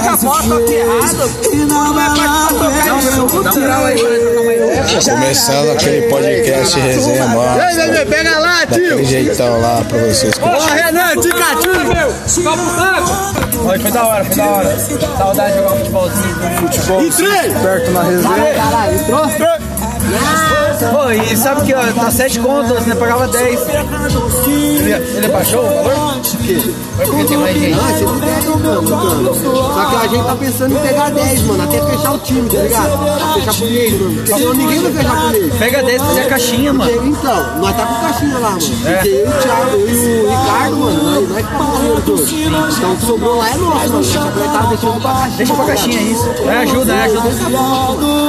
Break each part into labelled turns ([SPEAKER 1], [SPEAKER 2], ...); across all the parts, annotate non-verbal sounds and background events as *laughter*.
[SPEAKER 1] é
[SPEAKER 2] moto ferrado, quando vai pra tocar Dá um grau aí,
[SPEAKER 3] Tá Começando aquele podcast resenha, mano.
[SPEAKER 4] pega lá,
[SPEAKER 3] Daquele jeitão lá pra vocês.
[SPEAKER 4] Ó, Renan, de cativo!
[SPEAKER 1] Foi, foi da hora, foi da hora. Saudade de jogar um futebolzinho. Futebol.
[SPEAKER 4] Em três!
[SPEAKER 1] Perto na resenha. Pô, e sabe que ó, tá 7 contas, né? Pagava 10. Ele, ele baixou o valor? Foi porque tem mais gente.
[SPEAKER 4] Ah, você não pega, não, mano. Só que a gente tá pensando em pegar 10, mano, até fechar o time, tá ligado? Fechar por mês, mano. Só que ninguém vai fechar por mês.
[SPEAKER 1] Pega 10 pra fazer a caixinha, mano.
[SPEAKER 4] Então, nós tá com caixinha lá, mano.
[SPEAKER 1] É.
[SPEAKER 4] Porque eu, o Thiago, eu e o Ricardo, mano, nós, nós que pagamos todos. Então o que sobrou lá é nosso, mano. Só que nós tava deixando pra tá caixinha.
[SPEAKER 1] Deixa pra caixinha isso. É, ajuda, é, ajuda.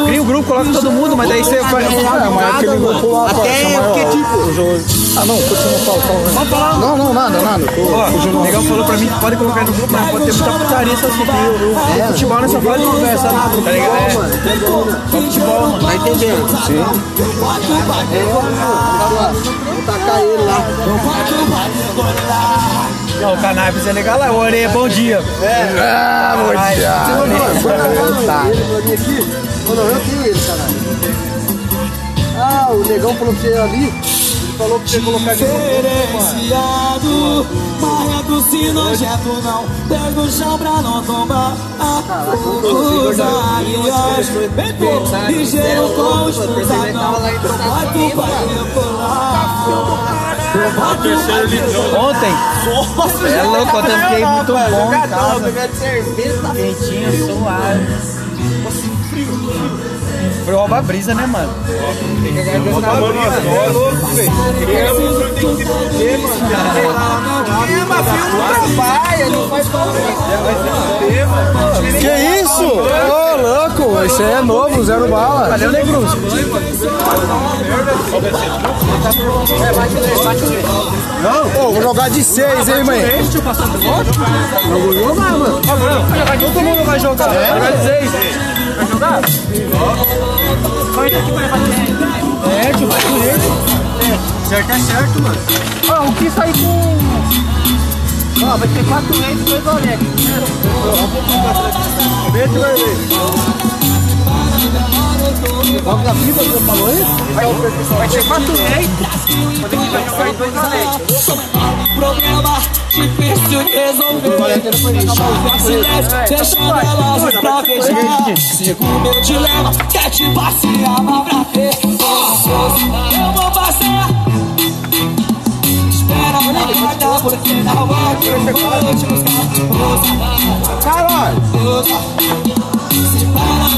[SPEAKER 1] Cria o grupo, coloca todo mundo, mas
[SPEAKER 3] é
[SPEAKER 1] daí você faz.
[SPEAKER 4] Nada, mano. Até porque, tipo,
[SPEAKER 3] Ah, não, continua falando.
[SPEAKER 1] Vamos falar.
[SPEAKER 3] Não, não, nada, nada.
[SPEAKER 1] Ó, o legal falou pra mim que pode colocar no grupo, mas pode ter muita putaria só assim. O o futebol nessa fase não conversa, tá ligado? É, só futebol, mano.
[SPEAKER 4] tá entendendo? Sim. É, ó, ó, vamos tacar ele lá.
[SPEAKER 1] Não, o cannabis é legal lá, o orelha, bom dia.
[SPEAKER 3] Ah,
[SPEAKER 1] É. Ai,
[SPEAKER 4] Ô, mano, foi na cama dele, pra mim aqui. Ô, não, eu tenho ele, caralho. Ah, o negão falou pra você ali. Ele falou pra você colocar de
[SPEAKER 2] Diferenciado, marra do sinogento é não Pés no chão pra não tombar Os aliás Bebê, ligeiro com os cruzadão Bota o baile pular Bota o baile
[SPEAKER 1] Ontem, é louco, ontem eu fiquei muito bom em casa. tá Quentinho, suave. Foi roubar a brisa, né, mano?
[SPEAKER 3] Que isso? Ô, louco, esse aí é novo, zero bala.
[SPEAKER 1] Valeu, Negruz.
[SPEAKER 3] Ô, vou jogar de seis, hein, mãe?
[SPEAKER 4] É
[SPEAKER 1] Todo mundo vai jogar. É? Vai seis. Vai jogar? É, tio, vai direito.
[SPEAKER 4] Certo é certo, mano.
[SPEAKER 1] Ó, o que sair com...
[SPEAKER 2] Ó, vai ter quatro leis e dois orelhas
[SPEAKER 4] Qual que é a fibra que você falou aí?
[SPEAKER 1] Vai ser quatro reis.
[SPEAKER 2] Problema difícil de resolver Silêncio, deixando elas pra beijar Sigo meu dilema, quer te passear, mas pra quê? Eu vou passear Espera pra guardar, você na hora que eu vou te buscar
[SPEAKER 4] Caralho!
[SPEAKER 2] Se para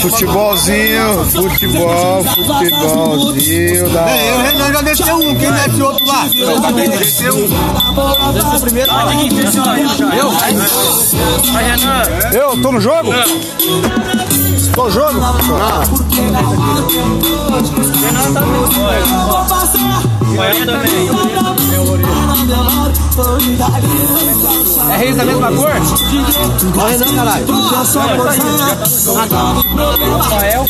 [SPEAKER 3] Futebolzinho, futebol, futebolzinho da
[SPEAKER 4] É, eu Renan já desceu um, quem desce outro lá? Eu também desceu um.
[SPEAKER 3] Eu, tô no jogo? Tô no jogo?
[SPEAKER 1] É reis da mesma cor?
[SPEAKER 4] Ó, Renan, caralho.
[SPEAKER 1] Rafael.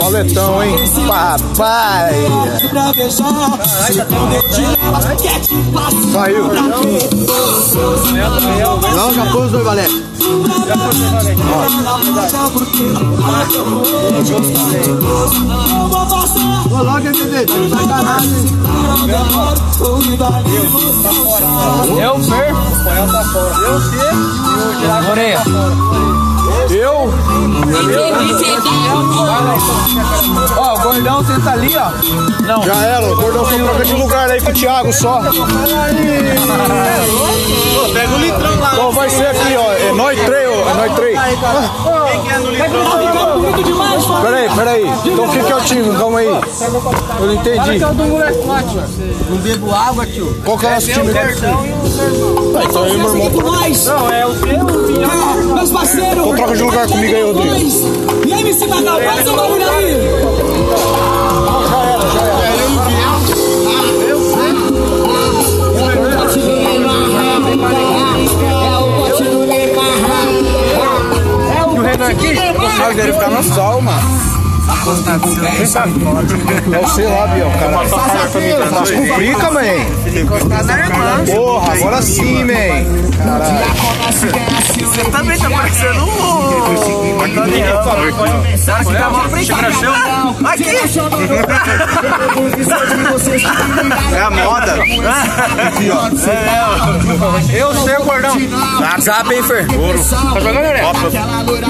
[SPEAKER 3] Paletão, hein? Papai! Saiu.
[SPEAKER 1] é,
[SPEAKER 4] Não, já pôs os dois balé. Ó. Ô, logo, MD, tem sacanagem.
[SPEAKER 1] É Eu, Fer. Rafael tá fora. Eu, você. E o Gerardo. Moreira.
[SPEAKER 3] Eu, Eu?
[SPEAKER 1] Ó, o gordão senta ali, ó. Não.
[SPEAKER 3] Já era, o gordão é, foi pra aquele lugar aí com o Thiago só.
[SPEAKER 5] Pega o litrão lá.
[SPEAKER 3] Então vai ser aqui, ó. É nós três, ó. É nós três.
[SPEAKER 5] Quem que é no litrão?
[SPEAKER 2] Tá ficando bonito demais, família.
[SPEAKER 3] Peraí, peraí. Então o que, que é o time? Calma aí. Eu não entendi.
[SPEAKER 6] Não bebo água, tio.
[SPEAKER 3] Qual que é o nosso time?
[SPEAKER 2] Vai fazer isso aqui com nós. Não, é o teu. É, meus parceiros.
[SPEAKER 3] Então troca de lugar
[SPEAKER 2] aqui é
[SPEAKER 3] comigo aí,
[SPEAKER 2] nós.
[SPEAKER 3] Rodrigo.
[SPEAKER 2] E aí, MC Natal, faz essa barulho aí.
[SPEAKER 1] E o Renan aqui, o sol dele ficar no sol, mano.
[SPEAKER 3] É o sei lá, Bião, cara.
[SPEAKER 1] um
[SPEAKER 3] Mas complica, man. Porra, agora sim, man.
[SPEAKER 5] Você também tá parecendo um. Será que tá mal pra Aqui! É a moda.
[SPEAKER 1] Eu sei o gordão. Zap, zap hein, Fer? Tá jogando, Oré?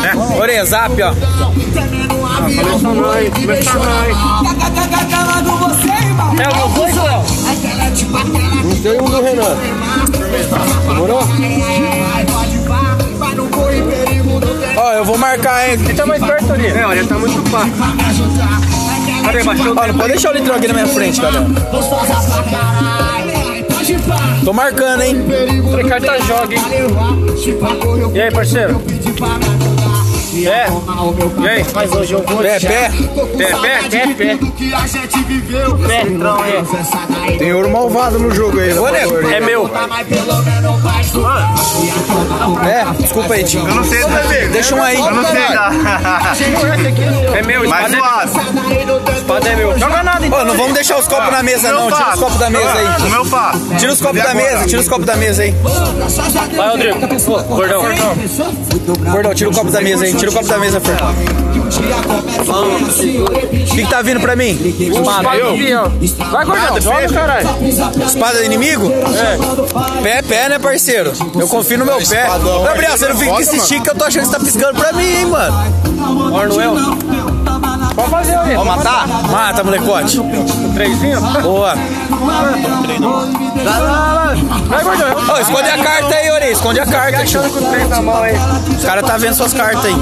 [SPEAKER 1] É. Oré, zap, ó.
[SPEAKER 2] Calado você, irmão.
[SPEAKER 1] É o meu Léo?
[SPEAKER 6] Não tem um do Renan.
[SPEAKER 1] Ó, eu vou marcar, hein? Ele tá mais perto ali. É, olha, tá muito fácil. Cadê, baixou? Ó, não pode deixar o litrão aqui na minha frente, galera. Tô marcando, hein? Trecar tá joga, hein? E aí, parceiro? É? E aí? Mas hoje eu vou pé, pé, pé, pé, pé, pé. Pé, então, é.
[SPEAKER 3] Tem ouro malvado no jogo aí,
[SPEAKER 1] Olha,
[SPEAKER 3] rapaziada.
[SPEAKER 1] é meu. É, desculpa aí, Tim.
[SPEAKER 5] Eu não sei também.
[SPEAKER 1] Deixa um aí.
[SPEAKER 5] Eu não sei né? dar.
[SPEAKER 1] *laughs* É meu,
[SPEAKER 5] Mas
[SPEAKER 1] espada é
[SPEAKER 5] suave.
[SPEAKER 1] Espada é meu. Joga nada, então. não vamos deixar os copos na mesa, não. Tira os copos da mesa aí.
[SPEAKER 5] O meu fato.
[SPEAKER 1] Tira os copos da mesa, tira os copos da mesa aí. Vai, Rodrigo. Gordão. Gordão, tira o copo da mesa aí. Tira o copo da mesa, Fer. O que, que tá vindo pra mim? Espada. Vai, Gordão. Joga, caralho. Espada do inimigo? É. Pé, pé, né, parceiro? Eu confio no meu pé.
[SPEAKER 3] Espadão.
[SPEAKER 1] Gabriel, você não fica com esse chique que eu tô achando que você tá piscando pra mim, hein, mano. Ornoel. Pode fazer, olha. Vamos matar? Mata, molecote. Trezinho? Boa. Vai, gordão. Ô, esconde a carta aí, Ori. Esconde a carta. tio. Os caras tá vendo suas cartas aí.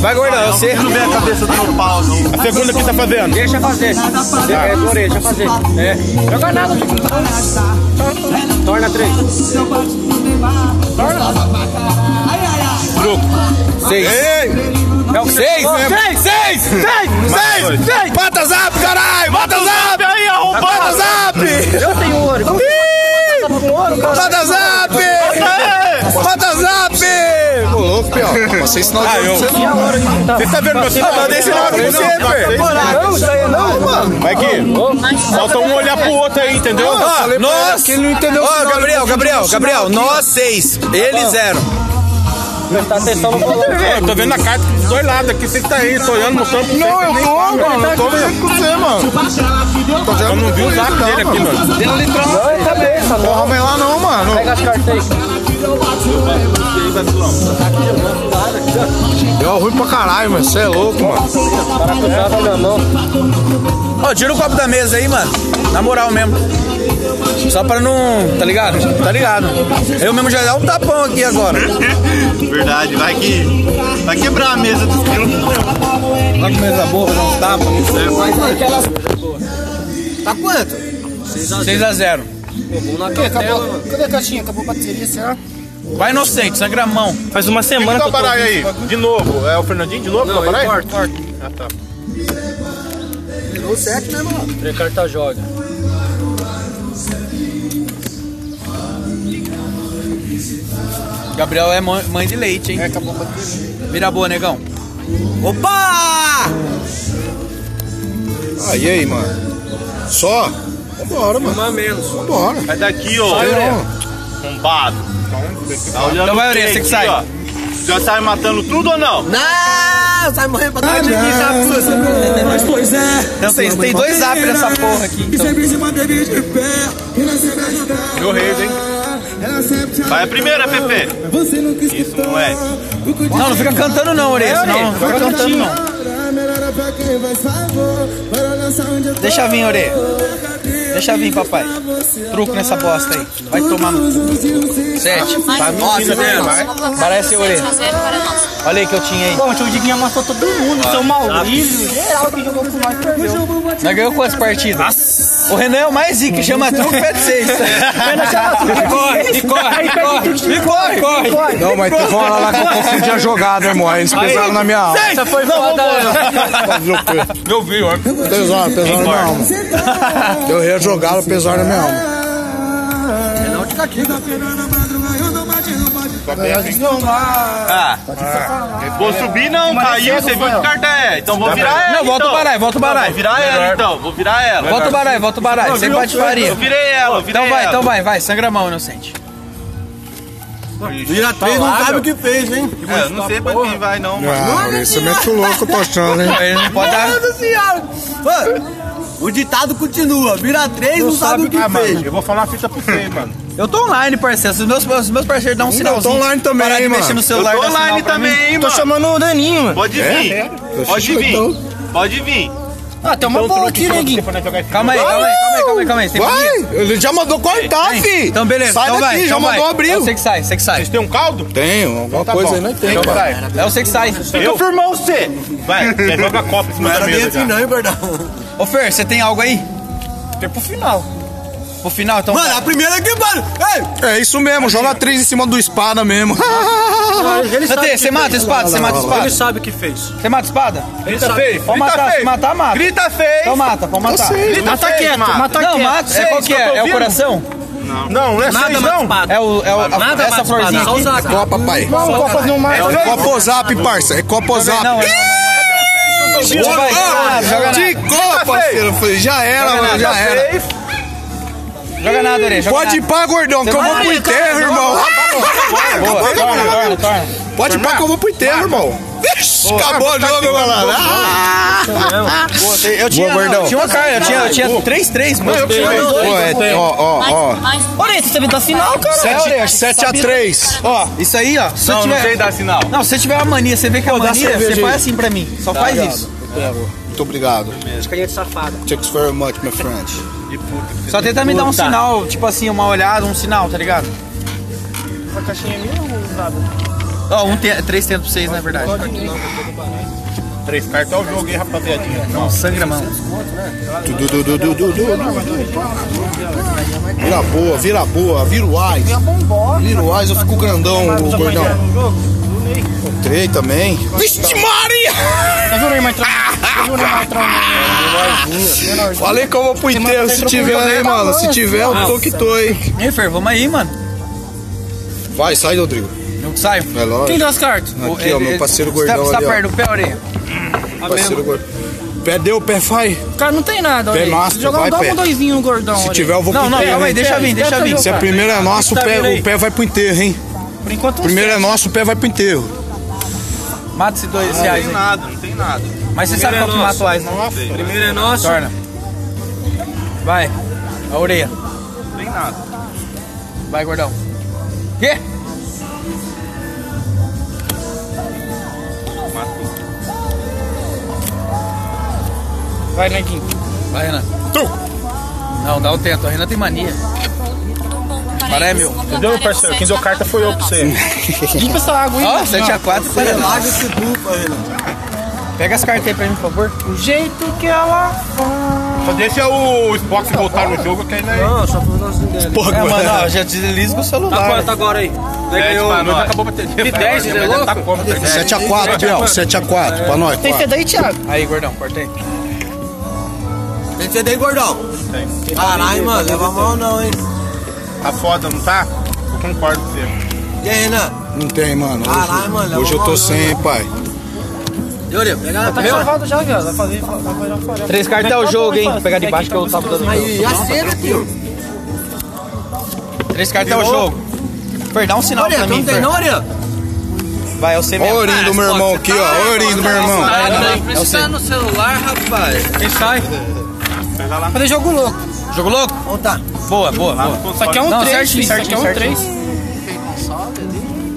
[SPEAKER 1] Vai, gordão. É você.
[SPEAKER 5] Não vê a cabeça do meu pau, não.
[SPEAKER 3] A segunda que tá fazendo.
[SPEAKER 1] Deixa fazer. É, Ori, deixa fazer. É. Joga nada. Torna três. Truco. Seis. É o seis. Seis, seis, seis, seis, seis.
[SPEAKER 3] né? Bota zap, caralho! Bota zap!
[SPEAKER 5] Aí,
[SPEAKER 3] Bota
[SPEAKER 5] arrombado.
[SPEAKER 3] zap! Eu tenho ouro. Bota zap! Bota zap! Ô, louco, pior. Passei sinal de ouro. pra você, não. Você tá vendo meu sinal? Eu dei sinal aqui pra você, velho.
[SPEAKER 1] Não, isso aí não, mano.
[SPEAKER 3] Vai aqui. Falta um olhar pro outro aí, entendeu?
[SPEAKER 1] Ó, nós.
[SPEAKER 3] Que ele não entendeu o
[SPEAKER 1] Ó,
[SPEAKER 3] sinal,
[SPEAKER 1] Gabriel, Gabriel, Gabriel, nós seis.
[SPEAKER 3] Tá
[SPEAKER 1] Ele zero.
[SPEAKER 7] Prestar atenção no volante.
[SPEAKER 3] Eu tô vendo a carta dos Tá dois lados aqui. Você que tá aí, tô olhando, mostrando pra você. Não, eu tô, mano. Eu né? tô vendo com você, mano. Eu não vi o zap dele aqui, mano. tá
[SPEAKER 7] Não, é cabeça, não.
[SPEAKER 3] Porra, vem lá não, mano.
[SPEAKER 7] Pega as cartas aí.
[SPEAKER 3] Deu É, ruim pra caralho, mano. Você é louco, mano.
[SPEAKER 7] Cruzada na mão.
[SPEAKER 1] Ó, tira o copo da mesa aí, mano. Na moral mesmo. Só pra não. Tá ligado? Tá ligado. Eu mesmo já dá um tapão aqui agora.
[SPEAKER 5] *laughs* Verdade, vai que. Vai quebrar a mesa do filme.
[SPEAKER 1] Lá Tá com mesa boa, dá um tapa.
[SPEAKER 5] É,
[SPEAKER 6] Tá quanto?
[SPEAKER 1] 6x0.
[SPEAKER 6] Acabou. Cadê a caixinha? Acabou a bateria, será?
[SPEAKER 1] Vai inocente, sangra a mão.
[SPEAKER 7] Faz uma semana que eu tô...
[SPEAKER 3] Parar tá aí.
[SPEAKER 5] De novo. É o Fernandinho de novo? Não,
[SPEAKER 3] Parar tá aí.
[SPEAKER 6] Virou sete, né, mano?
[SPEAKER 7] Três cartas joga.
[SPEAKER 1] Gabriel é mãe mãe de leite, hein?
[SPEAKER 6] Acabou a bateria.
[SPEAKER 1] Vira boa, negão. Opa!
[SPEAKER 3] Ah, e aí, mano? Só? Vambora, mano. Uma menos. Vambora.
[SPEAKER 5] Vai daqui, ó. Arrombado. Tá olhando
[SPEAKER 1] Então vai, Orelha,
[SPEAKER 5] bem
[SPEAKER 1] você que
[SPEAKER 5] aqui,
[SPEAKER 1] sai.
[SPEAKER 5] ó. Já sai matando tudo ou não?
[SPEAKER 6] Não! Sai morrendo pra trás de
[SPEAKER 8] Ah,
[SPEAKER 2] Mas pois é.
[SPEAKER 1] Eu sei, tem dois zap nessa porra aqui,
[SPEAKER 2] E
[SPEAKER 1] então.
[SPEAKER 2] sempre se manteve de pé. E na cidade da.
[SPEAKER 3] Meu rei, hein?
[SPEAKER 5] Vai a primeira, Pepe.
[SPEAKER 2] Você não quis
[SPEAKER 5] Isso, moleque.
[SPEAKER 1] Não, não fica cantando não,
[SPEAKER 8] É,
[SPEAKER 1] Oreia. Não, não fica cantando não. Deixa vir, Oreia. Deixa vir, papai. Truco nessa bosta aí. Vai tomar no cu. Sete. Tá nossa, né? Parece Oreia. Olha aí que eu tinha Ah, aí.
[SPEAKER 8] Bom, o tio Diguinho amassou todo mundo, seu Maurício, geral que jogou com nós perdeu.
[SPEAKER 1] Nós ganhamos quantas partidas? O Renan é o mais zica, chama truco, pede
[SPEAKER 8] *laughs*
[SPEAKER 1] seis.
[SPEAKER 8] corre, corre, corre.
[SPEAKER 1] E corre, corre.
[SPEAKER 3] Não, mas teve uma hora lá que eu confundi a jogada, irmão. Aí eles pesaram na minha alma.
[SPEAKER 1] Essa foi foda.
[SPEAKER 5] Eu vi, ó.
[SPEAKER 3] Pesaram, pesaram na minha alma. Eu ia jogar, pesaram na minha alma.
[SPEAKER 5] Ah. Vou subir não, caiu, você viu que carta é. Então vou virar ela.
[SPEAKER 1] Não, volta o
[SPEAKER 5] então.
[SPEAKER 1] baralho, volta o
[SPEAKER 5] Vou
[SPEAKER 1] baralho.
[SPEAKER 5] virar ela então, vou virar ela.
[SPEAKER 1] Volta o baralho, volta o baralho. Sem patifaria.
[SPEAKER 5] Eu virei ela, eu virei
[SPEAKER 1] Então vai,
[SPEAKER 5] ela.
[SPEAKER 1] então vai, vai. Sangra a mão, inocente.
[SPEAKER 5] Vira
[SPEAKER 8] tá
[SPEAKER 5] três, não sabe o que fez, hein? É, eu não sei pra quem vai não, mano.
[SPEAKER 3] Ah, Maurício, você é muito louco, eu tô achando, hein?
[SPEAKER 1] Ele não pode dar...
[SPEAKER 2] O ditado continua, vira três, não, sabe o que
[SPEAKER 8] Ah,
[SPEAKER 2] fez.
[SPEAKER 8] mano, eu vou falar uma fita pro você, mano.
[SPEAKER 1] Eu tô online, parceiro. Se Os meus, os meus parceiros dão um
[SPEAKER 3] Eu
[SPEAKER 1] sinalzinho.
[SPEAKER 3] tô online também,
[SPEAKER 1] Para de
[SPEAKER 3] hein,
[SPEAKER 1] mexer
[SPEAKER 3] mano.
[SPEAKER 1] no
[SPEAKER 5] Eu
[SPEAKER 1] celular.
[SPEAKER 5] tô
[SPEAKER 1] dá sinal
[SPEAKER 5] online
[SPEAKER 1] pra mim.
[SPEAKER 5] também, hein, mano.
[SPEAKER 8] chamando o Daninho, mano.
[SPEAKER 5] Pode vir. Pode vir. Pode vir.
[SPEAKER 8] Ah, tem uma bola aqui, neguinho.
[SPEAKER 1] Calma aí, calma aí, calma aí, calma aí, calma aí. Tem
[SPEAKER 3] *laughs* Vai!
[SPEAKER 1] família?
[SPEAKER 3] Ele já mandou cortar,
[SPEAKER 1] Tem?
[SPEAKER 3] fi!
[SPEAKER 1] Então beleza,
[SPEAKER 3] Sai
[SPEAKER 1] então
[SPEAKER 3] daqui,
[SPEAKER 1] vai.
[SPEAKER 3] já
[SPEAKER 1] então vai.
[SPEAKER 3] mandou Então tá abrigo.
[SPEAKER 1] É você que sai, você que sai.
[SPEAKER 8] Tem um caldo?
[SPEAKER 3] Tem, alguma coisa aí nós tem, cara.
[SPEAKER 1] É você que sai.
[SPEAKER 5] Eu?
[SPEAKER 8] Confirmou você. *laughs*
[SPEAKER 5] Vai,
[SPEAKER 8] É, joga a copa em cima da mesa já.
[SPEAKER 2] não, hein, Bernardo?
[SPEAKER 1] Ô Fer, você tem algo aí? Tem pro final. Pro final, então.
[SPEAKER 2] Mano, a primeira que, mano. Ei,
[SPEAKER 3] É isso mesmo,
[SPEAKER 1] Assim.
[SPEAKER 3] joga três em cima do espada mesmo. *laughs*
[SPEAKER 1] Você, você mata a espada, você mata a espada.
[SPEAKER 8] sabe o que fez.
[SPEAKER 1] Você mata a espada?
[SPEAKER 8] Grita tá feio.
[SPEAKER 1] Pode matar, se matar, mata.
[SPEAKER 5] Grita feio.
[SPEAKER 1] Então mata, pode matar.
[SPEAKER 8] Mata
[SPEAKER 5] feio,
[SPEAKER 8] quieto,
[SPEAKER 5] mata.
[SPEAKER 8] mata
[SPEAKER 1] Não,
[SPEAKER 8] tá quieto.
[SPEAKER 1] mata. É
[SPEAKER 8] Seis,
[SPEAKER 1] qual que
[SPEAKER 8] eu tô
[SPEAKER 1] é? É o
[SPEAKER 8] ouvindo.
[SPEAKER 1] coração?
[SPEAKER 8] Não, não é seis, não.
[SPEAKER 1] É o. É o a, essa florzinha aqui?
[SPEAKER 3] Copa, pai.
[SPEAKER 8] Não, Copa não mata.
[SPEAKER 3] É Copozap, parça. É
[SPEAKER 1] Não,
[SPEAKER 3] Copozap.
[SPEAKER 1] não, é-
[SPEAKER 3] Boa,
[SPEAKER 1] vai,
[SPEAKER 3] ah,
[SPEAKER 1] joga nada,
[SPEAKER 3] de cola, parceiro. Eu falei, Já era, mano, já era.
[SPEAKER 1] Joga nada, Orelha. joga
[SPEAKER 3] Pode ir
[SPEAKER 1] nada.
[SPEAKER 3] pá, gordão, que eu vou pro enterro, irmão.
[SPEAKER 1] Boa, torna, torna, torna.
[SPEAKER 3] Pode ir pá que eu vou pro enterro, irmão. Vixe, acabou o jogo, galera.
[SPEAKER 1] Eu tinha, não,
[SPEAKER 3] Boa,
[SPEAKER 1] eu
[SPEAKER 3] gordão.
[SPEAKER 1] tinha uma cara, eu tinha, eu tinha 3-3, mano.
[SPEAKER 3] Ó, é, ó,
[SPEAKER 9] um
[SPEAKER 3] ó, ó.
[SPEAKER 8] Olha, você teve da final, cara.
[SPEAKER 3] 7x3.
[SPEAKER 1] Ó, isso aí, ó. Se eu
[SPEAKER 5] Não, não sei
[SPEAKER 1] tiver,
[SPEAKER 5] dar sinal.
[SPEAKER 1] não, se você tiver uma mania, você vê que é uma mania, você faz assim pra mim.
[SPEAKER 8] Tá
[SPEAKER 1] Só faz isso.
[SPEAKER 3] Muito obrigado.
[SPEAKER 8] Carinha de safada.
[SPEAKER 3] Thanks very much, my friend.
[SPEAKER 1] Só tenta me dar um sinal, tipo assim, uma olhada, um sinal, tá ligado?
[SPEAKER 8] Uma caixinha é minha ou nada?
[SPEAKER 1] Ó, um te- três tentos pra vocês, na verdade.
[SPEAKER 8] Três cartas ao jogo, hein, rapaziadinha.
[SPEAKER 1] Não, sangra a mão.
[SPEAKER 3] Du, du, du, du, du, du. Vira boa, vira boa, vira o Ais. Vira o Ais, eu fico grandão, o gordão.
[SPEAKER 1] um
[SPEAKER 3] Entrei também. Vixe, Maria!
[SPEAKER 8] Tá vendo o irmão entrando? Tá vendo o irmão entrando?
[SPEAKER 1] Tá
[SPEAKER 3] *laughs* Falei que eu vou pro enterro se tiver aí, mano. Se tiver, eu tô que tô, hein.
[SPEAKER 1] E aí, Fer, vamos aí, mano.
[SPEAKER 3] Vai, sai, Rodrigo.
[SPEAKER 1] Eu saio.
[SPEAKER 3] É lógico.
[SPEAKER 8] Quem deu as cartas?
[SPEAKER 3] Aqui, ó, meu parceiro gordão
[SPEAKER 1] Você tá
[SPEAKER 3] ali, ó.
[SPEAKER 1] perto do pé, orelha. Tá
[SPEAKER 3] Parceiro gordão. Pé deu, pé faz.
[SPEAKER 8] Cara, não tem nada.
[SPEAKER 3] Pé
[SPEAKER 8] olha aí.
[SPEAKER 3] mastro,
[SPEAKER 8] Jogar
[SPEAKER 3] vai,
[SPEAKER 8] um, dá
[SPEAKER 3] pé.
[SPEAKER 8] um doisinho no gordão.
[SPEAKER 3] Se
[SPEAKER 8] olha aí.
[SPEAKER 3] tiver, eu vou pro
[SPEAKER 1] Não, não,
[SPEAKER 3] enterro.
[SPEAKER 1] calma aí,
[SPEAKER 3] hein.
[SPEAKER 1] deixa Tá vir, deixa vir.
[SPEAKER 3] Se a primeira é nossa, o pé, o pé vai pro enterro, hein?
[SPEAKER 1] Tá
[SPEAKER 8] Por enquanto, não
[SPEAKER 3] Primeiro é nosso, o pé vai pro enterro.
[SPEAKER 1] Mata esses dois
[SPEAKER 5] Não
[SPEAKER 1] reais
[SPEAKER 5] tem
[SPEAKER 1] aí.
[SPEAKER 5] nada, não tem nada.
[SPEAKER 1] Mas você sabe qual que mata o Ais, não?
[SPEAKER 5] Primeiro é nosso.
[SPEAKER 1] Torna. Vai. A orelha.
[SPEAKER 5] Não tem nada.
[SPEAKER 1] Vai, gordão. Quê?
[SPEAKER 8] sei. Vai, neguinho.
[SPEAKER 1] Vai, Renan. Não, dá o tento. A Renan tem mania. Paré, meu.
[SPEAKER 8] Entendeu, parceiro? Quem deu carta foi eu pra você. Limpa essa
[SPEAKER 2] Tá
[SPEAKER 8] água aí.
[SPEAKER 1] Ó,
[SPEAKER 2] né?
[SPEAKER 8] mano.
[SPEAKER 1] 7x4 para Renan. Pega as cartas aí pra mim, por favor.
[SPEAKER 8] O jeito que ela...
[SPEAKER 5] Só deixa o Xbox voltar no jogo que ainda é.
[SPEAKER 2] Não, só foi o nosso dele.
[SPEAKER 3] Pô,
[SPEAKER 1] É, mano,
[SPEAKER 3] agora.
[SPEAKER 1] ó, já desliza com o celular.
[SPEAKER 2] Tá Quanto agora aí?
[SPEAKER 5] Dez pra nós. Acabou a bateria.
[SPEAKER 1] Que dez,
[SPEAKER 5] Mas
[SPEAKER 1] ele é
[SPEAKER 5] ainda tá
[SPEAKER 1] louco?
[SPEAKER 5] como, tá ligado?
[SPEAKER 3] 7x4, Biel.
[SPEAKER 2] É.
[SPEAKER 3] 7x4, pra nós.
[SPEAKER 8] Tem que
[SPEAKER 3] quatro.
[SPEAKER 8] ser daí, Thiago.
[SPEAKER 1] Aí, gordão, corta aí.
[SPEAKER 2] Tem que ser daí, gordão. Caralho, mano, leva mal não, hein?
[SPEAKER 5] Tá foda, não tá? Eu concordo com você.
[SPEAKER 2] E aí, Renan?
[SPEAKER 3] Não tem, mano. Hoje,
[SPEAKER 2] Caralho, mano,
[SPEAKER 3] hoje eu
[SPEAKER 2] levou
[SPEAKER 3] tô
[SPEAKER 2] uma
[SPEAKER 3] sem, hein, pai.
[SPEAKER 2] E olha, pega
[SPEAKER 8] Tá salvado já, viado. Vai fazer... Vai fazer fora.
[SPEAKER 1] Três cartas é o jogo, hein? Pegar de baixo que eu tava dando.
[SPEAKER 2] aí, a cena, tio.
[SPEAKER 1] Três cartas é o jogo. Fer, dá um sinal pra
[SPEAKER 2] Olha, não
[SPEAKER 1] mim,
[SPEAKER 2] tem
[SPEAKER 1] Fer.
[SPEAKER 2] não, olha.
[SPEAKER 1] Vai, é você tá
[SPEAKER 3] Ó o
[SPEAKER 1] mesmo.
[SPEAKER 3] ourinho do meu irmão aqui, ó. Ó o ourinho do meu irmão.
[SPEAKER 1] Ah, não, é o seu.
[SPEAKER 2] no celular, rapaz.
[SPEAKER 1] Quem sai?
[SPEAKER 8] Fazer jogo louco.
[SPEAKER 1] Jogo louco? Então
[SPEAKER 8] Voltar.
[SPEAKER 1] tá. Boa, boa, boa.
[SPEAKER 8] Isso aqui é um
[SPEAKER 10] Não,
[SPEAKER 8] 3,
[SPEAKER 10] certinho,
[SPEAKER 8] isso aqui é um
[SPEAKER 10] certinho,
[SPEAKER 8] 3.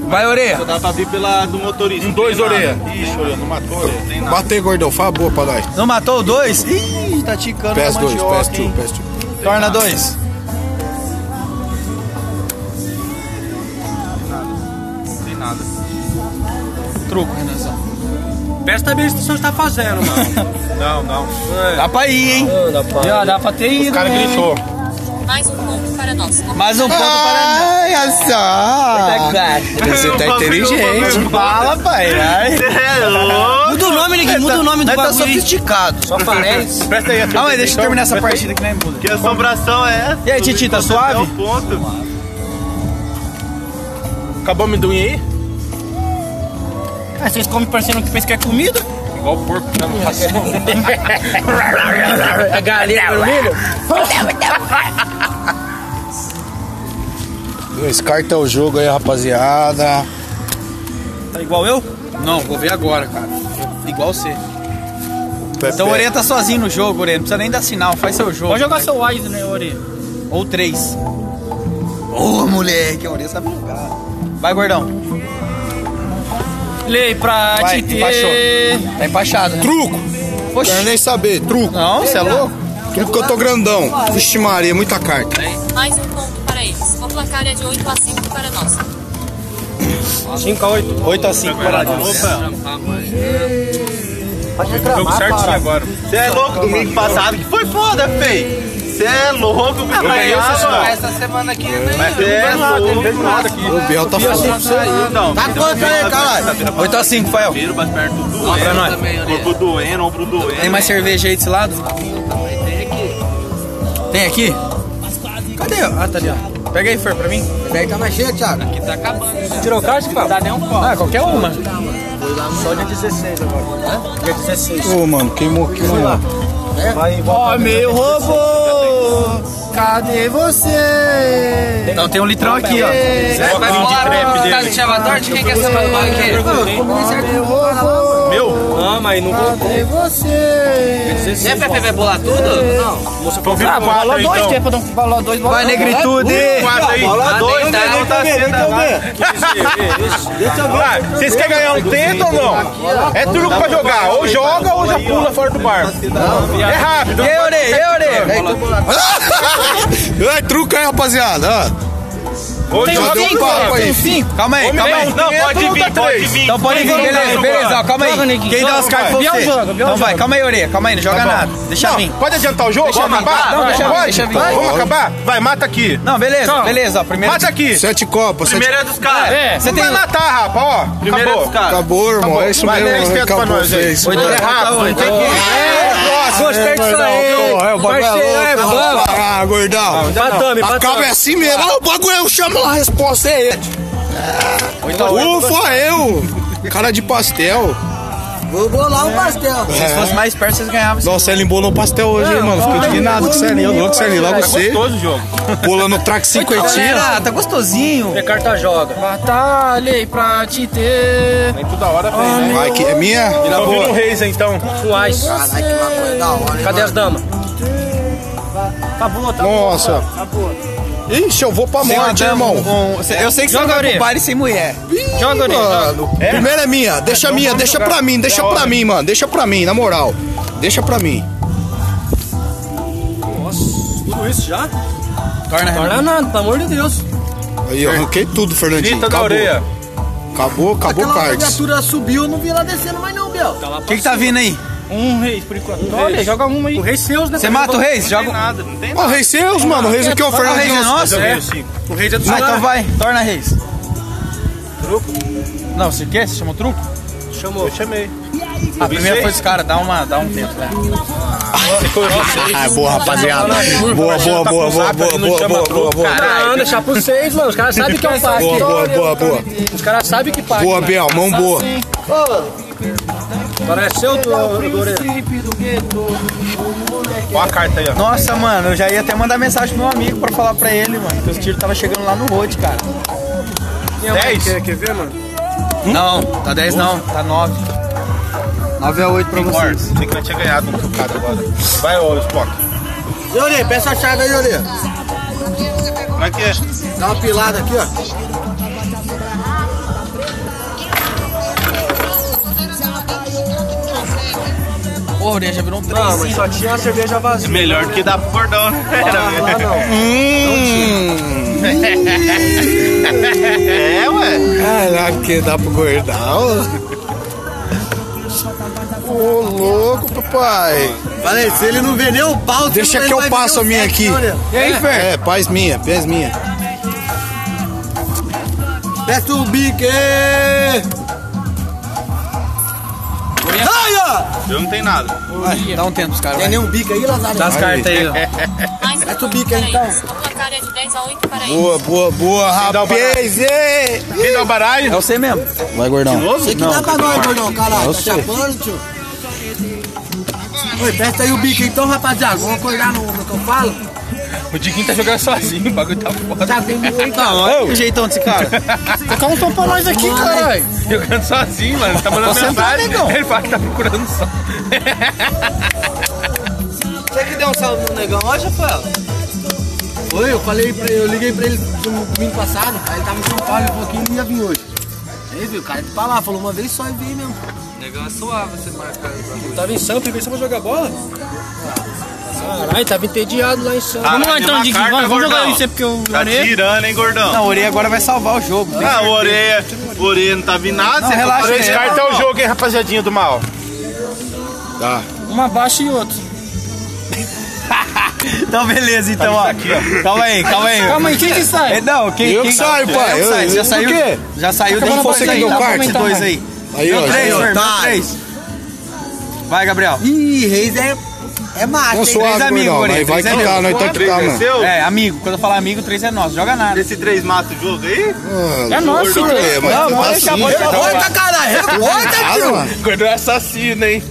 [SPEAKER 1] Vai, orelha.
[SPEAKER 5] Só dá pra vir Tá, pela do motorista.
[SPEAKER 1] Um dois,
[SPEAKER 5] Não tem
[SPEAKER 1] orelha.
[SPEAKER 5] nada. Ixi, orelha, não matou orelha. Tem nada.
[SPEAKER 3] Bater, gordão. Fala boa pra nós.
[SPEAKER 1] Não matou o dois? Ih, tá ticando
[SPEAKER 3] Pés
[SPEAKER 1] com
[SPEAKER 3] dois,
[SPEAKER 1] mandioca,
[SPEAKER 3] pés two,
[SPEAKER 1] hein?
[SPEAKER 3] pés two.
[SPEAKER 1] Torna dois.
[SPEAKER 5] Tem nada.
[SPEAKER 1] Truco, Renanzão.
[SPEAKER 8] Presta bem o que você tá fazendo, mano.
[SPEAKER 5] Não, não.
[SPEAKER 1] *laughs*
[SPEAKER 5] *laughs*
[SPEAKER 1] Dá pra ir, hein?
[SPEAKER 10] Já dá pra ter ido.
[SPEAKER 5] O
[SPEAKER 1] né?
[SPEAKER 5] cara gritou.
[SPEAKER 9] Mais um ponto para nós.
[SPEAKER 1] Mais um ponto Tá
[SPEAKER 3] Ai, só.
[SPEAKER 8] *laughs*
[SPEAKER 1] para...
[SPEAKER 3] Você tá inteligente.
[SPEAKER 1] Fala, pai. Ai.
[SPEAKER 5] É
[SPEAKER 8] Muda o nome, Neguinho, muda o nome do
[SPEAKER 1] Nós tá
[SPEAKER 8] bagulho.
[SPEAKER 1] sofisticado.
[SPEAKER 10] Só parece.
[SPEAKER 5] Presta aí,
[SPEAKER 1] Calma aí, deixa eu terminar essa partida né? que nem muda.
[SPEAKER 5] Que assombração é essa?
[SPEAKER 1] E aí, Titi, tá
[SPEAKER 5] É
[SPEAKER 1] suave?
[SPEAKER 5] o ponto. Acabou o amendoim aí?
[SPEAKER 8] Ah, Vocês comem parecendo que pensa que é comida?
[SPEAKER 5] Igual o porco, né?
[SPEAKER 8] *laughs* A É galinha vermelha?
[SPEAKER 3] Descarta o jogo aí, rapaziada.
[SPEAKER 8] Tá igual eu?
[SPEAKER 1] Não, vou ver agora, cara. Igual você.
[SPEAKER 3] Pepe.
[SPEAKER 1] Então o Orelha tá sozinho no jogo, Orelha. Não precisa nem dar sinal, faz seu jogo.
[SPEAKER 8] Pode jogar seu wise, né, Ori?
[SPEAKER 1] Ou três. Ô, moleque, a Orelha sabe jogar. Vai, gordão.
[SPEAKER 8] Lei pra
[SPEAKER 1] Vai,
[SPEAKER 8] te ter.
[SPEAKER 1] Tá empachado, né?
[SPEAKER 3] Truco.
[SPEAKER 1] Oxi.
[SPEAKER 3] Quero nem saber. Truco.
[SPEAKER 1] Não, você é louco?
[SPEAKER 3] Truco que eu tô grandão. Vixe Maria, muita carta.
[SPEAKER 5] É,
[SPEAKER 9] Mais um ponto para eles. O placar é de 8 a 5 para nós.
[SPEAKER 1] 8 a 5 para nós.
[SPEAKER 5] Jogo certinho agora. Você é louco, domingo passado que foi foda, fei. Você é louco, me ganhava.
[SPEAKER 10] Essa semana aqui, né?
[SPEAKER 5] Você é louco, não fez nada aqui.
[SPEAKER 3] O Biel tá falando.
[SPEAKER 5] Não,
[SPEAKER 1] Tá quanto aí, caralho? 8 a 5, Fael.
[SPEAKER 5] Cheiro mais então. perto do
[SPEAKER 1] Pra nós.
[SPEAKER 5] Corpo doendo, ombro doendo.
[SPEAKER 1] Tem mais cerveja aí desse lado? Tem aqui. Cadê? Ah, tá ali, ó. Pega aí, Fer, pra mim.
[SPEAKER 11] Peraí, tá mais cheio, Thiago.
[SPEAKER 10] Tirou caixa, cara? né? Dá nem um copo. Ah, qualquer uma. Só de 16 agora. Dia 16.
[SPEAKER 3] Ô, mano, queimou aqui, mano.
[SPEAKER 8] Ó, meu robô! Cadê você?
[SPEAKER 1] Então tem um litrão aqui, ó.
[SPEAKER 5] Vai embora.
[SPEAKER 10] Tá no chamador de quem que é essa mano aqui?
[SPEAKER 5] Meu,
[SPEAKER 10] Ah, mas não vou.
[SPEAKER 8] Cadê você?
[SPEAKER 10] Você é PPV bolar tudo?
[SPEAKER 5] tô vindo com
[SPEAKER 8] Bola
[SPEAKER 5] quatro
[SPEAKER 8] dois,
[SPEAKER 5] então.
[SPEAKER 8] tempo, não. Bola dois, bola
[SPEAKER 1] Vai,
[SPEAKER 8] dois.
[SPEAKER 1] negritude!
[SPEAKER 5] Quatro aí.
[SPEAKER 10] Bola dois, tá? Não tá
[SPEAKER 5] Ah, Vocês querem ganhar um tento ou não? É truco pra jogar. Ou joga ou já pula fora do barco. É rápido.
[SPEAKER 1] E aí, Orelha? E aí, Orelha?
[SPEAKER 3] Ai, truco aí, rapaziada. ó.
[SPEAKER 5] Ou
[SPEAKER 3] Já
[SPEAKER 5] joga
[SPEAKER 3] deu um
[SPEAKER 5] ou
[SPEAKER 3] papo
[SPEAKER 5] papo.
[SPEAKER 3] aí.
[SPEAKER 1] Calma aí, calma aí.
[SPEAKER 5] Não, pode vir, pode vir.
[SPEAKER 1] Então pode vir, beleza, beleza, ó, calma aí. Quem dá as cartas foi
[SPEAKER 8] Biel
[SPEAKER 1] você.
[SPEAKER 8] joga, Biel
[SPEAKER 1] Então vai, calma aí, Orelha, calma aí, não joga nada. Deixa vir.
[SPEAKER 5] Pode adiantar o jogo?
[SPEAKER 1] Deixa
[SPEAKER 5] Vamos
[SPEAKER 1] vir,
[SPEAKER 5] acabar?
[SPEAKER 1] vai, não, deixa vir,
[SPEAKER 5] Pode?
[SPEAKER 1] deixa vir.
[SPEAKER 5] Vamos
[SPEAKER 3] Vai.
[SPEAKER 5] acabar? Vai, mata aqui.
[SPEAKER 1] Não, beleza, beleza, ó. Primeiro.
[SPEAKER 5] Mata aqui.
[SPEAKER 3] Sete copas, sete
[SPEAKER 5] é dos caras.
[SPEAKER 1] É, você
[SPEAKER 5] Você
[SPEAKER 1] tem-
[SPEAKER 5] vai matar, rapa, ó. Primeiro é dos caras.
[SPEAKER 3] Acabou, irmão. É isso
[SPEAKER 5] Vai,
[SPEAKER 3] mesmo.
[SPEAKER 5] dá
[SPEAKER 3] mano.
[SPEAKER 5] esquenta pra
[SPEAKER 3] Acabou,
[SPEAKER 5] nós aí.
[SPEAKER 3] fez.
[SPEAKER 1] Oito É,
[SPEAKER 5] É
[SPEAKER 1] a
[SPEAKER 5] rápido, não tem que...
[SPEAKER 1] Gostei disso aí.
[SPEAKER 3] É, o bagulho é louco. Ah, gordão.
[SPEAKER 10] Patame,
[SPEAKER 3] Acaba é assim mesmo. Ah, o bagulho eu chamo lá, a resposta é ele. Ufa, é eu. Cara de pastel. É.
[SPEAKER 11] Vou bolar um pastel.
[SPEAKER 1] Se fosse mais perto, vocês ganhavam.
[SPEAKER 3] Nossa, ele embolou um pastel hoje, hein, mano. Ficou indignado com o Serninho. Louco, Serninho. Logo você.
[SPEAKER 5] Gostoso o jogo.
[SPEAKER 3] Pulando o track cinquentinho.
[SPEAKER 1] Galera, tá gostosinho.
[SPEAKER 10] Carta joga.
[SPEAKER 8] Batalhei pra te ter.
[SPEAKER 5] Tem toda hora pra ele.
[SPEAKER 3] Vai, que é minha?
[SPEAKER 5] Tá ouvindo o Reis, então.
[SPEAKER 10] Com as.
[SPEAKER 11] Caralho, que maconha da hora, hein,
[SPEAKER 10] Cadê as damas?
[SPEAKER 3] Nossa. Ixi, eu vou pra morte, irmão.
[SPEAKER 1] Eu sei que você
[SPEAKER 8] Joga,
[SPEAKER 1] vai pro
[SPEAKER 8] Orelha.
[SPEAKER 1] bar e sem mulher.
[SPEAKER 8] Joga, Ori.
[SPEAKER 3] Mano, primeiro é minha, deixa minha, deixa pra mim, deixa pra mim, mano. Deixa pra mim, na moral. Deixa pra mim.
[SPEAKER 10] Tudo isso já?
[SPEAKER 1] Torna
[SPEAKER 10] Não é nada, pelo amor de Deus.
[SPEAKER 3] Aí, eu arranquei tudo, Fernandinho.
[SPEAKER 5] Grita da
[SPEAKER 3] Acabou.
[SPEAKER 5] orelha.
[SPEAKER 3] Acabou, acabou o
[SPEAKER 11] Aquela
[SPEAKER 3] cards.
[SPEAKER 11] criatura subiu, eu não vi ela descendo mais não, Biel.
[SPEAKER 1] O que, que tá vindo aí?
[SPEAKER 8] Um rei, por enquanto. Olha, joga uma aí. O rei seus, né?
[SPEAKER 1] Você mata o Reis? Joga. Ah,
[SPEAKER 5] nada, não tem
[SPEAKER 3] Ó, o Reis seus, mano. O Reis aqui é o
[SPEAKER 1] o Reis é
[SPEAKER 3] Fernandinho.
[SPEAKER 1] nosso? É.
[SPEAKER 5] O Reis é dos
[SPEAKER 1] Ah, então
[SPEAKER 5] caras.
[SPEAKER 1] vai. Torna Reis. Truco? Não, você quer? Você chamou truco?
[SPEAKER 5] Eu chamei.
[SPEAKER 1] A primeira foi dos caras. Dá, uma, dá um tempo, né?
[SPEAKER 3] Ah, boa, rapaziada. Boa, boa, boa, boa, boa, boa, boa, boa, boa.
[SPEAKER 10] Não, deixar pro seis, mano. Os caras sabem que é um pack.
[SPEAKER 3] Boa, boa, boa, boa.
[SPEAKER 10] Os caras sabem que pack.
[SPEAKER 3] Boa, Biel, mão boa.
[SPEAKER 10] assim, Pareceu do Doreiro.
[SPEAKER 5] Ó a carta aí, ó.
[SPEAKER 1] Nossa, mano, eu já ia até mandar mensagem pro meu amigo pra falar pra ele, mano. Que os tiros tava chegando lá no road, cara.
[SPEAKER 5] 10?
[SPEAKER 1] Não, tá 10 não. Tá 9.
[SPEAKER 11] 9 a 8 pra
[SPEAKER 1] é
[SPEAKER 5] Sei que nós tinha ganhado um trocado agora. Vai, ô Spock.
[SPEAKER 4] Leonê, peça a chave aí, Leonê.
[SPEAKER 5] Aqui é.
[SPEAKER 4] Dá uma Tá pilada aqui, ó.
[SPEAKER 1] Porra, já virou um trem.
[SPEAKER 2] Não, mas só tinha uma cerveja vazia.
[SPEAKER 5] É Melhor do que dar pro cordão, né?
[SPEAKER 2] lá não.
[SPEAKER 10] então,
[SPEAKER 3] Hum.
[SPEAKER 5] É, ué.
[SPEAKER 3] Caraca, que dá pro gordão. Ô, louco, papai.
[SPEAKER 4] Falei, se ele não vê nem o pau,
[SPEAKER 3] Deixa
[SPEAKER 10] é
[SPEAKER 3] que eu passo a minha aqui.
[SPEAKER 4] E aí,
[SPEAKER 3] É, paz minha, paz minha.
[SPEAKER 4] Desce o bique! Aí, ó!
[SPEAKER 5] Eu não tenho nada.
[SPEAKER 1] Dá um tempo, os caras.
[SPEAKER 4] Tem
[SPEAKER 1] vai.
[SPEAKER 4] nenhum bico aí, Lazaro?
[SPEAKER 1] Dá as cartas aí, ó.
[SPEAKER 9] Mais um
[SPEAKER 4] tu bica,
[SPEAKER 9] Paraíso.
[SPEAKER 4] então.
[SPEAKER 9] A placar é de 10 a 8 para isso.
[SPEAKER 3] Boa, boa, boa,
[SPEAKER 10] um
[SPEAKER 5] dá o baralho?
[SPEAKER 3] rapaz. ê!
[SPEAKER 5] Quem dá o baralho?
[SPEAKER 1] É você mesmo.
[SPEAKER 3] Vai, gordão.
[SPEAKER 4] Você que dá Tá pra nós, gordão, caralho. Tá chapando, tio? Oi, testa aí o bico então, rapaziada. Vamos acordar no, no que eu falo?
[SPEAKER 1] O Diguinho tá jogando sozinho, o bagulho tá foda.
[SPEAKER 4] Já tem muito.
[SPEAKER 1] Olha o jeitão desse cara. tá
[SPEAKER 3] Tocar um som pra nós aqui, caralho.
[SPEAKER 1] Jogando sozinho, mano. Tá mandando mensagem. Ele fala que tá procurando só.
[SPEAKER 2] Você que deu um salve no negão hoje, Rafael?
[SPEAKER 4] Oi, eu falei pra ele, eu liguei pra ele no domingo passado, aí ele tava em São Paulo, ele falou que ele ia vir hoje. Aí viu, o cara de pra lá, falou uma vez só e veio mesmo.
[SPEAKER 2] Negão é suave você marcar aí pra mim.
[SPEAKER 1] Tava em Sampa e veio só pra jogar bola?
[SPEAKER 2] Caralho, tava entediado lá em Santos.
[SPEAKER 5] Vamos lá então, Dick. Vamos, jogar isso porque eu. Tá tirando, hein, gordão?
[SPEAKER 1] Não, o Orei agora vai salvar o jogo. né?
[SPEAKER 5] Ah, o Oreia, o Oreia não tá vindo nada. você
[SPEAKER 1] relaxa
[SPEAKER 5] Três
[SPEAKER 1] aí,
[SPEAKER 5] cartas é o jogo, hein, rapaziadinha do mal.
[SPEAKER 3] Tá.
[SPEAKER 1] Uma baixa e outro. então beleza, então ó. Calma aí, calma aí. Calma aí, quem que sai? Não, quem,
[SPEAKER 3] Eu
[SPEAKER 1] quem é
[SPEAKER 3] que saio, pai.
[SPEAKER 1] Eu
[SPEAKER 3] Eu-
[SPEAKER 1] saio,
[SPEAKER 3] eu-
[SPEAKER 1] já saiu.
[SPEAKER 3] por quê?
[SPEAKER 1] Já saiu
[SPEAKER 3] Acabou
[SPEAKER 1] deu
[SPEAKER 3] na
[SPEAKER 1] dois
[SPEAKER 3] bateria
[SPEAKER 1] aí,
[SPEAKER 3] do
[SPEAKER 1] deu
[SPEAKER 3] kart.
[SPEAKER 1] dois aí.
[SPEAKER 3] Aí,
[SPEAKER 1] Deu
[SPEAKER 3] ó.
[SPEAKER 1] três,
[SPEAKER 3] aí, ó.
[SPEAKER 1] Fermin, deu três. Vai, Gabriel.
[SPEAKER 4] Ih, Reis é, é macho,
[SPEAKER 3] Tão
[SPEAKER 4] hein?
[SPEAKER 3] suave,
[SPEAKER 1] amigos,
[SPEAKER 3] gordão.
[SPEAKER 1] Moreira,
[SPEAKER 3] Aí vai
[SPEAKER 1] três é
[SPEAKER 3] quitar, nós tá
[SPEAKER 5] Três
[SPEAKER 3] quitar, mano.
[SPEAKER 5] venceu?
[SPEAKER 1] É, amigo, quando eu falar amigo, três é nosso. Joga nada.
[SPEAKER 5] Esse três mata o jogo aí?
[SPEAKER 3] É nosso, é, mas
[SPEAKER 1] Não,
[SPEAKER 3] tá
[SPEAKER 1] pode deixar,
[SPEAKER 3] assim,
[SPEAKER 1] pode deixar.
[SPEAKER 4] Revolta, caralho! Revolta,
[SPEAKER 3] Nada,
[SPEAKER 4] tio!
[SPEAKER 3] mano.
[SPEAKER 5] Gordão é assassino, hein?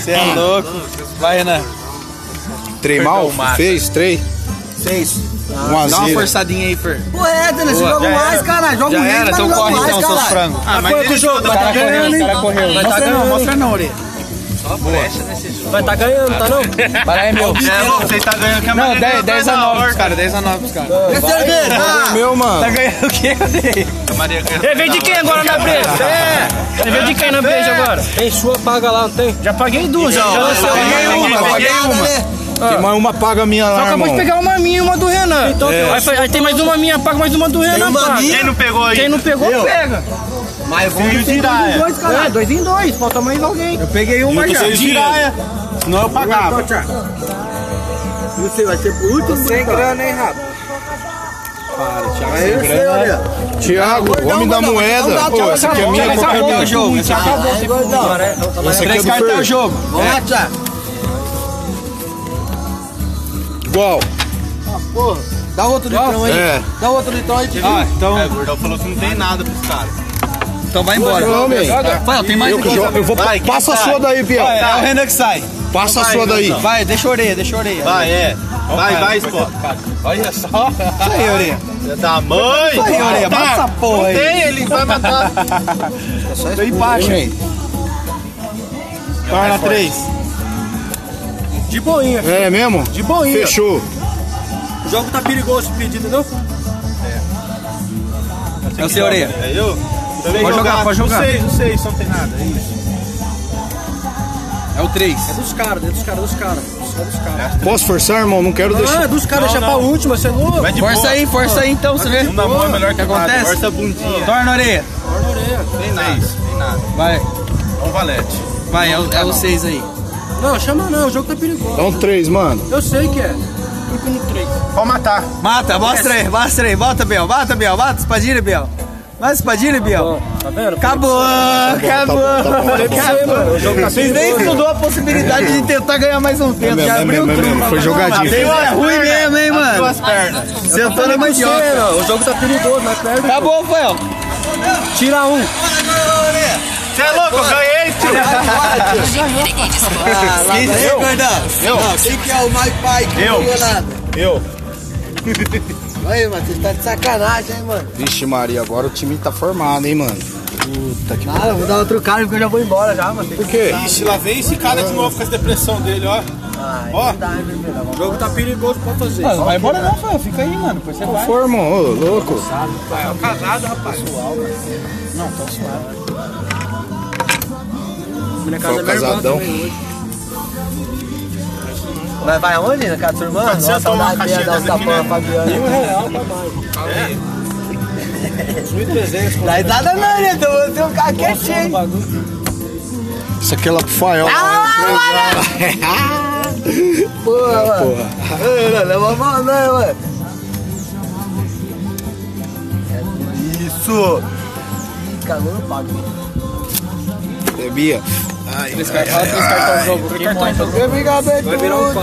[SPEAKER 1] Você é louco. Vai, Renan.
[SPEAKER 3] Trem mal? Fez? Trem?
[SPEAKER 1] Seis.
[SPEAKER 3] 1 a
[SPEAKER 1] Dá uma
[SPEAKER 3] 0.
[SPEAKER 1] forçadinha aí, Fer.
[SPEAKER 4] Porra, é, Denise, joga mais, caralho. Joga
[SPEAKER 1] Já
[SPEAKER 4] mais,
[SPEAKER 1] era,
[SPEAKER 4] mas
[SPEAKER 1] então
[SPEAKER 4] não joga
[SPEAKER 1] corre
[SPEAKER 4] mais,
[SPEAKER 1] então, seus
[SPEAKER 4] caralho.
[SPEAKER 1] frangos.
[SPEAKER 5] Ah, mas ele joga.
[SPEAKER 1] Vai tá ganhando,
[SPEAKER 9] hein?
[SPEAKER 1] Vai tá ganhando, mostra não, Ori.
[SPEAKER 2] Vai tá ganhando, tá não?
[SPEAKER 1] Vai lá, é meu.
[SPEAKER 5] É, louco, você tá ganhando que a
[SPEAKER 1] Não,
[SPEAKER 5] maioria
[SPEAKER 1] 10,
[SPEAKER 5] tá
[SPEAKER 1] 10 a
[SPEAKER 5] na
[SPEAKER 1] 9
[SPEAKER 5] horta.
[SPEAKER 1] pros caras, 10 a 9 pros caras.
[SPEAKER 4] Vê cerveja!
[SPEAKER 3] É meu, mano.
[SPEAKER 1] Tá ganhando o quê, Ori?
[SPEAKER 5] A Maria ganha.
[SPEAKER 2] Dever de quem agora na breja? É! Dever de quem na breja agora? Tem sua, paga lá, não tem? Já paguei duas, já. Já
[SPEAKER 5] lancei
[SPEAKER 3] Paguei Tá
[SPEAKER 5] uma.
[SPEAKER 3] uma, paguei uma. Tem mais uma paga minha lá,
[SPEAKER 2] Acabou de
[SPEAKER 3] irmão.
[SPEAKER 2] pegar uma minha e uma do Renan. Então, aí, fa- aí tem mais uma minha, paga mais uma do Renan,
[SPEAKER 4] uma
[SPEAKER 2] paga.
[SPEAKER 5] Quem não pegou aí?
[SPEAKER 2] Quem não pegou, pega.
[SPEAKER 4] Mas vamos
[SPEAKER 5] E o Jiraya?
[SPEAKER 4] dois, caralho.
[SPEAKER 2] É, dois em dois, falta mais alguém.
[SPEAKER 1] Eu peguei uma já.
[SPEAKER 5] O Jiraya. Senão eu pagava.
[SPEAKER 4] Não sei, vai ser por último. Sem grana, hein, rapaz? Para, Thiago, sem grana.
[SPEAKER 3] Tiago, homem da moeda. Pô, essa aqui é minha,
[SPEAKER 1] Acabou,
[SPEAKER 3] qualquer
[SPEAKER 1] acabou o
[SPEAKER 3] minha.
[SPEAKER 1] jogo. Esse acabou.
[SPEAKER 4] Aí, gordão.
[SPEAKER 3] Essa aqui é
[SPEAKER 1] Três
[SPEAKER 3] do
[SPEAKER 1] cartas é o
[SPEAKER 3] Fer.
[SPEAKER 1] jogo.
[SPEAKER 4] Vamos lá, Thiago.
[SPEAKER 3] Igual.
[SPEAKER 4] Porra, dá outro litrão aí.
[SPEAKER 3] É.
[SPEAKER 4] Dá outro litrão aí, Tiago.
[SPEAKER 1] Ah, então,
[SPEAKER 5] É, o gordão falou que não tem nada pros caras.
[SPEAKER 1] então vai embora.
[SPEAKER 3] Não, homem.
[SPEAKER 1] Vai, tem mais
[SPEAKER 3] Eu que
[SPEAKER 1] aqui.
[SPEAKER 3] jogo. Eu vou.
[SPEAKER 5] Vai, quem
[SPEAKER 3] Passa a
[SPEAKER 5] sai?
[SPEAKER 3] sua daí, Biel.
[SPEAKER 1] Vai, É o Renan que sai.
[SPEAKER 3] Passa a sua daí.
[SPEAKER 1] Vai, deixa a orelha, deixa a orelha.
[SPEAKER 5] então. Vai, é. Vai, vai, Spot.
[SPEAKER 1] Olha só. Isso aí, orelha.
[SPEAKER 5] É da mãe.
[SPEAKER 1] Isso aí, orelha. Bota essa porra aí.
[SPEAKER 5] tá. Tem, ele vai matar.
[SPEAKER 1] Deu embaixo, hein.
[SPEAKER 3] Para três.
[SPEAKER 2] De boinha.
[SPEAKER 3] É mesmo?
[SPEAKER 2] De boinha.
[SPEAKER 3] Fechou.
[SPEAKER 2] O jogo tá perigoso, pedido, não?
[SPEAKER 1] É o seu orelha.
[SPEAKER 5] É eu? Pode
[SPEAKER 1] jogar, pode jogar.
[SPEAKER 5] Não sei, não sei, só não tem nada. É isso.
[SPEAKER 1] É o 3.
[SPEAKER 2] É dos caras, é dos caras, dos caras. Só dos caras.
[SPEAKER 3] Posso forçar, irmão? Não quero
[SPEAKER 2] Ah,
[SPEAKER 3] deixar.
[SPEAKER 2] é dos caras, deixa pra última, você é louco?
[SPEAKER 5] Vai de
[SPEAKER 1] Força
[SPEAKER 5] boa.
[SPEAKER 1] aí, força aí então, você vê.
[SPEAKER 5] Um na mão é melhor que
[SPEAKER 1] O que
[SPEAKER 5] nada.
[SPEAKER 1] acontece?
[SPEAKER 5] Força a bundinha.
[SPEAKER 1] Torna a orelha.
[SPEAKER 5] Tem nada, tem nada.
[SPEAKER 1] Vai,
[SPEAKER 5] É um valete.
[SPEAKER 1] vai, é o, é o 6 aí.
[SPEAKER 2] Não, chama não, o jogo tá perigoso.
[SPEAKER 3] Dá um três, mano.
[SPEAKER 2] Eu sei que é. Fico no três.
[SPEAKER 5] Pode matar.
[SPEAKER 1] Mata, mostra aí, mostra aí. Bota, Biel, bota, Biel, bota, espadilha, Biel. Vai, espadilha, Biel.
[SPEAKER 2] Tá vendo?
[SPEAKER 1] Acabou, acabou.
[SPEAKER 3] tá bom, tá bom, tá bom.
[SPEAKER 2] mano. O jogo tá
[SPEAKER 1] Vocês nem estudou a possibilidade de tentar ganhar mais um
[SPEAKER 3] É
[SPEAKER 1] tempo.
[SPEAKER 3] mesmo,
[SPEAKER 1] Já
[SPEAKER 3] é
[SPEAKER 1] abriu
[SPEAKER 3] mesmo, é
[SPEAKER 1] tudo.
[SPEAKER 3] mesmo. Foi jogadinho.
[SPEAKER 1] Tem hora ruim mesmo, hein, mano.
[SPEAKER 5] Duas pernas.
[SPEAKER 1] Sentou na mandioca.
[SPEAKER 2] O jogo tá perigoso,
[SPEAKER 1] né?
[SPEAKER 2] mas perde.
[SPEAKER 1] Acabou, Fael.
[SPEAKER 2] Tira um.
[SPEAKER 5] Você é louco, eu ganhei, tio.
[SPEAKER 9] Ninguém discorda.
[SPEAKER 4] Quem é, gordão? Não, Quem que é o mais pai que
[SPEAKER 5] Eu.
[SPEAKER 4] não jogou nada?
[SPEAKER 5] Eu.
[SPEAKER 4] *laughs* Aí, mano, você tá de sacanagem, hein, mano?
[SPEAKER 3] Vixe, Maria, agora o time tá formado, hein, mano.
[SPEAKER 4] Nada, vou dar outro cara porque eu já vou embora já, mano.
[SPEAKER 3] Por quê?
[SPEAKER 5] Ixi, lá vem esse cara de novo com essa depressão dele, ó. Ó,
[SPEAKER 10] O jogo tá perigoso pra fazer.
[SPEAKER 1] Ah, não vai embora
[SPEAKER 4] né?
[SPEAKER 1] não, Rafael. Fica aí, mano. Depois você vai. For, irmão. Ô, louco.
[SPEAKER 10] É, Casado, rapaz. Não, tá tão suave. Na
[SPEAKER 1] Foi o
[SPEAKER 10] casa da minha irmã
[SPEAKER 1] casadão.
[SPEAKER 10] também hoje.
[SPEAKER 4] Vai, vai aonde?
[SPEAKER 1] né,
[SPEAKER 4] Na casa da sua irmã?
[SPEAKER 10] Quando você
[SPEAKER 4] Nossa,
[SPEAKER 10] toma uma
[SPEAKER 4] saudade dela,
[SPEAKER 10] caixinha
[SPEAKER 4] dar uns
[SPEAKER 10] dessa aqui,
[SPEAKER 4] tapão na
[SPEAKER 10] né?
[SPEAKER 4] Fabiana.
[SPEAKER 10] Mil real
[SPEAKER 4] tá
[SPEAKER 10] pra
[SPEAKER 4] Dá risada não, né? Então
[SPEAKER 1] um,
[SPEAKER 4] eu vou ficar
[SPEAKER 1] é
[SPEAKER 4] quietinho, hein?
[SPEAKER 3] Isso aqui é lá pro Fael.
[SPEAKER 4] Porra, mano. Ei, Não, leva a mão, não, mano. Isso! Ih, Cagou no pago.
[SPEAKER 3] Bebia. Ai, ai, ai, ai.
[SPEAKER 11] Eu vim cá, Beto.
[SPEAKER 10] Vai virar um pá.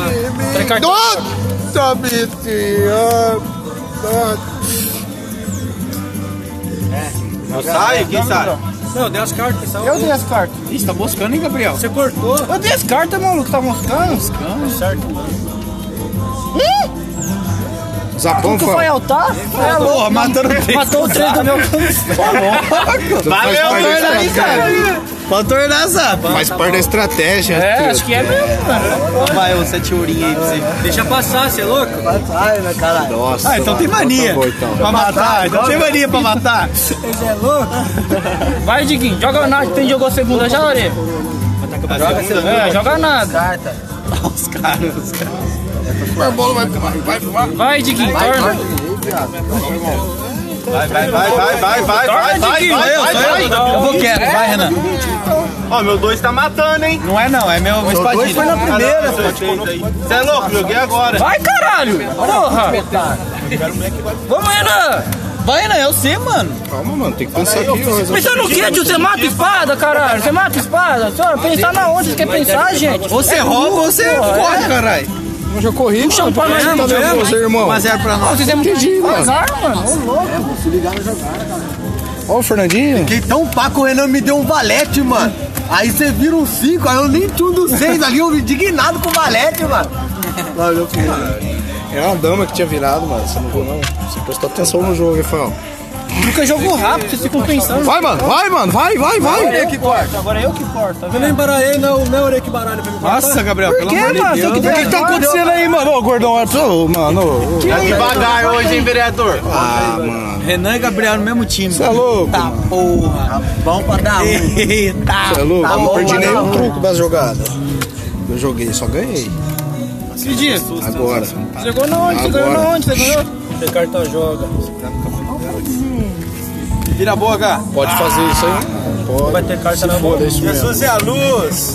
[SPEAKER 10] Três cartão.
[SPEAKER 3] Nossa, Bitinha.
[SPEAKER 5] sai, quem sabe?
[SPEAKER 10] Não, eu dei as cartas. sabe?
[SPEAKER 1] Eu dei as cartas. Ih, tá moscando, hein, Gabriel?
[SPEAKER 10] Você cortou.
[SPEAKER 1] Eu dei as cartas, maluco. Tá moscando? Moscando.
[SPEAKER 10] Certo.
[SPEAKER 3] Zapão, Fael.
[SPEAKER 1] Porra, matando o tempo.
[SPEAKER 4] Matou o trem do meu
[SPEAKER 3] Valeu,
[SPEAKER 4] Faltou essa.
[SPEAKER 3] Faz parte da estratégia.
[SPEAKER 10] É, acho que é mesmo, mano.
[SPEAKER 4] Vai, ô, sete ourinhas aí pra você.
[SPEAKER 10] Deixa passar, você é louco?
[SPEAKER 4] Vai, meu caralho.
[SPEAKER 3] Nossa.
[SPEAKER 1] Ah, então tem
[SPEAKER 3] mano.
[SPEAKER 1] mania.
[SPEAKER 3] Tá bom, então.
[SPEAKER 1] Pra matar. Então tem mania pra matar.
[SPEAKER 10] Vai, Diguinho, joga nada. Quem jogou segunda já, Ore? Joga segunda. É, joga nada.
[SPEAKER 4] Carta.
[SPEAKER 1] Os caras. os caras.
[SPEAKER 10] Vai, Diguinho, torna.
[SPEAKER 5] Vai, vai, vai, vai, vai, vai,
[SPEAKER 10] Torna,
[SPEAKER 5] vai,
[SPEAKER 10] Diguinho.
[SPEAKER 5] vai, vai, vai,
[SPEAKER 1] Eu vou quieto. Vai, Renan.
[SPEAKER 5] Ó, meu dois tá matando, hein?
[SPEAKER 1] Não é não. É meu espadinho.
[SPEAKER 4] Foi na primeira.
[SPEAKER 5] Caralho, Você é louco, joguei agora.
[SPEAKER 10] Vai, caralho. Porra. Vamos, Renan.
[SPEAKER 1] Vai, Renan. É você, mano.
[SPEAKER 3] Calma, mano. Tem que pensar aqui. ó,
[SPEAKER 10] Pensando no quê, tio? Você mata espada, caralho. Você mata espada. Só pensar na onde você quer pensar, gente.
[SPEAKER 1] Você rouba ou você corre, caralho?
[SPEAKER 3] Eu já corri.
[SPEAKER 10] Puxa um pra nós,
[SPEAKER 3] Tá
[SPEAKER 10] não, tá
[SPEAKER 3] vendo
[SPEAKER 10] vendo?
[SPEAKER 3] você, irmão? Olha
[SPEAKER 1] zero pra nós.
[SPEAKER 10] Fizemos
[SPEAKER 3] Entendi, Ah, mano.
[SPEAKER 10] azar, mano.
[SPEAKER 3] o Fernandinho.
[SPEAKER 4] Então o Paco Renan me deu um valete, mano. Aí você vira um 5, aí eu nem tudo 6 ali, eu me indignado com o valete, mano. Mano, eu fiquei.
[SPEAKER 3] É uma dama que tinha virado, mano. Você não viu, não. Você prestou atenção no jogo, hein, Fael.
[SPEAKER 10] Nunca jogo rápido, vocês ficam pensando.
[SPEAKER 3] Vai, mano. Vai, mano. Vai, vai, vai.
[SPEAKER 10] Eu nem baralhei, não, não orei que baralho pra mim.
[SPEAKER 1] Nossa, Gabriel, pelo
[SPEAKER 10] quê,
[SPEAKER 1] amor de
[SPEAKER 10] mano?
[SPEAKER 1] Deus.
[SPEAKER 10] Tem que
[SPEAKER 1] O
[SPEAKER 10] ter
[SPEAKER 1] que que tá
[SPEAKER 10] agora,
[SPEAKER 1] acontecendo aí, mano? Ô, gordão,
[SPEAKER 3] é
[SPEAKER 1] olha pra- ô, mano. ô, ô.
[SPEAKER 5] Tá devagar hoje, hein, vereador?
[SPEAKER 3] Ah, mano.
[SPEAKER 1] Renan e Gabriel no mesmo time.
[SPEAKER 3] Você é louco,
[SPEAKER 4] Tá
[SPEAKER 3] mano.
[SPEAKER 4] porra. Tá bom pra dar um.
[SPEAKER 3] Você é louco.
[SPEAKER 4] Tá
[SPEAKER 3] Eu não
[SPEAKER 4] bom,
[SPEAKER 3] perdi
[SPEAKER 4] mas
[SPEAKER 3] nenhum
[SPEAKER 4] não.
[SPEAKER 3] truco das jogadas. Eu joguei, só ganhei.
[SPEAKER 10] Cidinho,
[SPEAKER 3] Agora.
[SPEAKER 10] você jogou na onde? Você ganhou na
[SPEAKER 3] Agora.
[SPEAKER 10] onde? Você ganhou? Você carta joga.
[SPEAKER 1] Vira a boca.
[SPEAKER 3] Pode fazer isso aí?
[SPEAKER 10] Vai ter carta na boca.
[SPEAKER 1] assim,
[SPEAKER 5] Jesus é a luz.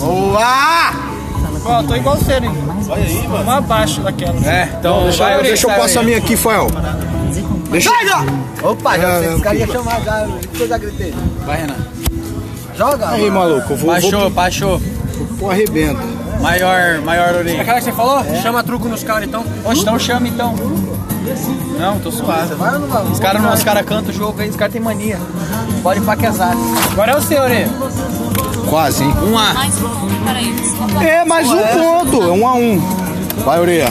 [SPEAKER 10] Ó, tô igual você, né? Olha aí, mano. Uma abaixo daquela.
[SPEAKER 1] É, então vai,
[SPEAKER 3] Deixa, eu passar a minha aqui, Fael. Deixa
[SPEAKER 4] Opa, já
[SPEAKER 3] Ah,
[SPEAKER 4] sei que
[SPEAKER 3] não,
[SPEAKER 4] os caras iam chamar já, que eu já gritei.
[SPEAKER 1] Vai, Renan.
[SPEAKER 4] Joga!
[SPEAKER 3] aí, maluco. Eu vou,
[SPEAKER 1] Baixou, baixou.
[SPEAKER 3] vou pro arrebento.
[SPEAKER 1] Maior, maior orelha.
[SPEAKER 10] Cara, É que você falou? Chama truco nos caras, então.
[SPEAKER 1] Oxe, então chama então. Não, tô suave.
[SPEAKER 4] Vai ou não vai?
[SPEAKER 1] Os caras os cara cantam o jogo aí, os caras têm mania.
[SPEAKER 4] Pode paquezar.
[SPEAKER 10] Agora é o seu, Ore.
[SPEAKER 3] Quase, hein?
[SPEAKER 1] Um A.
[SPEAKER 9] Mais um ponto para eles. Completa-
[SPEAKER 3] É, mais um ponto. É um a um. Vai, Ureia.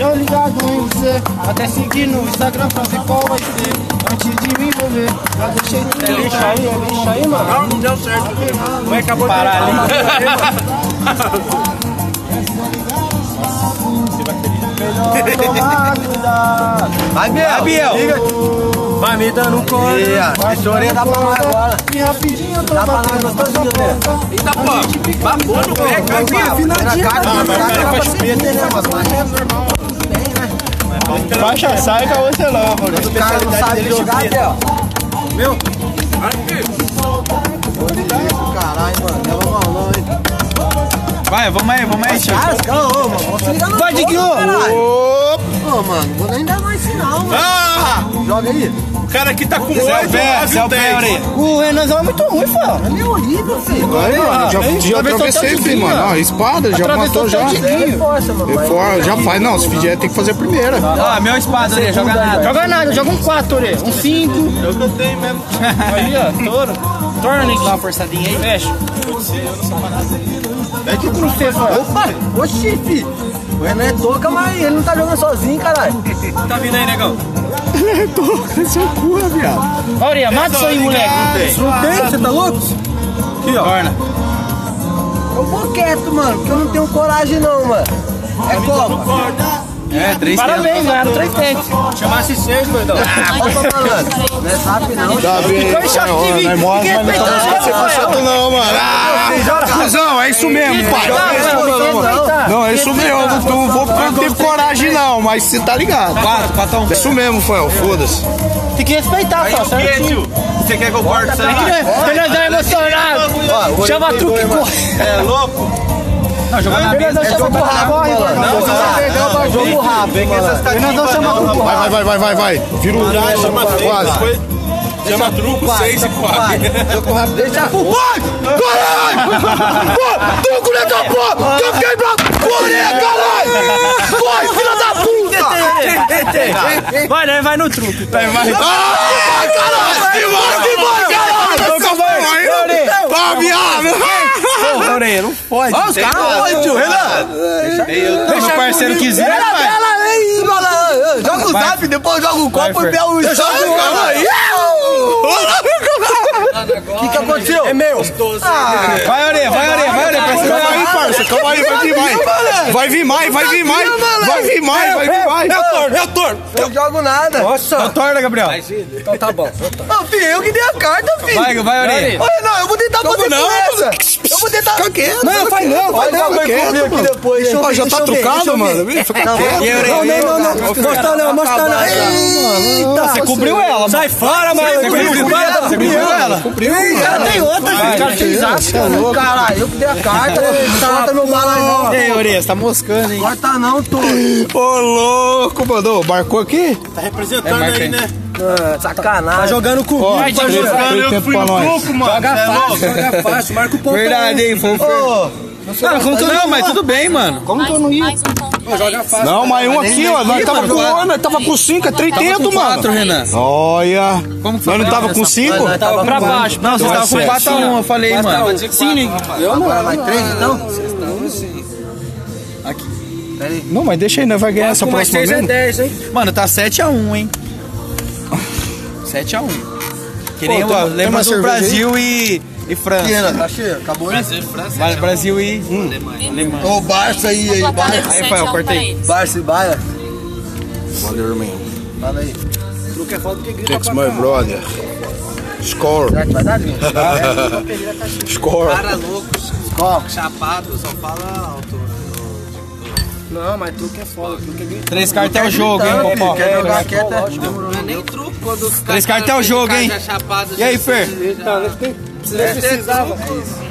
[SPEAKER 11] Eu ligado em você, até seguir no Instagram pra ver qual vai ser. Antes de me envolver, já deixei tudo. É lixo aí, é lixo aí, mano. Não, não deu certo. Vai acabou
[SPEAKER 1] Parar ali.
[SPEAKER 11] de tomar cuidado.
[SPEAKER 4] Vai, Biel! Vai,
[SPEAKER 10] Vai me dando conta.
[SPEAKER 4] Esse orelha dá pra nós agora.
[SPEAKER 11] E rapidinho eu tô
[SPEAKER 4] Dá pra nós
[SPEAKER 11] batendo
[SPEAKER 4] gostosinho,
[SPEAKER 11] na
[SPEAKER 4] né?
[SPEAKER 11] porta.
[SPEAKER 10] Eita, pô. Babou no pé, cara.
[SPEAKER 11] é
[SPEAKER 4] Finadinho, tá
[SPEAKER 11] né? tá
[SPEAKER 1] Baixa, sai com a outra lá, mano.
[SPEAKER 4] O cara não sabe jogar, Biel. Meu? Caralho,
[SPEAKER 11] É
[SPEAKER 4] mano. Leva uma
[SPEAKER 11] um
[SPEAKER 4] mão, hein?
[SPEAKER 1] Vai, vamos aí, vamos aí, tio.
[SPEAKER 4] Cara, calma, mano. Vamos se ligar no
[SPEAKER 1] Vai,
[SPEAKER 4] jogo,
[SPEAKER 1] Diguinho.
[SPEAKER 4] caralho.
[SPEAKER 5] Opa!
[SPEAKER 4] Ô, mano, vou nem dar mais sinal, mano.
[SPEAKER 5] Ah!
[SPEAKER 4] Joga aí.
[SPEAKER 5] O cara aqui tá com
[SPEAKER 1] Zé o
[SPEAKER 5] oito,
[SPEAKER 1] pé,
[SPEAKER 5] nove,
[SPEAKER 1] Zé o pé,
[SPEAKER 5] dez.
[SPEAKER 1] orelha.
[SPEAKER 10] O Renanzão é muito ruim, fã.
[SPEAKER 4] É meio horrível, filho.
[SPEAKER 3] Vai, mano. Já,
[SPEAKER 1] hein?
[SPEAKER 3] já
[SPEAKER 1] Ah, Atravessou até
[SPEAKER 3] atravessei,
[SPEAKER 1] o
[SPEAKER 3] filho,
[SPEAKER 1] Diguinho,
[SPEAKER 3] mano.
[SPEAKER 1] ó.
[SPEAKER 3] Ó, espada, já matou já.
[SPEAKER 4] Reforça, mano. mas-
[SPEAKER 3] Reforma, já faz. Não, se fizer, tem que fazer a primeira.
[SPEAKER 1] Ó, Ah, meu espada ali, joga nada.
[SPEAKER 10] Joga nada, joga um 4, Ore. Um 5.
[SPEAKER 5] Eu não tenho mesmo.
[SPEAKER 10] Aí, ó, touro. Torna aí. Dá uma forçadinha aí. Fecha.
[SPEAKER 5] É que
[SPEAKER 10] Não sei, fã.
[SPEAKER 4] Opa! Oxi, fi. O Renan é toca, mas ele não tá jogando sozinho, caralho.
[SPEAKER 10] Tá vindo aí, negão.
[SPEAKER 3] Toca é seu cu, viado.
[SPEAKER 1] É
[SPEAKER 10] Ore, mata isso aí, moleque.
[SPEAKER 4] Não tem? Você tá louco?
[SPEAKER 1] Torna.
[SPEAKER 4] Ô, eu vou quieto, mano, porque eu não tenho coragem não, mano. É Copa.
[SPEAKER 1] É, três Ah,
[SPEAKER 10] Parabéns, ganharam três pentes. Chamasse seis, doidão.
[SPEAKER 4] Olha o que eu tô falando. Não é zap não.
[SPEAKER 10] Foi choque de
[SPEAKER 1] né?
[SPEAKER 10] vida. Ninguém peitava,
[SPEAKER 3] Chato não, mano. Ah,
[SPEAKER 1] Cusão, é isso mesmo, pai. Não, é isso mesmo. eu Não, vou porque eu não teve coragem, não. Mas você tá ligado. Quatro, um. patão.
[SPEAKER 10] Tá,
[SPEAKER 1] Isso mesmo, Fael. Foda-se.
[SPEAKER 10] Tem que respeitar, só, certinho.
[SPEAKER 5] Você quer que eu corte isso aí?
[SPEAKER 10] Fernandão é emocionado. Chama truque e corre.
[SPEAKER 5] É louco?
[SPEAKER 10] Fernandão chama truque e corre, mano.
[SPEAKER 4] Jogo rápido, mano.
[SPEAKER 10] Fernandão chama truque e corre.
[SPEAKER 3] Vai, vai, vai, vai, vai. Vira o
[SPEAKER 5] Ah, chama seis,
[SPEAKER 3] Quase.
[SPEAKER 5] depois- Chama truco, seis e quatro.
[SPEAKER 4] Deixa
[SPEAKER 1] Vai! Caralho! Pô, Truco nessa porra! Que eu fiquei pra fora, caralho! Vai, filha da puta!
[SPEAKER 10] Vai, né? Vai no truque.
[SPEAKER 1] Ah, caralho! Que vai, que vai, caralho! Essa porra aí, não- Ah, viado!
[SPEAKER 10] Orelha, não pode.
[SPEAKER 1] Os caras, oi, tio, Renan! Deixa o parceiro quiser, pai.
[SPEAKER 4] ela aí, mano. Joga o zap, depois joga o copo e pega o
[SPEAKER 1] Joga
[SPEAKER 4] jogo.
[SPEAKER 1] ela aí!
[SPEAKER 4] O que que aconteceu? É meu.
[SPEAKER 1] Vai, Orelha, vai, Orelha, vai, Orelha, parceiro. Calma aí, parça, calma aí, vai vir mais. Vai vir mais, vai vir mais, vai vir mais, vai vir mais. Eu torno, eu torno.
[SPEAKER 4] Eu jogo nada.
[SPEAKER 1] Eu torno, Gabriel.
[SPEAKER 4] Ô, filho, eu que dei a carta, filho.
[SPEAKER 1] Vai, vai, Orelha.
[SPEAKER 4] Olha, não, eu vou tentar fazer
[SPEAKER 1] não,
[SPEAKER 4] com essa. Eu vou tentar... Fica quieto.
[SPEAKER 1] Não, faz não, faz não,
[SPEAKER 4] Olha,
[SPEAKER 1] Tá quieto,
[SPEAKER 4] eu aqui
[SPEAKER 1] mano.
[SPEAKER 4] depois. Deixa eu
[SPEAKER 1] Ó,
[SPEAKER 4] ver,
[SPEAKER 1] já
[SPEAKER 4] deixa
[SPEAKER 1] tá
[SPEAKER 4] eu ver,
[SPEAKER 1] trucado,
[SPEAKER 4] deixa eu ver.
[SPEAKER 1] mano. Fica quieto.
[SPEAKER 4] Não, não, não, não. Mostra
[SPEAKER 10] tá
[SPEAKER 4] não, mostra não. Eita.
[SPEAKER 1] Você cobriu ela, Sai fora, mano. Você cobriu ela. Você cobriu ela.
[SPEAKER 4] Ih, cara, tem outra,
[SPEAKER 1] né?
[SPEAKER 4] gente. Cara, tem zap,
[SPEAKER 1] Tá
[SPEAKER 4] cara. Caralho, eu que dei a carta. Não corta meu bala aí, não.
[SPEAKER 10] Ei, Orelha, você tá moscando, hein?
[SPEAKER 4] Corta não, tô.
[SPEAKER 1] Ô, louco, mandou. Marcou aqui?
[SPEAKER 5] Tá representando aí, né?
[SPEAKER 4] Ah, Sacanagem.
[SPEAKER 10] Tá Jogando com o
[SPEAKER 1] Vai,
[SPEAKER 5] Cara, eu fui no truco, mano. Cê é louco?
[SPEAKER 10] Joga fácil, marca o ponto.
[SPEAKER 1] Verdade, hein, foi um fer-
[SPEAKER 10] Não, como que eu não, mas tudo bem, mano.
[SPEAKER 9] Como que eu não ia? Mais um ponto pra eles.
[SPEAKER 1] Não, mas um aqui, ó. Nós tava com um, nós tava com cinco, é três dedos,
[SPEAKER 10] Quatro,
[SPEAKER 1] mano.
[SPEAKER 10] Renan.
[SPEAKER 1] Olha.
[SPEAKER 10] Como
[SPEAKER 1] Nós não tava com cinco?
[SPEAKER 10] Pra baixo. Não, você tava com 4x1, eu falei, mano. Sim,
[SPEAKER 4] Agora vai três, então?
[SPEAKER 1] Não, mas deixa aí, nós vai ganhar essa
[SPEAKER 10] mais
[SPEAKER 1] próxima
[SPEAKER 10] 3 é
[SPEAKER 1] mesmo.
[SPEAKER 10] 10, hein? Mano, tá 7x1, hein? 7x1. Que nem
[SPEAKER 1] Pô, tá-
[SPEAKER 10] eu,
[SPEAKER 1] tem uma
[SPEAKER 10] lembra do
[SPEAKER 1] cerveja aí?
[SPEAKER 10] Brasil e, e França.
[SPEAKER 4] Pena, tá cheio? Acabou isso?
[SPEAKER 10] Vale, Brasil e.
[SPEAKER 4] Ô, Barça aí, aí,
[SPEAKER 9] O placar é
[SPEAKER 4] Barça.
[SPEAKER 9] de
[SPEAKER 10] Aí, pai,
[SPEAKER 9] 7 a
[SPEAKER 10] eu
[SPEAKER 9] 1
[SPEAKER 10] cortei.
[SPEAKER 9] para eles.
[SPEAKER 4] Barça e Baia.
[SPEAKER 3] Valeu, irmão.
[SPEAKER 4] Fala aí.
[SPEAKER 3] That's my brother. Score.
[SPEAKER 4] Será que vai dar, Linho?
[SPEAKER 3] Score.
[SPEAKER 11] Não, mas truque é foda, truque é gritando.
[SPEAKER 10] Três cartas é o jogo, hein,
[SPEAKER 4] Não, filho, Então,
[SPEAKER 10] Popó?
[SPEAKER 4] Quer jogar quieto, é...
[SPEAKER 10] Três cartas é o jogo, hein? E aí, Fer?
[SPEAKER 11] Nem precisava,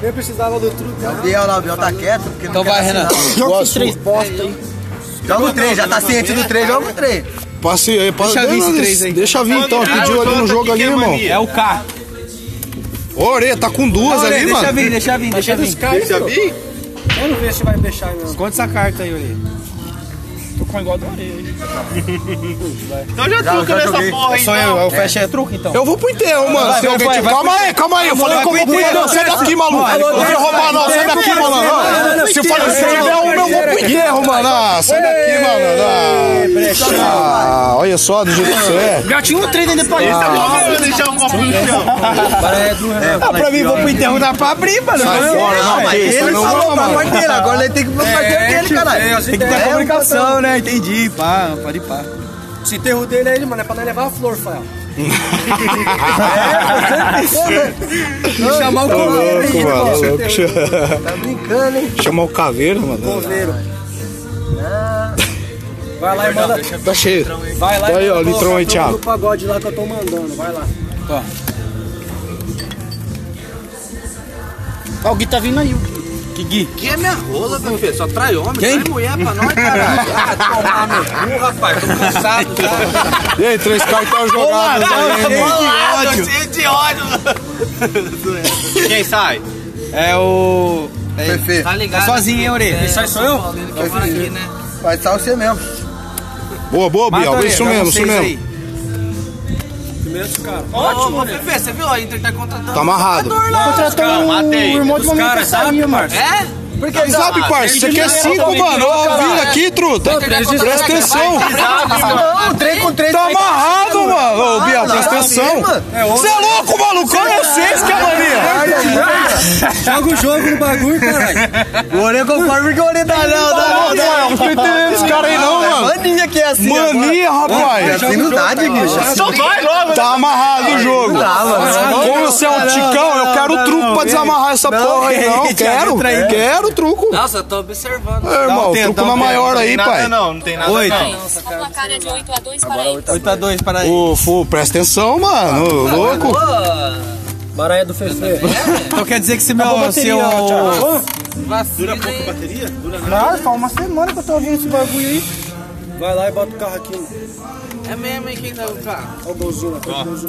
[SPEAKER 11] nem precisava do truque.
[SPEAKER 4] O Biel lá, o Biel tá quieto. Porque
[SPEAKER 10] Então vai, Renan.
[SPEAKER 3] Joga
[SPEAKER 10] esses três
[SPEAKER 4] Joga o 3, já tá ciente do 3, joga o 3.
[SPEAKER 3] Passei aí, passei.
[SPEAKER 10] Deixa vir esse três aí.
[SPEAKER 3] Deixa vir então, pediu ali no jogo ali, irmão.
[SPEAKER 10] É o K.
[SPEAKER 3] Ô, Orelha, tá com duas ali,
[SPEAKER 10] deixa
[SPEAKER 3] mano.
[SPEAKER 10] vir, deixa vir, deixa vir.
[SPEAKER 3] Deixa vir?
[SPEAKER 11] Vamos ver se vai deixar aí, meu.
[SPEAKER 10] Conta essa carta aí, Uri.
[SPEAKER 11] Tô com igual da orelha, hein.
[SPEAKER 5] Então já truca
[SPEAKER 4] já
[SPEAKER 5] nessa
[SPEAKER 4] joguei.
[SPEAKER 5] porra, hein?
[SPEAKER 10] Só eu, eu fecho é truque então.
[SPEAKER 3] Eu vou pro enterro, mano.
[SPEAKER 10] vai,
[SPEAKER 3] Se alguém
[SPEAKER 10] vai,
[SPEAKER 3] te-
[SPEAKER 10] vai
[SPEAKER 3] Calma
[SPEAKER 10] pro
[SPEAKER 3] aí, calma aí. Eu falei que eu vou pro enterro. Não, Sai daqui, maluco. Eu não vou roubar, não. Sai daqui, mano. Se assim, é eu falar, se tiver uma, eu vou pro enterro, mano. Ah, Sai daqui, mano. Ah, Ah, olha só do jeito que você é.
[SPEAKER 10] Já tinha um trem dentro pra isso.
[SPEAKER 5] Vou deixar o copo no chão.
[SPEAKER 10] Ah, pra mim, vou pro enterro dar pra abrir, mano.
[SPEAKER 3] Sai
[SPEAKER 10] Eu-
[SPEAKER 3] fora, não. que isso,
[SPEAKER 4] Ele
[SPEAKER 3] não
[SPEAKER 4] falou
[SPEAKER 3] vamos,
[SPEAKER 4] pra
[SPEAKER 3] mano.
[SPEAKER 4] parte dele, agora ele tem que ir pra parte dele,
[SPEAKER 1] é,
[SPEAKER 4] caralho.
[SPEAKER 10] É,
[SPEAKER 4] É,
[SPEAKER 10] Tem que ter comunicação, né? Entendi. Pá, pode ir pá.
[SPEAKER 11] Esse enterro dele aí, mano, é pra nós levar a flor,
[SPEAKER 3] *laughs*
[SPEAKER 11] Fael.
[SPEAKER 4] É,
[SPEAKER 10] Chamar o
[SPEAKER 3] Ô, Tá louco,
[SPEAKER 4] Ih,
[SPEAKER 3] mano,
[SPEAKER 4] irmão,
[SPEAKER 3] ô, louco.
[SPEAKER 4] Tá brincando, hein?
[SPEAKER 3] *laughs* Chamar o caveiro, mano.
[SPEAKER 4] Coveiro.
[SPEAKER 10] Vai lá e manda.
[SPEAKER 3] Tá cheio.
[SPEAKER 10] Vai lá
[SPEAKER 3] Olha aí, ó,
[SPEAKER 10] manda.
[SPEAKER 3] litrão
[SPEAKER 4] tá
[SPEAKER 3] aí,
[SPEAKER 11] Pro
[SPEAKER 3] Thiago.
[SPEAKER 11] pagode lá que eu tô mandando, vai lá.
[SPEAKER 10] Ó, o Gui tá vindo aí. o Gui. Que Gui?
[SPEAKER 8] Quem é minha rola, meu filho? Só trai homem,
[SPEAKER 10] Quem?
[SPEAKER 8] trai mulher pra nós, caralho. Ah, tomar no cu, rapaz. Tô cansado já.
[SPEAKER 3] E aí, três cartões
[SPEAKER 10] né?
[SPEAKER 3] jogados aí, hein?
[SPEAKER 8] Bolado, cheio de ódio. Quem sai?
[SPEAKER 10] É o.
[SPEAKER 4] Perfeito.
[SPEAKER 8] Tá ligado?
[SPEAKER 10] Tá sozinho, hein, Orelha? Quem sai sou eu?
[SPEAKER 8] Paulino, que mora aqui, né?
[SPEAKER 4] Vai estar você mesmo.
[SPEAKER 3] Boa, boa, Biel. Isso mesmo, isso mesmo.
[SPEAKER 8] Ótimo, ô, Pepe, você viu? A Inter tá contratando.
[SPEAKER 3] Tá amarrado.
[SPEAKER 10] Contratou
[SPEAKER 5] matei.
[SPEAKER 4] um
[SPEAKER 10] o irmão de uma menina sair, mano.
[SPEAKER 8] É?
[SPEAKER 3] Você sabe, parça, você quer é cinco, mano. Ó, vira aqui, truta. Presta atenção.
[SPEAKER 4] Não, 3 com 3
[SPEAKER 3] Tá amarrado, mano. Ô, Biel, presta atenção. Você é louco, maluco? Olha vocês que é mania.
[SPEAKER 12] Joga o jogo no bagulho, caralho.
[SPEAKER 4] O Orelha conforme que o Orelha dá, não,
[SPEAKER 3] Não, não, não tem esse cara aí não, mano.
[SPEAKER 4] Mania que é assim.
[SPEAKER 3] Mania, rapaz.
[SPEAKER 4] Sem nudade, Guicho.
[SPEAKER 5] Então vai logo,
[SPEAKER 3] Tá amarrado o jogo.
[SPEAKER 4] Tá, mano.
[SPEAKER 3] Como você é um ticão, eu quero o truco pra desamarrar essa porra aí, não. Quero, quero o truco.
[SPEAKER 12] Nossa, eu tô observando.
[SPEAKER 3] É, irmão,
[SPEAKER 5] Tem,
[SPEAKER 3] truco
[SPEAKER 5] então
[SPEAKER 3] na
[SPEAKER 5] tem.
[SPEAKER 3] maior
[SPEAKER 5] Não tem
[SPEAKER 3] aí,
[SPEAKER 5] nada
[SPEAKER 3] pai.
[SPEAKER 5] Não, não tem nada
[SPEAKER 12] Oito.
[SPEAKER 5] não.
[SPEAKER 9] A placar é de 8 a 2 para eles.
[SPEAKER 12] 8x2, para aí.
[SPEAKER 3] Ô, Fu, presta atenção, mano. Ô, Louco.
[SPEAKER 12] Baraia do Fefe.
[SPEAKER 1] Então quer dizer que se meu. Se eu.
[SPEAKER 12] Vacila, hein?
[SPEAKER 13] Claro, faz uma semana que eu tô ouvindo esse bagulho aí.
[SPEAKER 12] Vai lá e bota o carro aqui. É mesmo, hein? Quem tá com o carro?
[SPEAKER 5] Olha lá, o golzinho, o corsinha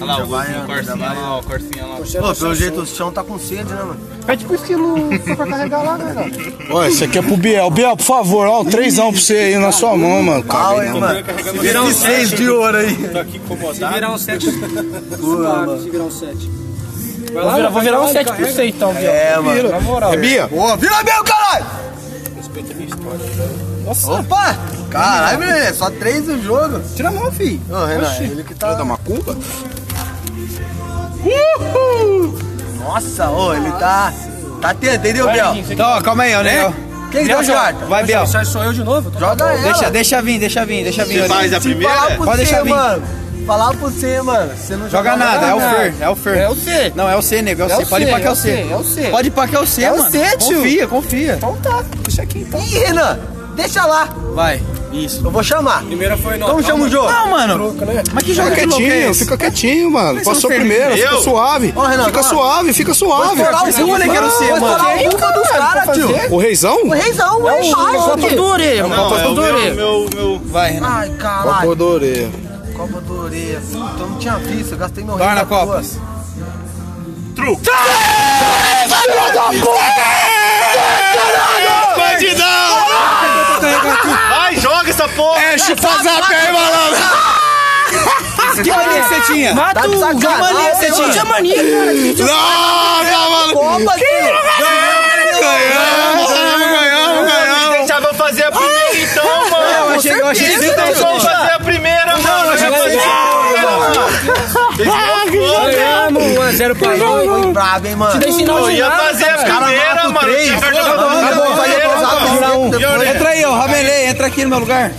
[SPEAKER 5] lá, ó, o corsinha lá.
[SPEAKER 4] Pô, pelo jeito o chão tá com sede, né, mano?
[SPEAKER 13] É tipo esquilo só pra carregar lá, né, cara?
[SPEAKER 3] Ó, esse aqui é pro Biel. Biel, por favor, ó, um trêsão pra você aí na sua mão, mano.
[SPEAKER 4] Pau, hein, mano?
[SPEAKER 12] Virão
[SPEAKER 4] 26 de ouro aí.
[SPEAKER 12] Se virar um *laughs* 7. Se virar um 7. Vai lá,
[SPEAKER 2] Vou virar um 7 por 100, então, viu?
[SPEAKER 4] É, mano.
[SPEAKER 2] Na moral.
[SPEAKER 3] É Bia?
[SPEAKER 4] Ô, vira meu, caralho! Nossa. Opa! Caralho, velho, é só três no jogo.
[SPEAKER 13] Tira a mão, filho.
[SPEAKER 4] Ô, Renan, ele que tá...
[SPEAKER 3] Dá uma curva?
[SPEAKER 4] Nossa, ô, ele tá... Tá tendo, entendeu, Biel?
[SPEAKER 1] Então, calma aí, ó, né?
[SPEAKER 4] Quem que deu carta?
[SPEAKER 1] Vai, Biel.
[SPEAKER 12] Sou eu de novo?
[SPEAKER 4] Joga ela.
[SPEAKER 1] Deixa, deixa vir, deixa vir, deixa vir. Orelha.
[SPEAKER 5] a
[SPEAKER 4] Falar pra
[SPEAKER 1] Pode
[SPEAKER 4] você,
[SPEAKER 1] deixar vir.
[SPEAKER 4] mano. Falar pra você, mano. Você não
[SPEAKER 1] Joga nada, é o
[SPEAKER 4] nada.
[SPEAKER 1] Fer, é o Fer.
[SPEAKER 2] É o C.
[SPEAKER 1] Não, é o C, nego, é o C. Pode ir pra que é o C.
[SPEAKER 2] É o C.
[SPEAKER 1] Pode ir pra que é o C,
[SPEAKER 4] É o
[SPEAKER 1] mano.
[SPEAKER 4] C, tio.
[SPEAKER 1] Confia, confia.
[SPEAKER 4] Então tá, deixa aqui então. Ih, Renan, deixa lá.
[SPEAKER 1] Vai.
[SPEAKER 4] Eu vou chamar.
[SPEAKER 12] Primeira foi não.
[SPEAKER 4] Como chama o jogo?
[SPEAKER 1] Não, mano. Mas que
[SPEAKER 4] Tá
[SPEAKER 1] jogo
[SPEAKER 3] Fica
[SPEAKER 1] de louco é
[SPEAKER 3] quietinho,
[SPEAKER 1] esse?
[SPEAKER 3] fica quietinho, mano. Passou
[SPEAKER 1] vocês
[SPEAKER 3] primeiro, fica
[SPEAKER 5] Eu?
[SPEAKER 3] suave.
[SPEAKER 4] Ô, Renan,
[SPEAKER 3] Fica
[SPEAKER 4] vai.
[SPEAKER 3] suave, fica suave.
[SPEAKER 4] Falar
[SPEAKER 1] Mas eu olhei que era o C,
[SPEAKER 4] Vou
[SPEAKER 1] mano.
[SPEAKER 4] falar uma dos caras, tio.
[SPEAKER 3] O reizão?
[SPEAKER 4] O reizão é
[SPEAKER 2] Só
[SPEAKER 4] fácil,
[SPEAKER 2] pra
[SPEAKER 4] tio.
[SPEAKER 2] tua orelha, mano.
[SPEAKER 5] Não,
[SPEAKER 2] Só
[SPEAKER 5] é
[SPEAKER 2] pra
[SPEAKER 5] o
[SPEAKER 2] tua
[SPEAKER 5] meu,
[SPEAKER 2] orelha.
[SPEAKER 5] meu, meu...
[SPEAKER 1] Vai, Renan.
[SPEAKER 4] Ai, caralho.
[SPEAKER 3] Copa do orelha.
[SPEAKER 4] Copa do Orelha. Puta, eu não tinha visto. Eu gastei meu
[SPEAKER 1] Torna
[SPEAKER 4] reino
[SPEAKER 1] a Copa.
[SPEAKER 3] Bandidão!
[SPEAKER 5] Vai, joga essa porra!
[SPEAKER 3] É, chupa zap aí, malandro!
[SPEAKER 1] Que mania que você tinha?
[SPEAKER 2] Mata
[SPEAKER 4] Tá de
[SPEAKER 2] o
[SPEAKER 4] sacanagem,
[SPEAKER 2] Jamania, você
[SPEAKER 4] mano.
[SPEAKER 2] tinha Jamania, cara.
[SPEAKER 3] Nossa, maluco!
[SPEAKER 4] Copa, tio.
[SPEAKER 3] Ganhamos, ganhamos,
[SPEAKER 5] Não
[SPEAKER 3] ganhamos!
[SPEAKER 5] deixava eu fazer a primeira então, mano!
[SPEAKER 1] Eu achei, eu achei que você
[SPEAKER 5] Não
[SPEAKER 1] tava
[SPEAKER 5] deixava eu fazer a primeira, mano! Eu já fazia a primeira, mano!
[SPEAKER 1] um,
[SPEAKER 2] Ganhamos 1x0
[SPEAKER 1] Tá
[SPEAKER 2] pra
[SPEAKER 4] Foi,
[SPEAKER 2] ele.
[SPEAKER 4] Foi brabo, hein, mano.
[SPEAKER 2] Tem sinal
[SPEAKER 5] Eu
[SPEAKER 2] de
[SPEAKER 5] ia
[SPEAKER 2] nada,
[SPEAKER 5] fazer a
[SPEAKER 2] cara.
[SPEAKER 5] primeira, mano! Eu tinha cartão
[SPEAKER 4] Acabou,
[SPEAKER 1] é?
[SPEAKER 4] vai
[SPEAKER 5] vermelho,
[SPEAKER 4] depois, vai
[SPEAKER 5] mano! E a orelha?
[SPEAKER 1] Entra aí, ó, Ramelei, entra aqui no meu lugar.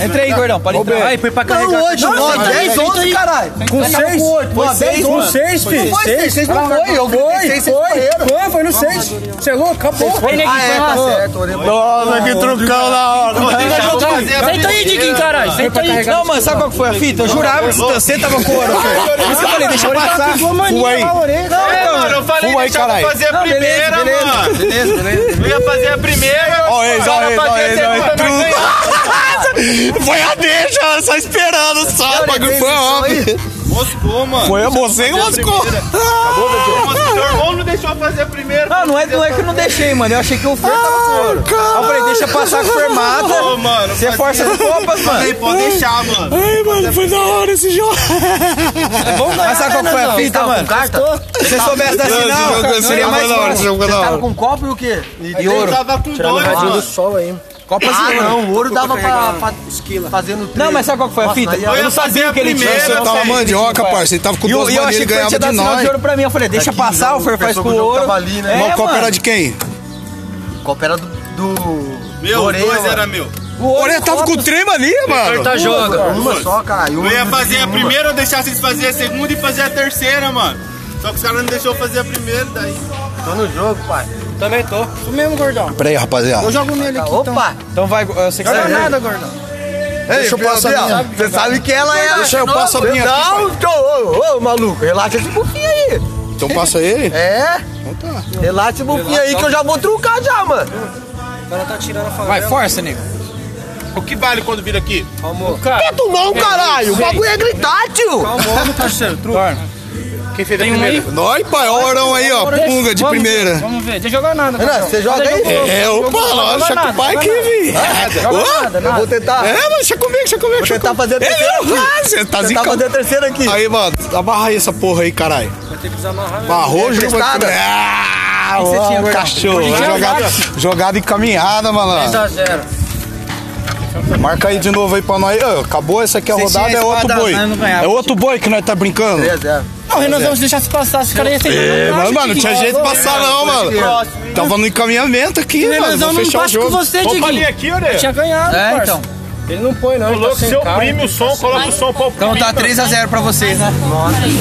[SPEAKER 1] Entra aí, gordão, pode entrar. Vai, põe pra
[SPEAKER 4] Não,
[SPEAKER 1] carregar. tá
[SPEAKER 4] hoje, não, 10, 11, caralho.
[SPEAKER 1] Com seis?
[SPEAKER 4] Foi 6,
[SPEAKER 2] Com 6,
[SPEAKER 4] Não
[SPEAKER 2] filho.
[SPEAKER 4] foi 6, 6 não foi. Eu gritei 6, vocês correram.
[SPEAKER 2] Foi, foi no 6. Você é louco? Acabou. Foi,
[SPEAKER 4] Ah, é, tá certo. Orelha.
[SPEAKER 3] Nossa, que trucão na hora!
[SPEAKER 5] Eu deixava eu fazer a
[SPEAKER 2] Senta aí, Diguinho, caralho. Senta aí.
[SPEAKER 1] Não, mano, sabe qual que foi a fita? Eu jurava que você tava com ouro, Fer. Por isso que eu falei, deixa eu passar.
[SPEAKER 3] Ué,
[SPEAKER 13] A orelha.
[SPEAKER 5] primeira, mano! Eu falei,
[SPEAKER 3] Fuma aí,
[SPEAKER 5] deixava
[SPEAKER 3] caralho.
[SPEAKER 5] eu fazer a primeira, mano!
[SPEAKER 1] Beleza, beleza.
[SPEAKER 5] Eu ia fazer a primeira,
[SPEAKER 3] Ó, ex, ó,
[SPEAKER 5] agora
[SPEAKER 3] ex,
[SPEAKER 5] fazer
[SPEAKER 3] ó,
[SPEAKER 5] a
[SPEAKER 3] ex, ó,
[SPEAKER 5] segunda,
[SPEAKER 3] ex,
[SPEAKER 5] nós ganhamos.
[SPEAKER 3] *laughs* Foi a deixa, só esperando, só. O bagulho foi óbvio.
[SPEAKER 5] Moscou, mano.
[SPEAKER 3] Foi a mocinha que moscou.
[SPEAKER 5] Nossa, Seu irmão não deixou eu fazer a primeira.
[SPEAKER 1] Não, não é, não é que eu não deixei, mano. Eu achei que o Fer tava com ouro. Aí eu falei, deixa eu passar com o Fer mata.
[SPEAKER 5] Ô, mano.
[SPEAKER 1] Você força as copas, mano.
[SPEAKER 5] Falei, pode deixar, mano.
[SPEAKER 3] Ai, mano, foi da hora esse jogo.
[SPEAKER 1] Mas sabe qual foi a fita, mano? Se você soubesse da sinal, seria mais fácil.
[SPEAKER 3] jogo foi da
[SPEAKER 4] Tava Tá com copo e o quê?
[SPEAKER 1] E
[SPEAKER 5] Eu
[SPEAKER 1] ouro.
[SPEAKER 5] tava com dois, tá mano.
[SPEAKER 13] sol aí.
[SPEAKER 1] Copa
[SPEAKER 4] Ah,
[SPEAKER 1] de ouro.
[SPEAKER 4] não, o ouro dava pra, pra esquila. fazendo
[SPEAKER 1] Não, mas sabe qual que foi a
[SPEAKER 4] Nossa,
[SPEAKER 1] fita?
[SPEAKER 4] mas
[SPEAKER 5] Eu
[SPEAKER 1] Eu
[SPEAKER 5] ia
[SPEAKER 1] não
[SPEAKER 5] fazer
[SPEAKER 1] sabia
[SPEAKER 5] a
[SPEAKER 1] o que ele tinha. tipo,
[SPEAKER 5] primeira.
[SPEAKER 3] Você tava mandioca, parceiro. Ele tava com
[SPEAKER 1] é." E eu,
[SPEAKER 3] duas
[SPEAKER 1] e eu
[SPEAKER 3] bandeiras e
[SPEAKER 1] achei que ele
[SPEAKER 3] ganhava
[SPEAKER 1] tinha
[SPEAKER 3] de
[SPEAKER 1] dado sinal
[SPEAKER 3] nós.
[SPEAKER 1] de ouro pra mim. Eu falei, deixa
[SPEAKER 4] Aqui,
[SPEAKER 1] passar, o Fer
[SPEAKER 4] o
[SPEAKER 1] faz com
[SPEAKER 4] jogo
[SPEAKER 1] ouro.
[SPEAKER 4] tava ali, né?
[SPEAKER 3] Mas
[SPEAKER 1] É,
[SPEAKER 3] o copo era
[SPEAKER 1] mano.
[SPEAKER 3] de quem?
[SPEAKER 4] copo era do. do
[SPEAKER 5] Meu,
[SPEAKER 4] do Orelha,
[SPEAKER 5] dois
[SPEAKER 4] mano.
[SPEAKER 5] era meu.
[SPEAKER 1] O ouro
[SPEAKER 3] Olha,
[SPEAKER 1] em
[SPEAKER 3] tava com
[SPEAKER 1] copas.
[SPEAKER 3] o trem ali, mano.
[SPEAKER 12] Tá joga.
[SPEAKER 4] Uma só, cara.
[SPEAKER 5] Eu ia fazer a primeira, eu deixasse eles fazer a segunda e fazer a terceira, mano. Só que os caras não deixou eu fazer a primeira, daí.
[SPEAKER 4] Tô no jogo, pai.
[SPEAKER 12] Também tô.
[SPEAKER 13] Isso mesmo, gordão.
[SPEAKER 3] Pera aí, rapaziada.
[SPEAKER 13] Eu jogo nele aqui, então.
[SPEAKER 4] Opa!
[SPEAKER 1] Então vai, eu sei que
[SPEAKER 13] Joga
[SPEAKER 1] você
[SPEAKER 13] nada, gordão.
[SPEAKER 3] Deixa eu passar a minha.
[SPEAKER 4] Você sabe que ela é.
[SPEAKER 3] Deixa eu passo a minha aqui,
[SPEAKER 4] Não, ô, ô, ô, maluco, relaxa esse bufinho aí.
[SPEAKER 3] Então passa ele.
[SPEAKER 4] É? Relaxa esse bufinho aí que eu já vou trucar já, mano.
[SPEAKER 1] Vai, força, nego.
[SPEAKER 5] O que vale quando vira aqui?
[SPEAKER 4] Tento não, caralho. O bagulho é gritar, tio.
[SPEAKER 1] Torna.
[SPEAKER 5] Quem fez a
[SPEAKER 2] Tem um aí.
[SPEAKER 5] primeira?
[SPEAKER 3] Nós, pai, ó o orão aí, ó. Punga de
[SPEAKER 2] Vamos ver,
[SPEAKER 3] primeira.
[SPEAKER 2] Vamos ver. Deixa eu jogar nada.
[SPEAKER 4] Renan,
[SPEAKER 2] gordão.
[SPEAKER 4] você joga aí?
[SPEAKER 3] É, opa, lógico, com o pai aqui, vi. Ô,
[SPEAKER 4] Eu vou tentar.
[SPEAKER 3] É, mano, deixa comigo, deixa comigo.
[SPEAKER 4] Vou
[SPEAKER 3] deixa
[SPEAKER 4] tentar
[SPEAKER 3] comigo.
[SPEAKER 4] fazer a terceira
[SPEAKER 3] Ele não faz,
[SPEAKER 4] aqui.
[SPEAKER 3] você tá
[SPEAKER 4] Tentar
[SPEAKER 3] zicando.
[SPEAKER 4] fazer a terceira aqui.
[SPEAKER 3] Aí, mano, amarra aí essa porra aí, caralho. Barrou,
[SPEAKER 4] É
[SPEAKER 3] jogou.
[SPEAKER 4] emprestada?
[SPEAKER 3] Ah,
[SPEAKER 1] você
[SPEAKER 3] ó, é
[SPEAKER 1] tinha, gordão?
[SPEAKER 3] cachorro. Jogada, jogada encaminhada, malandro.
[SPEAKER 12] 3x0.
[SPEAKER 3] Marca aí de novo aí pra nós. Ah, acabou essa aqui a
[SPEAKER 2] Vocês
[SPEAKER 3] rodada,
[SPEAKER 2] tinham
[SPEAKER 3] é outro
[SPEAKER 2] espada,
[SPEAKER 3] boi.
[SPEAKER 2] mas não ganhava.
[SPEAKER 3] É outro boi que nós tá brincando.
[SPEAKER 2] Não, Renan, vamos deixar se passar. Esse cara ia ser.
[SPEAKER 3] É,
[SPEAKER 2] Eu acho
[SPEAKER 3] mas,
[SPEAKER 2] que-
[SPEAKER 3] mano, não tinha jeito de passar não, mano. Tava no encaminhamento aqui, mano.
[SPEAKER 2] Renanzão
[SPEAKER 3] Vou
[SPEAKER 2] não
[SPEAKER 3] fechar o
[SPEAKER 2] bate com
[SPEAKER 3] jogo.
[SPEAKER 2] você,
[SPEAKER 5] Opa, ali
[SPEAKER 2] Diguinho.
[SPEAKER 5] aqui, olha.
[SPEAKER 2] Eu tinha ganhado,
[SPEAKER 1] É,
[SPEAKER 2] parça.
[SPEAKER 1] então.
[SPEAKER 2] Ele não põe, não.
[SPEAKER 5] Ô,
[SPEAKER 2] Ele tá
[SPEAKER 5] louco,
[SPEAKER 2] sem
[SPEAKER 5] se eu
[SPEAKER 2] carro.
[SPEAKER 5] oprime o som, coloca o som pra
[SPEAKER 1] Então tá 3x0 pra vocês, né?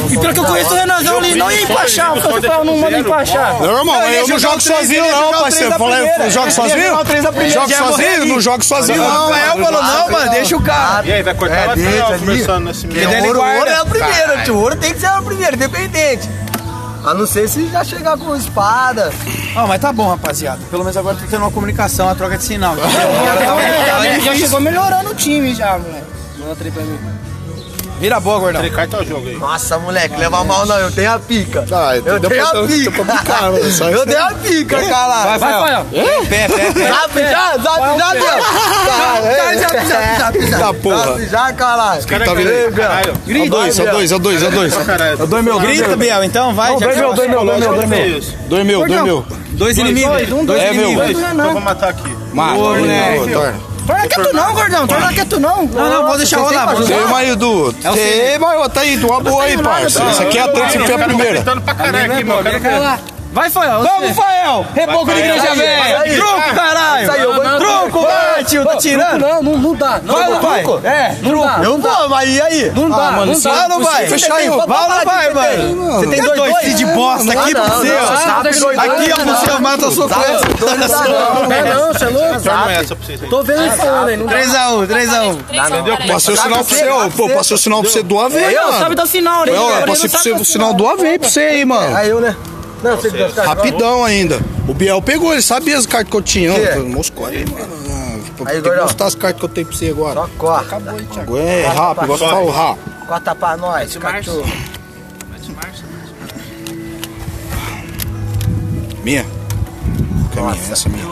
[SPEAKER 2] E pior que eu conheço o Renanzão, ele não ia empachar. Porque eu falava, não manda empachar.
[SPEAKER 3] Não, irmão,
[SPEAKER 1] Não, ele ia
[SPEAKER 3] eu
[SPEAKER 1] jogar
[SPEAKER 3] não jogo
[SPEAKER 1] o três,
[SPEAKER 3] sozinho
[SPEAKER 1] ele ia
[SPEAKER 3] não,
[SPEAKER 1] jogar o três
[SPEAKER 3] parceiro.
[SPEAKER 1] da
[SPEAKER 3] Falei,
[SPEAKER 1] primeira.
[SPEAKER 3] jogo
[SPEAKER 1] Ele ia
[SPEAKER 3] sozinho?
[SPEAKER 1] jogar o três da primeira,
[SPEAKER 3] Jogo
[SPEAKER 1] já ia morrer
[SPEAKER 3] sozinho?
[SPEAKER 1] ali.
[SPEAKER 3] Não jogo sozinho não.
[SPEAKER 1] Não, é, eu falo,
[SPEAKER 4] Ah,
[SPEAKER 1] não, mano, deixa o cara.
[SPEAKER 5] E aí, vai cortar lá
[SPEAKER 4] deixa
[SPEAKER 5] atrás,
[SPEAKER 4] ali.
[SPEAKER 5] conversando nesse meio.
[SPEAKER 1] Ele
[SPEAKER 4] Ouro,
[SPEAKER 1] guarda.
[SPEAKER 4] ouro é a primeira, tio. Ouro tem que ser a primeira, independente. A não ser se já chegar com espada.
[SPEAKER 2] Ah, mas tá bom, rapaziada. Pelo menos agora tá tendo uma comunicação, uma troca de sinal.
[SPEAKER 1] tá né?
[SPEAKER 14] É, já chegou melhorando o time já, moleque.
[SPEAKER 2] Vira a boa, gordão.
[SPEAKER 5] Carta o jogo aí.
[SPEAKER 4] Nossa, moleque, leva mal não, eu tenho a pica.
[SPEAKER 3] Ah, então
[SPEAKER 4] eu
[SPEAKER 3] deu
[SPEAKER 4] tenho
[SPEAKER 3] pra-
[SPEAKER 4] a
[SPEAKER 3] deu
[SPEAKER 4] pica.
[SPEAKER 3] pra picar, mano, só
[SPEAKER 4] *laughs*
[SPEAKER 3] isso.
[SPEAKER 4] eu tenho a pica, cara.
[SPEAKER 1] Vai, Fael. Pé, pé, pé.
[SPEAKER 4] Zap já, zap já, meu. Zap já, zap já,
[SPEAKER 3] Da
[SPEAKER 4] zap já.
[SPEAKER 3] porra.
[SPEAKER 4] Zap já, caralho.
[SPEAKER 5] Cara,
[SPEAKER 3] Tá vindo aí?
[SPEAKER 5] caralho.
[SPEAKER 3] É o dois, é o dois, é o dois, é o dois.
[SPEAKER 5] Caralho.
[SPEAKER 1] Eu dou meu grito, Biel, então vai. já que-
[SPEAKER 3] meu, dois meu,
[SPEAKER 5] Olha é isso.
[SPEAKER 3] dois meu. Dois meu,
[SPEAKER 1] Dois inimigos. Dois
[SPEAKER 3] É, meu.
[SPEAKER 1] inimigos.
[SPEAKER 5] Dois, então vou matar aqui.
[SPEAKER 3] Mata,
[SPEAKER 1] Boa,
[SPEAKER 3] dois
[SPEAKER 1] moleque.
[SPEAKER 3] meu, torna.
[SPEAKER 14] Torna quieto não, gordão. Torna quieto não.
[SPEAKER 1] Não, não, vou deixar rolar. vou deixar
[SPEAKER 3] Ei,
[SPEAKER 1] rolar.
[SPEAKER 3] Maidu.
[SPEAKER 1] Tá. É o
[SPEAKER 3] Ei, Maidu, tá aí, uma boa aí, parça. Isso aqui é a trance pé
[SPEAKER 5] Tá
[SPEAKER 3] primeira.
[SPEAKER 5] gritando pra caralho aqui, mano.
[SPEAKER 2] Vai, Fael.
[SPEAKER 1] Vamos, Fael! Reboco de igreja velha! Truco, caralho! Truco, vai, tio, tá tirando!
[SPEAKER 2] Não, não, não dá. Não
[SPEAKER 1] Vai,
[SPEAKER 2] dá.
[SPEAKER 1] vai! É, truco!
[SPEAKER 4] Eu vou, mas e aí?
[SPEAKER 2] Não dá, não
[SPEAKER 1] Ah, se-
[SPEAKER 2] dá.
[SPEAKER 1] não
[SPEAKER 2] Não
[SPEAKER 1] vai!
[SPEAKER 3] Fechar aí,
[SPEAKER 1] Vai, não vai, mano! Você tem dois dois de bosta aqui pra você, ó! Aqui, ó, você mata a sua coisa!
[SPEAKER 4] Tá
[SPEAKER 2] dá, não, você é louco.
[SPEAKER 5] Arma essa pra vocês aí.
[SPEAKER 2] Tô vendo ele falando aí. Não dá.
[SPEAKER 1] 3x1, 3x1!
[SPEAKER 9] tá
[SPEAKER 3] Passei o sinal pra você, ó. Pô, passei o sinal pra você do AV,
[SPEAKER 2] Não, sabe
[SPEAKER 3] mano.
[SPEAKER 2] dar sinal, né?
[SPEAKER 3] É, ó, passei
[SPEAKER 2] Ele não
[SPEAKER 3] pra
[SPEAKER 2] sabe
[SPEAKER 3] você
[SPEAKER 2] dar
[SPEAKER 3] o sinal do AV aí pra você aí, mano.
[SPEAKER 4] Aí eu, né? Não, você que tá
[SPEAKER 3] Rapidão ainda. O Biel pegou, ele sabia as cartas que eu tinha. Eu falei, Moscou aí, mano. Ah,
[SPEAKER 4] Aí,
[SPEAKER 3] Tem que
[SPEAKER 4] Gordão.
[SPEAKER 3] mostrar as cartas que eu tenho pra você agora.
[SPEAKER 4] Só corta.
[SPEAKER 3] Agora É rápido, gosto de falar rápido.
[SPEAKER 4] Corta pra nós, cachorro.
[SPEAKER 3] Minha. Caminha, essa é minha.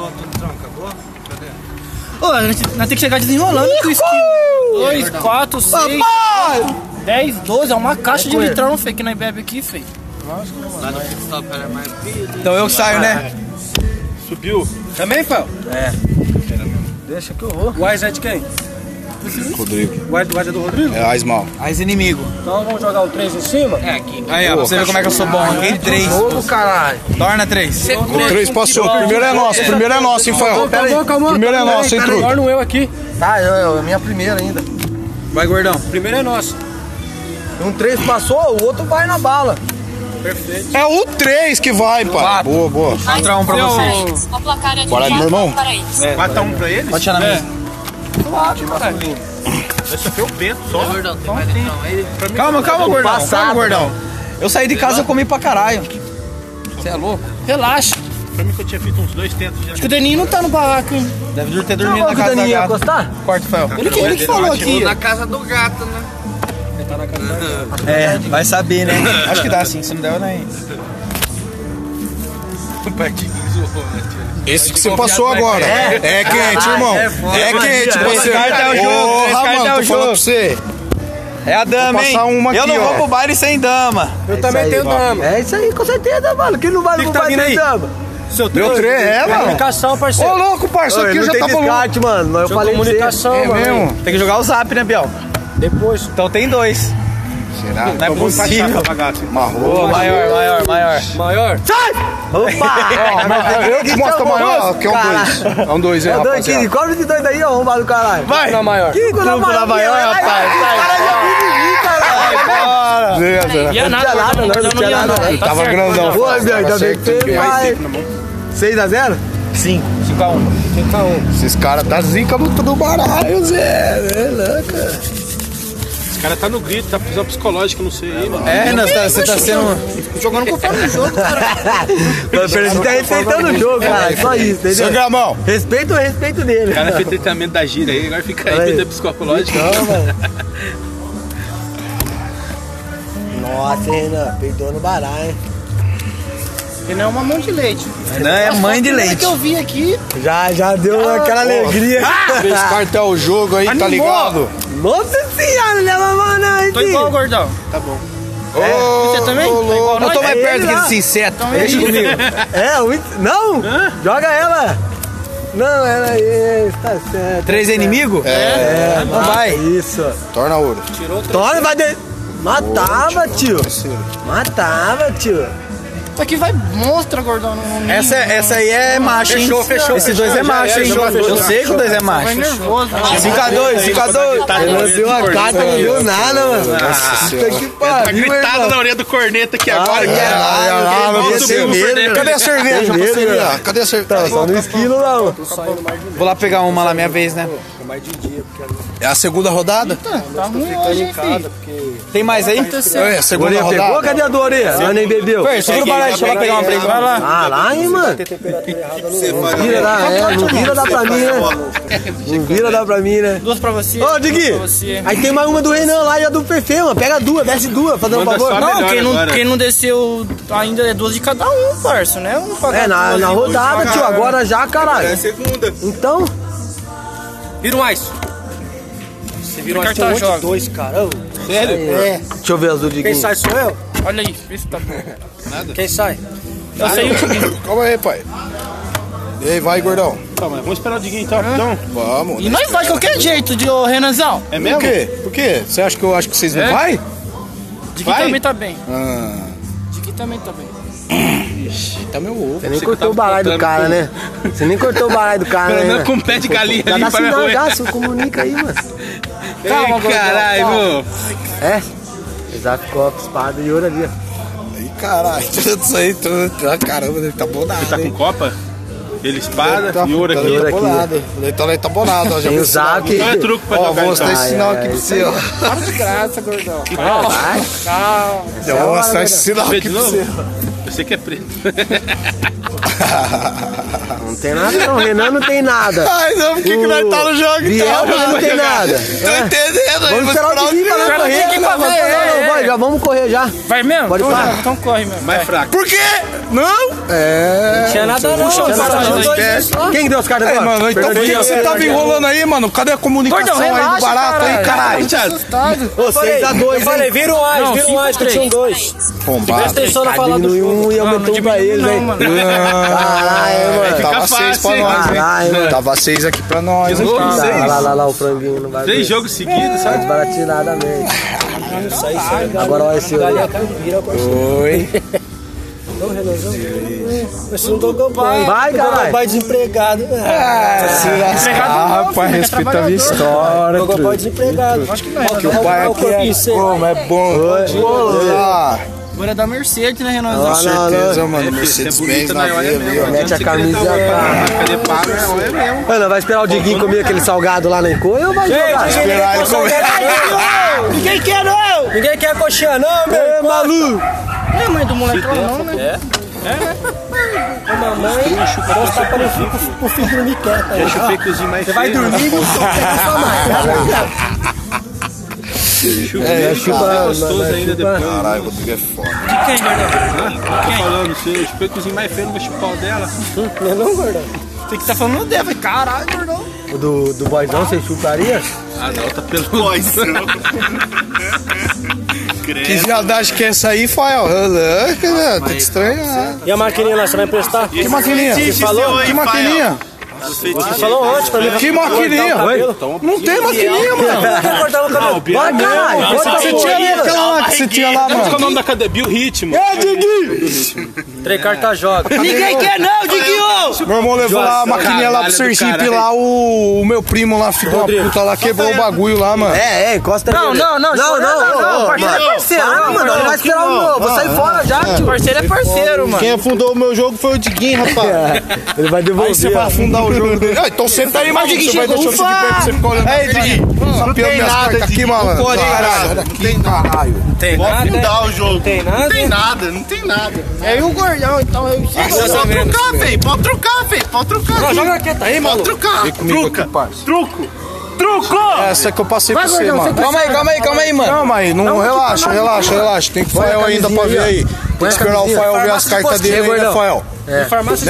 [SPEAKER 2] Ô, a gente- nós temos que chegar desenrolando com isso. 2, 4, 6, 10, 12. É uma caixa de litrão, feio, que nós bebe aqui, feio.
[SPEAKER 1] Então eu que saio, né?
[SPEAKER 5] Subiu.
[SPEAKER 2] Também, Fael?
[SPEAKER 4] Deixa que eu vou.
[SPEAKER 2] O Ais é de quem?
[SPEAKER 3] Rodrigo.
[SPEAKER 2] O Ais o Ais é do Rodrigo?
[SPEAKER 3] É a Ismal.
[SPEAKER 1] As inimigo.
[SPEAKER 2] Então vamos jogar o 3 em cima? É, aqui.
[SPEAKER 1] Aí, ó, pra você ver como é que eu sou bom. Em 3.
[SPEAKER 4] Fogo, caralho.
[SPEAKER 1] Torna 3.
[SPEAKER 3] O três passou. O primeiro é nosso, o primeiro é nosso, hein, Fael?
[SPEAKER 2] Calma, calma.
[SPEAKER 3] Primeiro é nosso, hein, truque?
[SPEAKER 2] Torno eu aqui.
[SPEAKER 4] Tá, eu, eu, minha primeira ainda.
[SPEAKER 1] Vai, gordão.
[SPEAKER 2] Primeiro é nosso.
[SPEAKER 4] Um três passou, o outro vai na bala.
[SPEAKER 3] É o 3 que vai, pai.
[SPEAKER 1] Quatro.
[SPEAKER 3] Boa, boa.
[SPEAKER 1] 4 a 1 pra vocês.
[SPEAKER 9] Uma placar é de
[SPEAKER 3] Bora aí, meu irmão.
[SPEAKER 9] para eles.
[SPEAKER 5] Mata um pra eles.
[SPEAKER 1] Pode tirar na mesa.
[SPEAKER 5] Esse aqui é o Bento só. um
[SPEAKER 1] Calma, calma, gordão. Calma,
[SPEAKER 4] Passado,
[SPEAKER 1] gordão. Eu saí de casa, eu comi pra caralho. é
[SPEAKER 2] Relaxa. Acho
[SPEAKER 5] Pra mim que eu tinha feito uns dois tentos já.
[SPEAKER 2] que o Deninho não tá no barraco, hein?
[SPEAKER 1] Deve ter
[SPEAKER 4] Não
[SPEAKER 1] dormido
[SPEAKER 4] vai
[SPEAKER 1] na
[SPEAKER 4] que o
[SPEAKER 1] casa da
[SPEAKER 4] Daninho ia
[SPEAKER 1] gata.
[SPEAKER 4] encostar?
[SPEAKER 1] Corta, Fael.
[SPEAKER 2] Ele que, ele que falou aqui.
[SPEAKER 1] É, vai saber, né? Acho que dá sim, se não der, eu nem.
[SPEAKER 3] Esse que você passou agora. É quente, irmão. É quente,
[SPEAKER 1] Esse
[SPEAKER 3] parceiro.
[SPEAKER 1] carta é o jogo, esse
[SPEAKER 3] Porra,
[SPEAKER 1] carta é
[SPEAKER 3] mano,
[SPEAKER 1] o
[SPEAKER 3] tô falando
[SPEAKER 1] jogo.
[SPEAKER 3] pra você.
[SPEAKER 1] É a dama, hein?
[SPEAKER 3] passar uma
[SPEAKER 1] eu
[SPEAKER 3] aqui,
[SPEAKER 1] não
[SPEAKER 3] ó.
[SPEAKER 1] vou pro baile sem dama.
[SPEAKER 4] Eu também tenho dama. É isso aí, com certeza, mano. Quem não vai
[SPEAKER 1] Que
[SPEAKER 4] não
[SPEAKER 1] que tá
[SPEAKER 4] vai
[SPEAKER 1] vindo
[SPEAKER 4] ter
[SPEAKER 1] aí?
[SPEAKER 4] dama?
[SPEAKER 2] Seu
[SPEAKER 3] Meu trem é, mano.
[SPEAKER 2] Comunicação,
[SPEAKER 3] Ô,
[SPEAKER 2] parceiro.
[SPEAKER 3] louco, parça,
[SPEAKER 4] Oi,
[SPEAKER 3] aqui
[SPEAKER 4] não
[SPEAKER 3] já
[SPEAKER 4] tem
[SPEAKER 3] tá bom.
[SPEAKER 4] descarte, mano. Mas eu
[SPEAKER 2] Seu
[SPEAKER 4] falei pra você.
[SPEAKER 2] comunicação,
[SPEAKER 3] É
[SPEAKER 2] mano.
[SPEAKER 3] mesmo?
[SPEAKER 1] Tem que jogar o zap, né, Biel?
[SPEAKER 2] Depois.
[SPEAKER 1] Então tem dois.
[SPEAKER 3] Será?
[SPEAKER 1] Não é possível.
[SPEAKER 3] Marrou.
[SPEAKER 1] Pô, maior, maior, maior.
[SPEAKER 2] Maior.
[SPEAKER 4] Opa!
[SPEAKER 3] Eu que mostro maior, que é um dois. É um dois, hein,
[SPEAKER 4] É dois,
[SPEAKER 3] rapaziada.
[SPEAKER 4] Kini. Cobra de dois daí, ó, arrombado do caralho.
[SPEAKER 1] Vai!
[SPEAKER 2] Na maior.
[SPEAKER 4] Que na
[SPEAKER 1] na maior, rapaz. Vai,
[SPEAKER 4] Caralho, eu vim de mim, caralho.
[SPEAKER 3] Beleza.
[SPEAKER 2] E a
[SPEAKER 4] Não tinha nada, não, não tinha nada.
[SPEAKER 2] nada. Tá
[SPEAKER 3] Tava
[SPEAKER 2] certo,
[SPEAKER 3] grandão.
[SPEAKER 4] Boa, meu, ainda bem que
[SPEAKER 3] Tá
[SPEAKER 4] você vai.
[SPEAKER 3] certo.
[SPEAKER 4] 6x0?
[SPEAKER 1] 5x1.
[SPEAKER 3] Esses caras da zica no do baralho, Zé. É louco.
[SPEAKER 5] Esse cara tá no grito, tá precisando psicológico, não sei aí, mano.
[SPEAKER 1] É, Renan, você tá- você tá sendo.
[SPEAKER 3] Jogando conforme o jogo.
[SPEAKER 4] Mas peraí, Você tá respeitando o jogo, cara. Só isso,
[SPEAKER 3] Seu
[SPEAKER 4] entendeu?
[SPEAKER 3] gramão.
[SPEAKER 4] Respeita o respeito dele.
[SPEAKER 5] O cara fez tratamento da gira aí, agora fica aí,
[SPEAKER 4] Aí. Então,
[SPEAKER 5] é psicológico.
[SPEAKER 4] Não, mano.
[SPEAKER 5] *laughs*
[SPEAKER 4] Nossa, hein, Renan, peitou no baralho, hein?
[SPEAKER 2] Ele não é uma mão de leite.
[SPEAKER 1] Renan é mãe de
[SPEAKER 2] É que
[SPEAKER 1] leite.
[SPEAKER 2] eu vi aqui.
[SPEAKER 4] Já, já deu
[SPEAKER 5] Ah,
[SPEAKER 4] aquela alegria. *laughs*
[SPEAKER 3] Fez cartel o jogo aí, tá ligado?
[SPEAKER 4] Nossa senhora, leva mão não, hein,
[SPEAKER 2] Tô igual o gordão.
[SPEAKER 3] Ô,
[SPEAKER 2] Você também?
[SPEAKER 3] ô,
[SPEAKER 2] Tá igual
[SPEAKER 1] Eu
[SPEAKER 2] nós?
[SPEAKER 1] tô mais
[SPEAKER 4] É
[SPEAKER 1] perto
[SPEAKER 4] ele
[SPEAKER 1] que
[SPEAKER 4] lá.
[SPEAKER 5] *laughs*
[SPEAKER 1] desse inseto.
[SPEAKER 4] É, o... Não! Joga ela! Não, era isso, tá certo.
[SPEAKER 8] Três é inimigo?
[SPEAKER 3] É,
[SPEAKER 4] É, não vai. Isso.
[SPEAKER 3] torna ouro.
[SPEAKER 4] Toma, vai de... Matava, tio. Matava, tio.
[SPEAKER 10] Isso aqui vai monstra, gordão. Não, não,
[SPEAKER 8] Essa, essa aí é macho, hein? Fechou, fechou. Esse dois é macho, hein? Eu sei que o dois é
[SPEAKER 10] Vai
[SPEAKER 8] macho.
[SPEAKER 10] nervoso, né?
[SPEAKER 8] 5x2, 5x2.
[SPEAKER 4] Eu lancei uma carta, não deu nada, mano. Puta que pariu, hein,
[SPEAKER 5] Gritado
[SPEAKER 4] mano.
[SPEAKER 5] na orelha do corneta aqui agora.
[SPEAKER 8] É
[SPEAKER 4] Ai,
[SPEAKER 5] cara.
[SPEAKER 4] ai, ai, ai, não ia ser medo,
[SPEAKER 3] Cadê a cerveja pra
[SPEAKER 4] Cerveja,
[SPEAKER 3] servir? Cadê a cerveja?
[SPEAKER 4] Tá só no esquilo, não.
[SPEAKER 8] Vou lá pegar uma lá, minha vez, né?
[SPEAKER 3] É a segunda rodada?
[SPEAKER 10] Tá ruim hoje, hein, filho?
[SPEAKER 8] Tem mais aí?
[SPEAKER 3] É, a segunda
[SPEAKER 4] Orelha pegou?
[SPEAKER 3] rodada.
[SPEAKER 4] Cadê a do orelha? Nós nem bebeu.
[SPEAKER 8] Peraí, segura o baralho, deixa eu lá pegar uma pra ele. Vai lá.
[SPEAKER 4] Ah, lá, hein, mano. Vira lá, é. Não vira, dá pra mim, né? Não vira, dá pra mim, né?
[SPEAKER 10] Duas pra você.
[SPEAKER 4] Ô, Digui,
[SPEAKER 10] duas pra você.
[SPEAKER 4] aí tem mais uma do Renan lá e a do Fefe, mano. Pega duas, desce duas, fazendo um favor.
[SPEAKER 10] Não, Ah, quem não, quem não desceu ainda é duas de cada um, parça, né? Um pra
[SPEAKER 4] É,
[SPEAKER 10] cada
[SPEAKER 4] na,
[SPEAKER 10] duas
[SPEAKER 4] na
[SPEAKER 10] e duas.
[SPEAKER 4] rodada, tio, agora já, caralho.
[SPEAKER 1] segunda.
[SPEAKER 4] Então,
[SPEAKER 8] Vira um ice.
[SPEAKER 10] Você virou carta joga.
[SPEAKER 4] dois, cara. Sério? É. Deixa eu ver as do Diguinho.
[SPEAKER 10] sou eu? Olha aí, vê se tá bom. Quem sai? Eu sei o que.
[SPEAKER 3] Calma aí, pai. E aí, vai, gordão.
[SPEAKER 5] Vamos esperar o Diguinho então, rapidão.
[SPEAKER 3] Vamos. né?
[SPEAKER 10] E nós vai de qualquer jeito, de ô, Renanzão.
[SPEAKER 5] É
[SPEAKER 3] Por
[SPEAKER 5] mesmo?
[SPEAKER 3] quê? Por quê? Você acha que eu acho que vocês não
[SPEAKER 10] É?
[SPEAKER 3] vai?
[SPEAKER 10] De que
[SPEAKER 5] Vai?
[SPEAKER 10] também tá bem.
[SPEAKER 3] Ah,
[SPEAKER 10] De que também tá bem.
[SPEAKER 4] Você nem cortou o baralho do cara, né? Você nem cortou o baralho do cara, né? Renan?
[SPEAKER 1] com um pé de galinha
[SPEAKER 4] Já
[SPEAKER 1] ali
[SPEAKER 4] dá
[SPEAKER 1] pra minha
[SPEAKER 4] sinal,
[SPEAKER 1] rua.
[SPEAKER 4] já, se comunica aí, mano.
[SPEAKER 10] Calma, gordão.
[SPEAKER 1] Caralho,
[SPEAKER 10] calma.
[SPEAKER 1] meu.
[SPEAKER 4] É? Exato, copo, espada e ouro ali, ó.
[SPEAKER 3] aí, caralho. *laughs* Tudo isso aí, tudo. Ah, Caramba, ele tá bonado,
[SPEAKER 5] Tá com
[SPEAKER 3] hein?
[SPEAKER 5] copa? Ele espada
[SPEAKER 3] Tá-
[SPEAKER 5] e ouro
[SPEAKER 3] tá-
[SPEAKER 5] aqui.
[SPEAKER 4] ouro
[SPEAKER 3] Tá
[SPEAKER 4] aqui.
[SPEAKER 3] bonado, hein? Ele tá- ele tá bonado, ó. já
[SPEAKER 4] Tem
[SPEAKER 3] vi
[SPEAKER 4] o
[SPEAKER 3] esse sinal.
[SPEAKER 4] Zac.
[SPEAKER 5] Não é truco pra
[SPEAKER 3] Ó,
[SPEAKER 5] jogar
[SPEAKER 3] vou mostrar
[SPEAKER 5] então.
[SPEAKER 3] esse
[SPEAKER 4] Ai,
[SPEAKER 3] sinal
[SPEAKER 4] ai,
[SPEAKER 3] aqui pra
[SPEAKER 4] isso
[SPEAKER 3] você, ó.
[SPEAKER 4] Vai, vai.
[SPEAKER 3] Eu vou mostrar esse sinal
[SPEAKER 5] Vê
[SPEAKER 3] aqui
[SPEAKER 5] de
[SPEAKER 3] pra
[SPEAKER 5] novo?
[SPEAKER 3] você.
[SPEAKER 5] Eu sei que é preto.
[SPEAKER 4] Não tem nada, não. Renan não tem nada.
[SPEAKER 3] Ai, não, por que que nós tá no jogo então?
[SPEAKER 4] Biel não tem nada.
[SPEAKER 3] Tô entendendo, aí,
[SPEAKER 4] Vamos
[SPEAKER 3] vou
[SPEAKER 4] esperar o Diguinho
[SPEAKER 3] tá né?
[SPEAKER 4] pra nós
[SPEAKER 10] Cara,
[SPEAKER 4] correr.
[SPEAKER 10] tem que
[SPEAKER 4] Não,
[SPEAKER 10] fazer,
[SPEAKER 4] não, não,
[SPEAKER 10] é,
[SPEAKER 4] vai,
[SPEAKER 10] é.
[SPEAKER 4] Já vamos correr já. Não
[SPEAKER 10] Vai mesmo?
[SPEAKER 4] Pode
[SPEAKER 10] Então-
[SPEAKER 4] falar.
[SPEAKER 10] Então corre mesmo.
[SPEAKER 5] Mais fraco.
[SPEAKER 3] Por quê? Tá Não? É.
[SPEAKER 4] tinha nada, não.
[SPEAKER 10] Puxa,
[SPEAKER 4] Tinha
[SPEAKER 10] para,
[SPEAKER 4] nada,
[SPEAKER 10] dois,
[SPEAKER 4] não. Quem que deu os caras
[SPEAKER 3] Aí,
[SPEAKER 4] agora?
[SPEAKER 3] mano, então por que que você tava enrolando aí, mano? Cadê a comunicação
[SPEAKER 10] Gordão,
[SPEAKER 3] aí do
[SPEAKER 10] relaxa,
[SPEAKER 3] barato aí,
[SPEAKER 10] caralho.
[SPEAKER 3] caralho?
[SPEAKER 4] Vocês a dois, hein?
[SPEAKER 8] vira um
[SPEAKER 10] Não, cinco, três.
[SPEAKER 4] dois.
[SPEAKER 3] Bombado.
[SPEAKER 4] Só não falar do um e aumentou um pra eles,
[SPEAKER 10] Não,
[SPEAKER 4] hein?
[SPEAKER 10] mano.
[SPEAKER 4] Caralho, mano.
[SPEAKER 3] Tava
[SPEAKER 5] fácil,
[SPEAKER 3] seis pra
[SPEAKER 5] hein?
[SPEAKER 3] nós,
[SPEAKER 4] Caralho,
[SPEAKER 3] hein?
[SPEAKER 4] mano.
[SPEAKER 3] Tava seis aqui pra nós, hein?
[SPEAKER 4] Tá, Lá, lá, lá, lá, o franguinho não vai
[SPEAKER 5] Três
[SPEAKER 4] ver.
[SPEAKER 5] jogos seguidos,
[SPEAKER 4] Tá
[SPEAKER 5] sabe?
[SPEAKER 4] desbaratinho nada mesmo. Agora vai ser o
[SPEAKER 3] Oi.
[SPEAKER 4] Vai, caralho. Vai desempregado.
[SPEAKER 3] Ah, rapaz, respeita a minha história.
[SPEAKER 4] Vai desempregado.
[SPEAKER 3] Que o pai aqui é como, é bom. Ah,
[SPEAKER 10] Agora é da Mercedes, né, Renanzão?
[SPEAKER 3] Com
[SPEAKER 4] Lá, lá, lá.
[SPEAKER 3] certeza, mano. Mercedes-Benz na veia ali, ó.
[SPEAKER 4] Mete a camisa
[SPEAKER 5] é
[SPEAKER 4] pra...
[SPEAKER 10] é
[SPEAKER 4] Ana, vai esperar o Diguinho comer
[SPEAKER 5] tá
[SPEAKER 4] aquele salgado lá na Encoia ou vai jogar?
[SPEAKER 3] Esperar ele comer.
[SPEAKER 10] Ninguém quer, não!
[SPEAKER 4] Ninguém quer coxinha não, meu Ô, maluco!
[SPEAKER 10] Não é mãe do moleque lá, não, né?
[SPEAKER 5] É?
[SPEAKER 4] tá
[SPEAKER 5] Já chupei cozinho mais né, Você vai dormir?
[SPEAKER 3] É, chupa.
[SPEAKER 5] Gostoso ainda depois.
[SPEAKER 3] Caralho, o Rodrigo é foda.
[SPEAKER 10] De quem, Gordão?
[SPEAKER 5] Tô falando, se eu chupei cozinho mais feio, não vou chupar o dela.
[SPEAKER 4] Hum, é
[SPEAKER 10] Você que tá falando dela. Falei, Caralho, Gordão.
[SPEAKER 4] O do, do boizão, você chutaria?
[SPEAKER 5] Ah, não, tá
[SPEAKER 3] É.
[SPEAKER 5] peludo.
[SPEAKER 3] Que
[SPEAKER 5] né?
[SPEAKER 3] viadagem que é essa aí, Fael? Ô, Louco, né? Tá
[SPEAKER 5] é.
[SPEAKER 3] estranho,
[SPEAKER 4] E a maquininha lá, você vai emprestar?
[SPEAKER 3] Que maquininha? Que maquininha?
[SPEAKER 4] Falou ontem pra mim.
[SPEAKER 3] Que maquininha?
[SPEAKER 5] um
[SPEAKER 3] Não tem maquininha, mano.
[SPEAKER 4] cortar o cabelo. Vai, caralho.
[SPEAKER 3] Você
[SPEAKER 5] Tá
[SPEAKER 4] corta
[SPEAKER 3] você
[SPEAKER 4] a
[SPEAKER 3] tinha ali
[SPEAKER 4] porra.
[SPEAKER 3] aquela lá que você tinha lá,
[SPEAKER 5] Qual que é o
[SPEAKER 3] mano.
[SPEAKER 5] nome da academia? O ritmo.
[SPEAKER 3] É, Diguinho! É.
[SPEAKER 4] Três cartas joga.
[SPEAKER 10] Ninguém quer, não, Diguinho!
[SPEAKER 3] Meu irmão levou lá a maquininha lá pro
[SPEAKER 5] caralho do
[SPEAKER 3] Sergipe,
[SPEAKER 5] caralho.
[SPEAKER 3] lá o, o meu primo lá ficou uma puta lá, quebrou o bagulho lá, mano.
[SPEAKER 4] É, é, encosta
[SPEAKER 10] Não,
[SPEAKER 4] nele.
[SPEAKER 10] não, não,
[SPEAKER 4] Não,
[SPEAKER 10] não,
[SPEAKER 4] não,
[SPEAKER 10] não,
[SPEAKER 4] não.
[SPEAKER 10] parceiro
[SPEAKER 4] Parceiro é
[SPEAKER 10] é
[SPEAKER 4] parceiro. Ah, mano, ele vai esperar o meu. Vou sair fora já, tio.
[SPEAKER 10] Parceiro é parceiro, mano.
[SPEAKER 1] Quem afundou o meu jogo foi o Diguinho, rapaz.
[SPEAKER 5] É.
[SPEAKER 4] Ele vai
[SPEAKER 3] Aí você
[SPEAKER 4] devolver.
[SPEAKER 3] vai afundar o jogo dele. Ah, então senta aí, mas você vai
[SPEAKER 10] um
[SPEAKER 3] deixar eu seguir perto, pra você ficar olhando. Ei, Diguinho, não tem nada aqui, malandro. Caralho, olha aqui, caralho.
[SPEAKER 8] Tem nada?
[SPEAKER 1] Afundar o jogo. Tem
[SPEAKER 10] nada?
[SPEAKER 1] Tem nada, não tem nada.
[SPEAKER 10] É e o Gordão, então eu
[SPEAKER 1] Pode trocar, velho. Pode trocar, velho. Pode trocar.
[SPEAKER 8] Não, joga quieta aí,
[SPEAKER 1] Pode
[SPEAKER 8] maluco.
[SPEAKER 1] trocar.
[SPEAKER 3] Vem comigo
[SPEAKER 1] Truca.
[SPEAKER 3] aqui, parça.
[SPEAKER 1] Truco. Truco!
[SPEAKER 5] É.
[SPEAKER 3] Essa que eu passei pra você, mano.
[SPEAKER 8] Calma aí, calma aí, calma aí, mano.
[SPEAKER 3] Calma aí, não, relaxa, relaxa, relaxa. Tem Fael ainda pra ver aí. Tem que esperar o Fael ver as cartas dele aí, né, Fael? Né,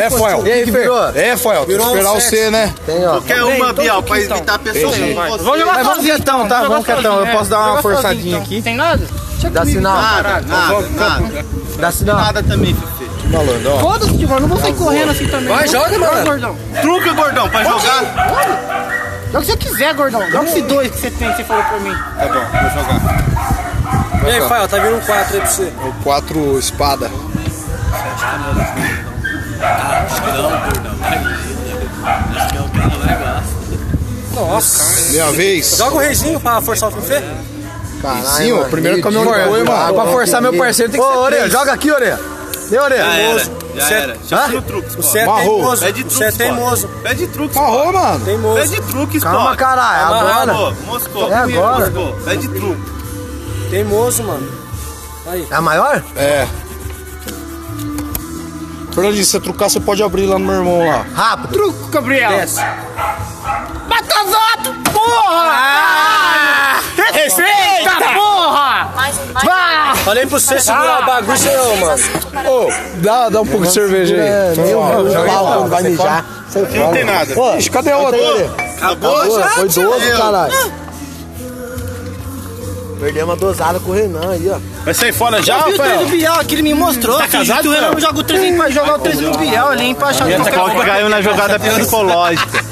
[SPEAKER 3] Fael?
[SPEAKER 4] É. E aí, virou?
[SPEAKER 3] É, Fael, tem que esperar você, né?
[SPEAKER 4] Tem, ó.
[SPEAKER 1] Quer
[SPEAKER 5] então,
[SPEAKER 1] uma, Bial, pra evitar a pessoa.
[SPEAKER 10] Vamos jogar
[SPEAKER 1] Vai,
[SPEAKER 10] sozinho, então,
[SPEAKER 1] tá? Vamos quietão, eu posso dar uma forçadinha
[SPEAKER 10] aqui. Tem nada?
[SPEAKER 4] então. Dá sinal.
[SPEAKER 1] Nada, nada, nada.
[SPEAKER 4] Dá sinal.
[SPEAKER 1] Nada também, Fefe.
[SPEAKER 3] Malandrão.
[SPEAKER 10] Foda-se, Divan, não vou sair correndo assim também.
[SPEAKER 1] Vai, joga,
[SPEAKER 10] mano.
[SPEAKER 1] mano.
[SPEAKER 10] gordão.
[SPEAKER 5] Truca, gordão, pra jogar.
[SPEAKER 10] Joga o que você quiser, gordão. Joga esse dois que você tem, que você falou pra mim.
[SPEAKER 5] Tá bom, vou jogar.
[SPEAKER 8] E aí, Fael, tá vindo um 4 aí pra você.
[SPEAKER 3] O quatro espada.
[SPEAKER 8] Nossa.
[SPEAKER 3] Minha vez.
[SPEAKER 8] Joga o reizinho pra forçar o Fifê.
[SPEAKER 3] Sim, o primeiro caminhão que foi, mano.
[SPEAKER 1] pra forçar meu parceiro tem que
[SPEAKER 4] Ô,
[SPEAKER 1] ser
[SPEAKER 4] Orelha,
[SPEAKER 1] três.
[SPEAKER 4] joga aqui, Orelha. Dê, Orelha.
[SPEAKER 5] Já era. Já era. truques,
[SPEAKER 8] Você é
[SPEAKER 3] Barrou.
[SPEAKER 8] teimoso.
[SPEAKER 5] Pede truques,
[SPEAKER 8] Você é
[SPEAKER 5] pô.
[SPEAKER 8] teimoso.
[SPEAKER 5] Pede truques,
[SPEAKER 3] Parrou,
[SPEAKER 5] pô.
[SPEAKER 3] mano.
[SPEAKER 4] É
[SPEAKER 8] Teimoso.
[SPEAKER 5] Pede truques,
[SPEAKER 4] Calma,
[SPEAKER 5] pô.
[SPEAKER 4] caralho,
[SPEAKER 8] Amarrado.
[SPEAKER 4] agora.
[SPEAKER 5] Moscou, Moscou.
[SPEAKER 4] É agora.
[SPEAKER 5] Moscou. Pede truque.
[SPEAKER 8] Teimoso, mano.
[SPEAKER 4] É a maior?
[SPEAKER 3] É. Fernandinho, se você trucar, você pode abrir lá no meu irmão lá.
[SPEAKER 4] Rápido.
[SPEAKER 10] Truco, Gabriel.
[SPEAKER 8] Desce.
[SPEAKER 10] Matazato, porra! Respeita, porra!
[SPEAKER 9] Mais, um, mais
[SPEAKER 10] Vá!
[SPEAKER 8] Falei pra você segurar o bagulho, você não, mano.
[SPEAKER 3] Ô, dá, dá um pouco de cerveja aí.
[SPEAKER 4] É, Meu Deus,
[SPEAKER 3] joga aí,
[SPEAKER 4] pau,
[SPEAKER 3] então.
[SPEAKER 4] vai
[SPEAKER 3] Você
[SPEAKER 4] mijar. Você
[SPEAKER 5] Não
[SPEAKER 4] fala.
[SPEAKER 5] tem nada.
[SPEAKER 4] Pô,
[SPEAKER 3] Ixi, cadê a outra?
[SPEAKER 5] Acabou
[SPEAKER 4] Pô,
[SPEAKER 5] já?
[SPEAKER 4] foi 12,
[SPEAKER 5] Meu.
[SPEAKER 4] caralho. Perdeu uma dosada com o Renan aí, ó.
[SPEAKER 5] Vai sair fora já,
[SPEAKER 10] Viu o três do
[SPEAKER 5] Rafael?
[SPEAKER 10] Bial que ele me mostrou?
[SPEAKER 5] Tá
[SPEAKER 10] filho,
[SPEAKER 5] casado,
[SPEAKER 10] que o Renan
[SPEAKER 5] Biel?
[SPEAKER 10] joga o três limpo, vai jogar o três no Bial ali, hein, pra achar que
[SPEAKER 5] Essa qual que caiu na jogada psicológica.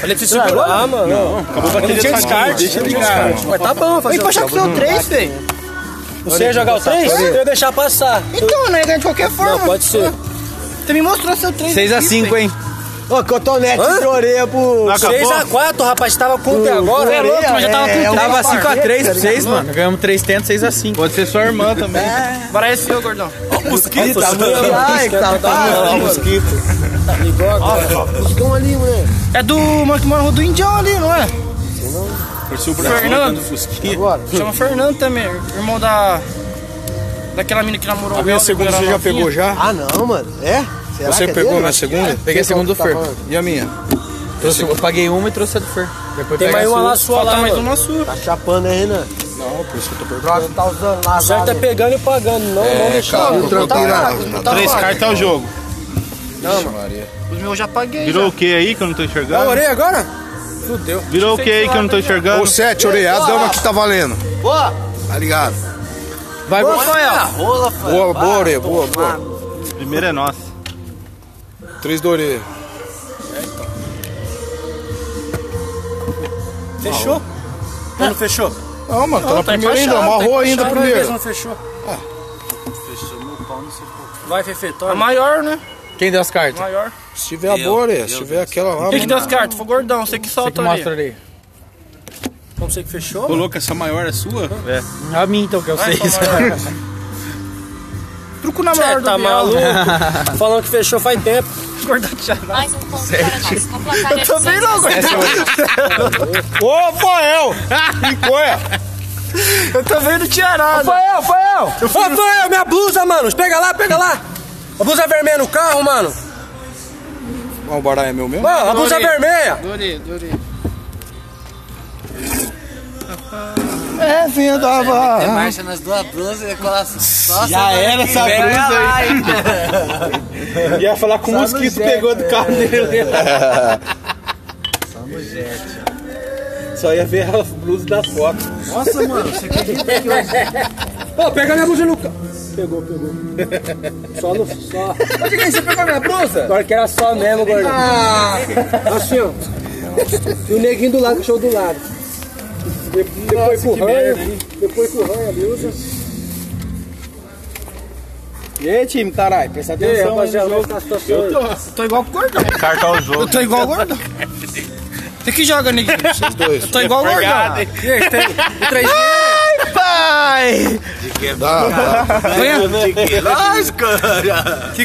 [SPEAKER 8] Falei pra você segurar, mano.
[SPEAKER 5] Acabou a bateria
[SPEAKER 8] Tinha
[SPEAKER 5] do saquinho.
[SPEAKER 8] descarte.
[SPEAKER 5] Deixa eu ligar.
[SPEAKER 8] Mas tá bom, fazer
[SPEAKER 10] Vem pra achar
[SPEAKER 8] o
[SPEAKER 10] que
[SPEAKER 8] quê?
[SPEAKER 10] são três, feio.
[SPEAKER 8] Você ia jogar o 3? Eu ia deixar passar.
[SPEAKER 10] Então, né? ganha De qualquer forma.
[SPEAKER 8] Não, pode ser.
[SPEAKER 10] Você me mostrou seu três.
[SPEAKER 1] 6x5, hein?
[SPEAKER 4] Ô, cotonete de orelha pro...
[SPEAKER 5] Não
[SPEAKER 8] 6x4, rapaz, tava com o pé agora.
[SPEAKER 4] Você é louco, mas já tava com três.
[SPEAKER 1] um Tava
[SPEAKER 4] Tava
[SPEAKER 1] 5x3 pra
[SPEAKER 4] parceiro,
[SPEAKER 1] vocês, mano. Ganhamos 3 tentos, 6x5. Pode ser sua irmã também.
[SPEAKER 4] É.
[SPEAKER 10] Bora esse seu, gordão.
[SPEAKER 8] Mosquito, mano.
[SPEAKER 4] Ai, que tá
[SPEAKER 8] Tá mosquito. Tá igual agora.
[SPEAKER 4] Buscão ali, moleque.
[SPEAKER 10] É do mano que mora do Indião ali, não é?
[SPEAKER 5] Curtiu o
[SPEAKER 10] Fernando.
[SPEAKER 5] Fernando Fusquinha.
[SPEAKER 4] Bora.
[SPEAKER 10] Chama Fernando também, irmão da... Daquela mina que namorou
[SPEAKER 3] A minha segunda você já pegou já?
[SPEAKER 4] Ah, não, mano. É? Será
[SPEAKER 3] Você
[SPEAKER 4] que é
[SPEAKER 3] pegou
[SPEAKER 4] dele?
[SPEAKER 3] na segunda?
[SPEAKER 1] Peguei a segunda do
[SPEAKER 4] Tá
[SPEAKER 1] Fer.
[SPEAKER 4] bom.
[SPEAKER 1] E a minha? Trouxe- eu paguei uma e trouxe a do Fer. Depois
[SPEAKER 8] Tem
[SPEAKER 1] pega
[SPEAKER 8] mais
[SPEAKER 1] a
[SPEAKER 8] uma
[SPEAKER 1] sua.
[SPEAKER 8] lá sua
[SPEAKER 10] Falta
[SPEAKER 8] lá,
[SPEAKER 10] mais
[SPEAKER 8] mano.
[SPEAKER 10] uma sua.
[SPEAKER 4] Tá chapando aí, Renan.
[SPEAKER 3] Não, por isso que eu tô perguntando.
[SPEAKER 4] Droga, tá usando lá.
[SPEAKER 8] O certo é pegando e pagando, não,
[SPEAKER 3] É,
[SPEAKER 8] não deixar.
[SPEAKER 3] cara,
[SPEAKER 8] Não,
[SPEAKER 3] tranquilo.
[SPEAKER 5] Três cartas ao jogo.
[SPEAKER 10] Os meus eu já paguei.
[SPEAKER 5] Virou o que aí que eu não tô
[SPEAKER 1] Dá a
[SPEAKER 5] enxergando?
[SPEAKER 1] orelha agora?
[SPEAKER 5] Virou o que aí que eu não tô enxergando?
[SPEAKER 3] Ô, sete, orelha. A dama que tá valendo. Tá ligado?
[SPEAKER 1] Vai,
[SPEAKER 4] Ô,
[SPEAKER 1] vai.
[SPEAKER 4] Rafael.
[SPEAKER 3] Boa, boa, orelha. Boa, boa.
[SPEAKER 5] Primeiro é nosso.
[SPEAKER 3] Três da orelha.
[SPEAKER 8] Fechou? Não, não fechou?
[SPEAKER 3] Não, mano, tá na primeira ainda.
[SPEAKER 10] fechado,
[SPEAKER 3] Amarrou
[SPEAKER 10] tá
[SPEAKER 3] ainda
[SPEAKER 10] fechado,
[SPEAKER 3] primeiro.
[SPEAKER 8] Não fechou. Vai, Fefe,
[SPEAKER 10] A
[SPEAKER 8] toma.
[SPEAKER 10] maior, né?
[SPEAKER 1] Quem deu as cartas?
[SPEAKER 10] Maior.
[SPEAKER 3] Se tiver a boa, orelha. Se tiver aquela lá,
[SPEAKER 10] Quem
[SPEAKER 3] mano.
[SPEAKER 10] que deu as cartas? Foi o gordão, você que
[SPEAKER 1] Você
[SPEAKER 10] solta
[SPEAKER 1] que
[SPEAKER 10] ali.
[SPEAKER 1] mostra ali.
[SPEAKER 8] Como você que fechou? mano?
[SPEAKER 5] Coloca essa maior é sua? É.
[SPEAKER 1] A minha então, que é o
[SPEAKER 10] Vai,
[SPEAKER 1] 6. *laughs*
[SPEAKER 10] toma, maior. Truco na maior
[SPEAKER 8] Você
[SPEAKER 10] do
[SPEAKER 8] tá
[SPEAKER 1] *laughs*
[SPEAKER 10] Bial.
[SPEAKER 8] maluco? Falando que fechou faz tempo.
[SPEAKER 10] Gordão que já vai.
[SPEAKER 9] Mais um ponto para nós. Com a placar é de
[SPEAKER 10] Também não,
[SPEAKER 9] 116.
[SPEAKER 10] gordão.
[SPEAKER 3] Ô, Fael! Picoia!
[SPEAKER 10] Eu também não tinha nada.
[SPEAKER 8] Rafael, Rafael!
[SPEAKER 4] é
[SPEAKER 8] Rafael, minha blusa, mano. Pega lá, pega lá. A blusa vermelha no carro, mano.
[SPEAKER 3] Ó, o baralho é meu mesmo?
[SPEAKER 8] Mano, a blusa
[SPEAKER 10] Adorei.
[SPEAKER 8] vermelha.
[SPEAKER 10] Adorei, adorei.
[SPEAKER 3] É vinda
[SPEAKER 4] Marcha nas duas blusas e colar só.
[SPEAKER 1] Já era essa blusa aí.
[SPEAKER 5] Ia falar com o mosquito
[SPEAKER 15] é,
[SPEAKER 5] pegou do carro dele. Só ia ver a blusa da foto.
[SPEAKER 4] Nossa, mano, você acredita que
[SPEAKER 8] Ô, pega minha blusa no carro. Pegou, pegou. Só no. Só.
[SPEAKER 1] Onde que é? Você pegou minha blusa?
[SPEAKER 8] Agora que era só mesmo, gordão. Assim, ó. E o neguinho do lado, o show do lado. De- Depois com o ranho, depois com o ranho, a blusa.
[SPEAKER 1] E aí, time, caralho? Presta
[SPEAKER 8] E aí,
[SPEAKER 1] atenção.
[SPEAKER 8] rapaziada, como tá a situação aí?
[SPEAKER 10] Tô igual pro
[SPEAKER 3] *laughs*
[SPEAKER 10] gordão.
[SPEAKER 5] Carta ao jogo.
[SPEAKER 10] Tô igual o gordão. Você que joga, neguinho. Eu
[SPEAKER 1] tá
[SPEAKER 10] tô igual o gordão.
[SPEAKER 1] É
[SPEAKER 8] O que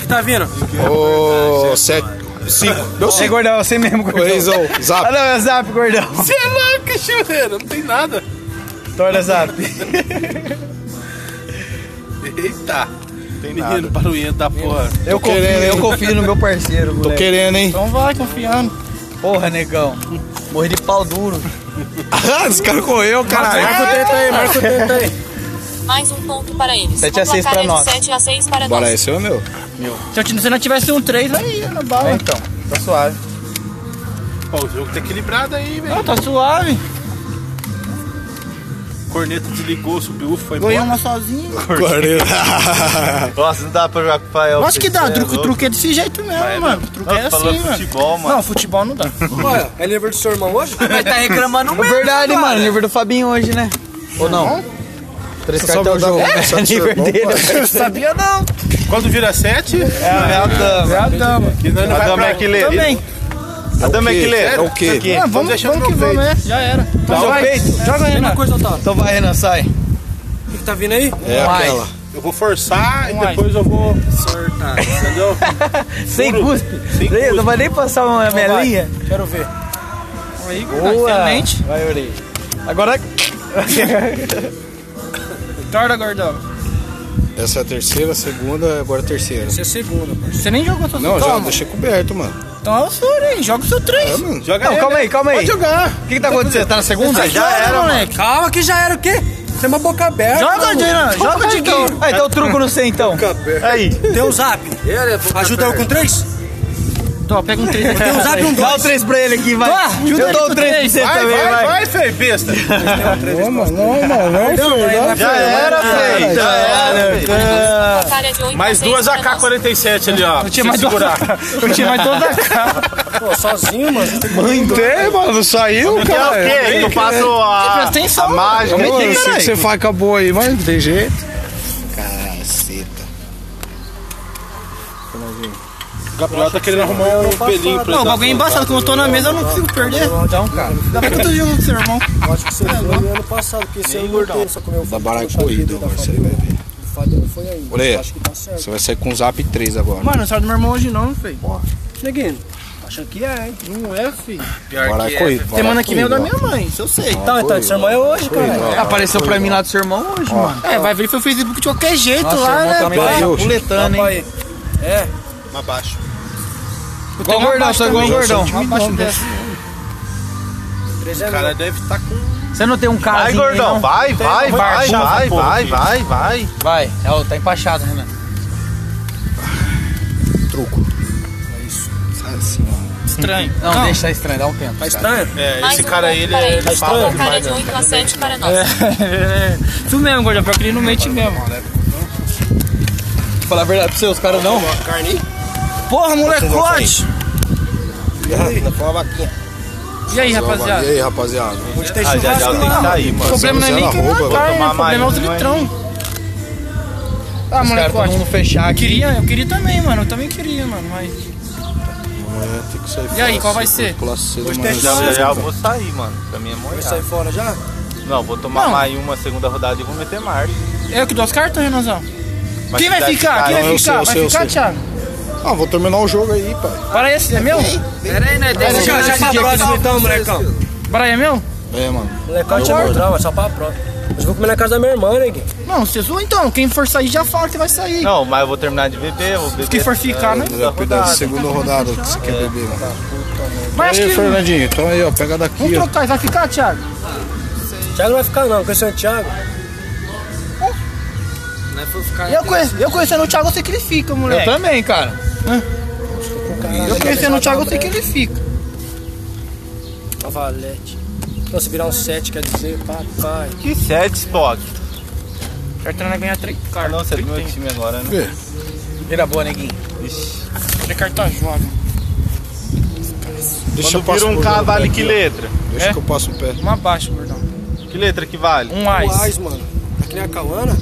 [SPEAKER 8] que tá vindo?
[SPEAKER 1] é
[SPEAKER 3] Ô, sete. Cinco. Meu
[SPEAKER 1] Ei,
[SPEAKER 3] cinco.
[SPEAKER 1] gordão, você mesmo, gordão.
[SPEAKER 3] Orelhão.
[SPEAKER 1] Ah,
[SPEAKER 3] Zap.
[SPEAKER 1] não, é o zap, gordão.
[SPEAKER 5] Você é louco, chuveiro, não tem nada.
[SPEAKER 1] Torna zap.
[SPEAKER 5] Eita. Tem menino barulhento da porra.
[SPEAKER 1] Eu confio,
[SPEAKER 3] querendo, hein?
[SPEAKER 1] eu confio no meu parceiro,
[SPEAKER 3] Tô
[SPEAKER 1] moleque.
[SPEAKER 3] querendo, hein?
[SPEAKER 10] Então vai, confiando.
[SPEAKER 1] Porra, negão. Morri de pau duro.
[SPEAKER 3] Ah, esse cara correu,
[SPEAKER 1] é?
[SPEAKER 3] caralho.
[SPEAKER 8] Marca o teto aí, marca o teto aí.
[SPEAKER 9] Mais um ponto para eles.
[SPEAKER 1] Sete a
[SPEAKER 9] Com o
[SPEAKER 1] seis
[SPEAKER 9] placar é
[SPEAKER 1] pra
[SPEAKER 9] de
[SPEAKER 1] nós.
[SPEAKER 9] 7 a 6 para
[SPEAKER 3] Bora,
[SPEAKER 9] nós.
[SPEAKER 3] esse é o meu.
[SPEAKER 10] Se eu t- se não tivesse um 3, aí ia na
[SPEAKER 1] É,
[SPEAKER 10] bala.
[SPEAKER 1] então, tá suave.
[SPEAKER 5] É Ó, o jogo tá equilibrado aí, velho.
[SPEAKER 10] Não, tá suave.
[SPEAKER 15] corneta desligou, subiu, foi
[SPEAKER 1] Ganhei
[SPEAKER 15] embora.
[SPEAKER 1] uma sozinho.
[SPEAKER 3] Corneta.
[SPEAKER 5] Nossa, não dá pra jogar com o pai.
[SPEAKER 1] Acho que dá, truque, truque é desse jeito mesmo, mano. Truque é
[SPEAKER 5] falou
[SPEAKER 1] assim, mano.
[SPEAKER 5] futebol, mano.
[SPEAKER 1] Não, futebol não dá.
[SPEAKER 4] Olha, é aniversário do seu irmão hoje?
[SPEAKER 2] Mas tá reclamando mesmo. Verdade, mano. Aniversário do Fabinho hoje, né? Ou não? Três cartão da é, aniversário dele.
[SPEAKER 1] Sabia não.
[SPEAKER 15] Quando vira sete,
[SPEAKER 1] É a dama.
[SPEAKER 15] que não vai
[SPEAKER 5] Adama
[SPEAKER 15] pra...
[SPEAKER 5] Equileiro.
[SPEAKER 1] Também.
[SPEAKER 5] Adama Equileiro.
[SPEAKER 3] É o quê?
[SPEAKER 1] Ah, vamos,
[SPEAKER 15] deixando
[SPEAKER 1] vamos que
[SPEAKER 15] no
[SPEAKER 1] vamos, é. Já era. Então vai. Joga aí, mano.
[SPEAKER 2] coisa, Otávio.
[SPEAKER 4] Então vai, Renan, sai. O que, que tá vindo aí?
[SPEAKER 3] É aquela.
[SPEAKER 15] Eu vou forçar e
[SPEAKER 1] Vai.
[SPEAKER 15] depois eu vou... Sortar. Entendeu?
[SPEAKER 2] Sem
[SPEAKER 15] Puro.
[SPEAKER 2] cuspe.
[SPEAKER 15] *laughs* Sem
[SPEAKER 2] Ei,
[SPEAKER 15] cuspe.
[SPEAKER 2] Não vai nem passar uma minha linha.
[SPEAKER 1] Então Quero ver. Aí,
[SPEAKER 2] Boa.
[SPEAKER 1] excelente.
[SPEAKER 4] Vai, Yuri.
[SPEAKER 2] Agora
[SPEAKER 1] Torda, gordão.
[SPEAKER 3] Essa é a terceira, a segunda, agora a terceira.
[SPEAKER 1] Você é segunda. Você nem jogou todas
[SPEAKER 3] Não, já
[SPEAKER 1] Toma.
[SPEAKER 3] deixei coberto, mano.
[SPEAKER 1] Então é o seu, hein? Joga o seu três.
[SPEAKER 3] É, mano.
[SPEAKER 15] Joga
[SPEAKER 2] Não,
[SPEAKER 15] ele.
[SPEAKER 2] calma aí, calma aí. O
[SPEAKER 3] jogar.
[SPEAKER 2] que que tá acontecendo? Tá na segunda?
[SPEAKER 1] Tá fora, moleque.
[SPEAKER 4] Calma que já era o quê? Você é uma boca aberta.
[SPEAKER 1] Joga, Dina. Joga de
[SPEAKER 2] Então,
[SPEAKER 1] quem?
[SPEAKER 2] ah, então o truco não sei então.
[SPEAKER 15] Aí.
[SPEAKER 4] Tem um zap. Ajuda eu com três?
[SPEAKER 1] Tô, pega um três.
[SPEAKER 4] Tem um zap e um
[SPEAKER 2] Dá
[SPEAKER 4] dois.
[SPEAKER 2] o 3 pra ele aqui, vai.
[SPEAKER 1] Tá,
[SPEAKER 2] eu dou o
[SPEAKER 1] três.
[SPEAKER 2] 3 pra você
[SPEAKER 15] Vai,
[SPEAKER 2] também,
[SPEAKER 15] vai,
[SPEAKER 2] vai.
[SPEAKER 15] vai, Fê, besta.
[SPEAKER 4] Já
[SPEAKER 15] era, Fê. Já era.
[SPEAKER 9] Batalha é de 8
[SPEAKER 15] Mais duas AK-47 ali, ó. Não
[SPEAKER 1] Tinha mais duas. Eu *laughs* tinha mais toda
[SPEAKER 2] *laughs*
[SPEAKER 1] a cara. Pô, sozinho, mano.
[SPEAKER 3] Tem, mano, saiu,
[SPEAKER 5] Que é o
[SPEAKER 3] cara.
[SPEAKER 5] quê? Eu faço a...
[SPEAKER 1] Presta atenção.
[SPEAKER 5] A mágica.
[SPEAKER 3] Mano, eu sei que você fala acabou aí, mas não tem jeito. Caceta.
[SPEAKER 15] Gabriel tá querendo arrumar um pelinho pra
[SPEAKER 1] Não, o
[SPEAKER 15] ele.
[SPEAKER 1] bagulho é embaçado. Quando eu tô na mesa, eu não consigo perder. Então, cara. Dá pra todo jogo com seu irmão.
[SPEAKER 16] Acho que você foi ano passado, porque esse ano não só comeu
[SPEAKER 3] Tá barato corrido, agora você vai ver.
[SPEAKER 16] fada não foi ainda.
[SPEAKER 3] Olha aí,
[SPEAKER 16] Acho que tá certo.
[SPEAKER 3] você vai sair com o Zap 3 agora.
[SPEAKER 1] Mano, não sai do meu irmão hoje não, feio.
[SPEAKER 16] Neguinho,
[SPEAKER 1] Achando que é, hein? Não
[SPEAKER 10] né,
[SPEAKER 1] é, filho.
[SPEAKER 3] Barato corrido. barato
[SPEAKER 1] Semana que vem é o da
[SPEAKER 3] corrido,
[SPEAKER 1] minha mãe, isso eu sei.
[SPEAKER 2] Então, então, seu irmão é hoje, cara. Apareceu pra mim lá do seu irmão hoje, mano.
[SPEAKER 1] É, vai ver foi o Facebook de qualquer jeito
[SPEAKER 2] Nossa,
[SPEAKER 1] lá,
[SPEAKER 2] irmão,
[SPEAKER 1] né?
[SPEAKER 2] tá também
[SPEAKER 1] pai?
[SPEAKER 2] vai.
[SPEAKER 1] Puletando, hein?
[SPEAKER 15] Abaixo.
[SPEAKER 2] Igual o gordão, sou igual o gordão.
[SPEAKER 1] Abaixo dessa.
[SPEAKER 15] O cara deve estar com...
[SPEAKER 2] Você não tem um cara
[SPEAKER 5] Vai, gordão. Vai, vai,
[SPEAKER 15] um
[SPEAKER 5] vai,
[SPEAKER 15] Barbudo,
[SPEAKER 5] vai,
[SPEAKER 15] porra,
[SPEAKER 5] vai,
[SPEAKER 15] filho.
[SPEAKER 5] vai, vai.
[SPEAKER 2] Vai, é, ó, tá empachado, Renan.
[SPEAKER 1] Estranho.
[SPEAKER 2] Não, deixa, tá estranho, dá um tempo.
[SPEAKER 1] Tá estranho?
[SPEAKER 15] É, esse
[SPEAKER 9] um
[SPEAKER 15] cara aí, ele, ele fala
[SPEAKER 9] Batalha
[SPEAKER 15] demais.
[SPEAKER 9] é de
[SPEAKER 15] né?
[SPEAKER 9] 8 a 7 para nós.
[SPEAKER 1] *laughs* Tu mesmo, gordão, pior que ele não mente mesmo.
[SPEAKER 2] Falar a verdade pra você, os caras não.
[SPEAKER 1] Porra, molecote!
[SPEAKER 3] É,
[SPEAKER 1] E aí,
[SPEAKER 3] barato. E
[SPEAKER 1] rapaziada?
[SPEAKER 3] aí, rapaziada?
[SPEAKER 5] Ah, já, já tem que
[SPEAKER 2] tá
[SPEAKER 5] sair,
[SPEAKER 1] O
[SPEAKER 5] mano.
[SPEAKER 1] problema não é nem que
[SPEAKER 3] Arroba,
[SPEAKER 1] não
[SPEAKER 3] vai
[SPEAKER 1] vai, né? o
[SPEAKER 5] tomar
[SPEAKER 1] problema é os
[SPEAKER 5] mais,
[SPEAKER 1] litrão. Ah,
[SPEAKER 2] Os caras todo
[SPEAKER 1] molecote.
[SPEAKER 2] mundo fechar
[SPEAKER 1] Eu
[SPEAKER 2] aqui.
[SPEAKER 1] queria, eu queria também, mano. Eu também queria, mano, mas...
[SPEAKER 3] É, tem que sair
[SPEAKER 1] E aí,
[SPEAKER 3] fora,
[SPEAKER 1] qual vai
[SPEAKER 3] assim,
[SPEAKER 1] ser?
[SPEAKER 3] pular cedo, mas-
[SPEAKER 5] Já, já, já vou sair, mano. Pra mim é molhado.
[SPEAKER 4] fora já?
[SPEAKER 5] Não, vou tomar
[SPEAKER 1] Não.
[SPEAKER 5] mais uma segunda rodada e vou meter marcha.
[SPEAKER 1] É eu que dou as cartas, Renanzão?
[SPEAKER 5] Mas
[SPEAKER 1] Quem vai
[SPEAKER 5] deve
[SPEAKER 1] ficar? Quem
[SPEAKER 3] Não,
[SPEAKER 1] vai
[SPEAKER 3] eu sei,
[SPEAKER 1] ficar?
[SPEAKER 3] eu sei,
[SPEAKER 1] Vai
[SPEAKER 3] eu
[SPEAKER 1] ficar,
[SPEAKER 3] sei.
[SPEAKER 1] Thiago?
[SPEAKER 3] Ah, vou terminar o jogo aí, pai.
[SPEAKER 1] Para aí, esse é meu?
[SPEAKER 2] Pera aí, né? Deixa
[SPEAKER 4] Já, já pra próxima então, molecão.
[SPEAKER 1] Para aí, é meu?
[SPEAKER 3] É, mano.
[SPEAKER 16] molecote é gordão, é só pra prova. Mas eu vou comer na casa da minha irmã, neguinho.
[SPEAKER 1] Não, você zoa então. Quem for sair já fala que vai sair.
[SPEAKER 5] Não, mas eu vou terminar de beber, vou beber.
[SPEAKER 1] Quem for ficar, né?
[SPEAKER 3] Mas é porque da segunda rodada que você quer beber,
[SPEAKER 16] Tá,
[SPEAKER 3] mano.
[SPEAKER 1] É. Mas acho
[SPEAKER 3] Aí,
[SPEAKER 1] que.
[SPEAKER 3] Fernandinho, então aí, ó, pega
[SPEAKER 1] Vamos
[SPEAKER 3] daqui, ó.
[SPEAKER 1] trocar, vai ficar, Thiago?
[SPEAKER 16] Thiago não vai ficar, não. Conheceu o Thiago?
[SPEAKER 1] Eu, conhe- eu conhecendo o Thiago, eu sei que ele fica,
[SPEAKER 2] Eu
[SPEAKER 1] moleque.
[SPEAKER 2] também, cara.
[SPEAKER 1] Eu, conhecendo o Thiago, eu sei que ele fica.
[SPEAKER 16] A Valete. Então, se virar um 7, quer dizer, papai.
[SPEAKER 5] Que sete, Spock.
[SPEAKER 1] Cartão vai ganhar três cartas.
[SPEAKER 5] Não, você é do meu time agora, né?
[SPEAKER 2] Vira boa, neguinho.
[SPEAKER 1] Três cartas joga.
[SPEAKER 3] Deixa eu
[SPEAKER 5] Quando
[SPEAKER 3] passar
[SPEAKER 5] vira um K, vale que letra?
[SPEAKER 3] Deixa que eu passo o pé.
[SPEAKER 1] Uma abaixo, gordão.
[SPEAKER 5] Que letra que vale?
[SPEAKER 1] Um ás.
[SPEAKER 4] Mas, mano, aqui nem a Cauana,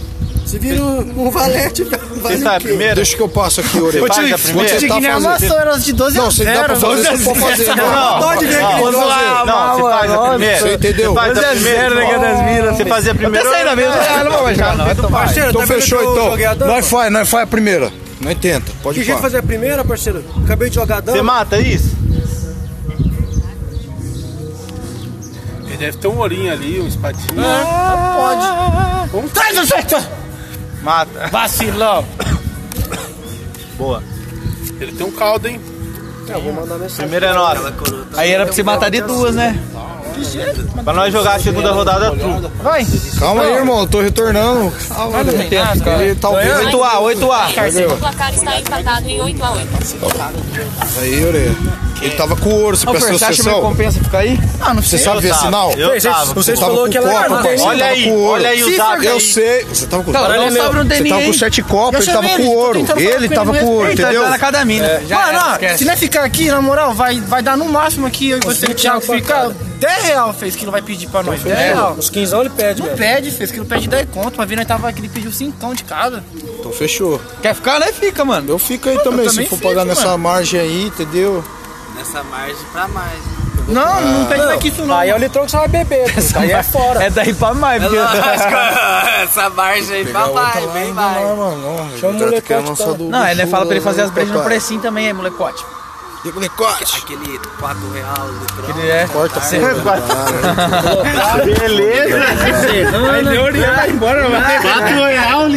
[SPEAKER 4] se vira um, um valete, *laughs* velho.
[SPEAKER 5] Você sai a primeira?
[SPEAKER 3] Deixa que eu passo aqui, Orelha.
[SPEAKER 5] Você faz
[SPEAKER 3] Vou
[SPEAKER 5] a
[SPEAKER 3] te
[SPEAKER 5] primeira?
[SPEAKER 3] dizer
[SPEAKER 1] Que nem
[SPEAKER 3] tá fazendo.
[SPEAKER 1] amassou, era de 12
[SPEAKER 3] Não,
[SPEAKER 1] a
[SPEAKER 3] você dá
[SPEAKER 1] 0.
[SPEAKER 3] pra fazer, você pode fazer. né? Não,
[SPEAKER 4] Pode ver
[SPEAKER 5] Não,
[SPEAKER 4] aquele
[SPEAKER 5] não,
[SPEAKER 4] negócio.
[SPEAKER 5] não, você faz a primeira.
[SPEAKER 3] Você entendeu?
[SPEAKER 5] Você faz a
[SPEAKER 2] Mas é
[SPEAKER 5] primeira.
[SPEAKER 2] zero, né, que é das minas.
[SPEAKER 5] Você fazia né? Tá a primeira.
[SPEAKER 2] saindo da mesa, ah, não vou mais jogar, não, vai tomar.
[SPEAKER 4] Parceiro,
[SPEAKER 3] Então
[SPEAKER 4] tá vendo
[SPEAKER 3] fechou,
[SPEAKER 4] que eu joguei a
[SPEAKER 3] então.
[SPEAKER 4] dama?
[SPEAKER 3] Nós faz, nós faz a primeira. Nós tenta, pode
[SPEAKER 4] Que jeito de
[SPEAKER 3] falar.
[SPEAKER 4] fazer a primeira, parceiro? Acabei de jogar a
[SPEAKER 5] Você
[SPEAKER 4] dama.
[SPEAKER 5] mata isso?
[SPEAKER 15] Ele deve ter um olhinho ali, um espadinho.
[SPEAKER 1] Traz o jeito!
[SPEAKER 5] Mata.
[SPEAKER 1] Vacilão!
[SPEAKER 5] Boa.
[SPEAKER 15] Ele tem um caldo, hein?
[SPEAKER 5] Primeira é nossa.
[SPEAKER 2] Aí era pra você matar de duas, né?
[SPEAKER 5] Pra nós jogar a segunda rodada, é truco.
[SPEAKER 1] Vai!
[SPEAKER 3] Calma aí, irmão, eu tô retornando. Calma
[SPEAKER 1] Não tem nada,
[SPEAKER 3] aí. E talvez.
[SPEAKER 2] 8A, 8A.
[SPEAKER 9] O placar está empatado em 8 a 8.
[SPEAKER 3] Aí, Orelha. Ele tava com ouro, você
[SPEAKER 17] O
[SPEAKER 3] prestou
[SPEAKER 17] Versace me
[SPEAKER 3] atenção.
[SPEAKER 17] compensa ficar aí?
[SPEAKER 1] Ah, não
[SPEAKER 3] Você
[SPEAKER 1] sei.
[SPEAKER 3] sabe ver sinal?
[SPEAKER 5] Eu tava.
[SPEAKER 3] Você
[SPEAKER 17] Vocês
[SPEAKER 3] tava
[SPEAKER 17] falou
[SPEAKER 3] com
[SPEAKER 17] que ela
[SPEAKER 3] copo,
[SPEAKER 17] era
[SPEAKER 3] você
[SPEAKER 17] normal.
[SPEAKER 3] tava
[SPEAKER 5] Olha aí,
[SPEAKER 3] com ouro.
[SPEAKER 5] olha aí o
[SPEAKER 1] Cícero,
[SPEAKER 5] dado
[SPEAKER 3] Eu
[SPEAKER 5] aí.
[SPEAKER 3] sei. Você tava com
[SPEAKER 17] Tá,
[SPEAKER 3] Você
[SPEAKER 17] olha meu.
[SPEAKER 1] Sobre o DNI.
[SPEAKER 3] tava com sete
[SPEAKER 1] Eu
[SPEAKER 3] copos, ele tava
[SPEAKER 1] chamei ele,
[SPEAKER 3] com
[SPEAKER 1] tô
[SPEAKER 3] ouro.
[SPEAKER 1] tentando falar
[SPEAKER 3] Ele
[SPEAKER 1] com
[SPEAKER 3] tava
[SPEAKER 1] ele,
[SPEAKER 3] com
[SPEAKER 1] mas
[SPEAKER 3] ouro,
[SPEAKER 1] ele tá
[SPEAKER 3] entendeu?
[SPEAKER 17] Tá na cada mina. Já
[SPEAKER 1] Mano,
[SPEAKER 17] era,
[SPEAKER 1] ó,
[SPEAKER 17] esquece.
[SPEAKER 1] se não ficar aqui, na moral, vai, vai dar no máximo aqui eu e você, Thiago, fica 10 real, fez que não vai pedir pra
[SPEAKER 17] Então,
[SPEAKER 1] nós. 10 real.
[SPEAKER 17] Os 15 ele pede,
[SPEAKER 1] Não
[SPEAKER 17] velho.
[SPEAKER 1] pede, fez que não pede 10 conto. Uma vez nós tava aqui, ele pediu 5 de cada.
[SPEAKER 3] Então fechou.
[SPEAKER 17] Quer ficar, né? Fica, mano.
[SPEAKER 3] Eu fico aí também, se
[SPEAKER 1] também
[SPEAKER 3] for
[SPEAKER 1] fico,
[SPEAKER 3] pagar nessa
[SPEAKER 1] mano.
[SPEAKER 3] margem aí, entendeu?
[SPEAKER 18] Nessa margem pra mais.
[SPEAKER 1] Não, não pede mais que isso não.
[SPEAKER 17] Aí é o litrão que você Ah. vai beber, pô. Aí é fora. É daí pra mais, porque...
[SPEAKER 18] Essa margem aí pra mais, bem mais.
[SPEAKER 3] Não, mano, não.
[SPEAKER 17] Chama o
[SPEAKER 3] Ele tá
[SPEAKER 17] molecote,
[SPEAKER 3] querendo lançar
[SPEAKER 17] tá?
[SPEAKER 3] do-
[SPEAKER 1] Não, ele
[SPEAKER 3] do-
[SPEAKER 1] fala pra ele fazer as
[SPEAKER 3] do-
[SPEAKER 1] brejas no
[SPEAKER 3] papai.
[SPEAKER 1] precinho também, é molecote.
[SPEAKER 3] E Molecote!
[SPEAKER 18] Aquele 4 real, litrão.
[SPEAKER 1] Ele é.
[SPEAKER 3] Corta sempre.
[SPEAKER 17] é
[SPEAKER 5] Beleza. Vai embora, vai.
[SPEAKER 19] Quatro real,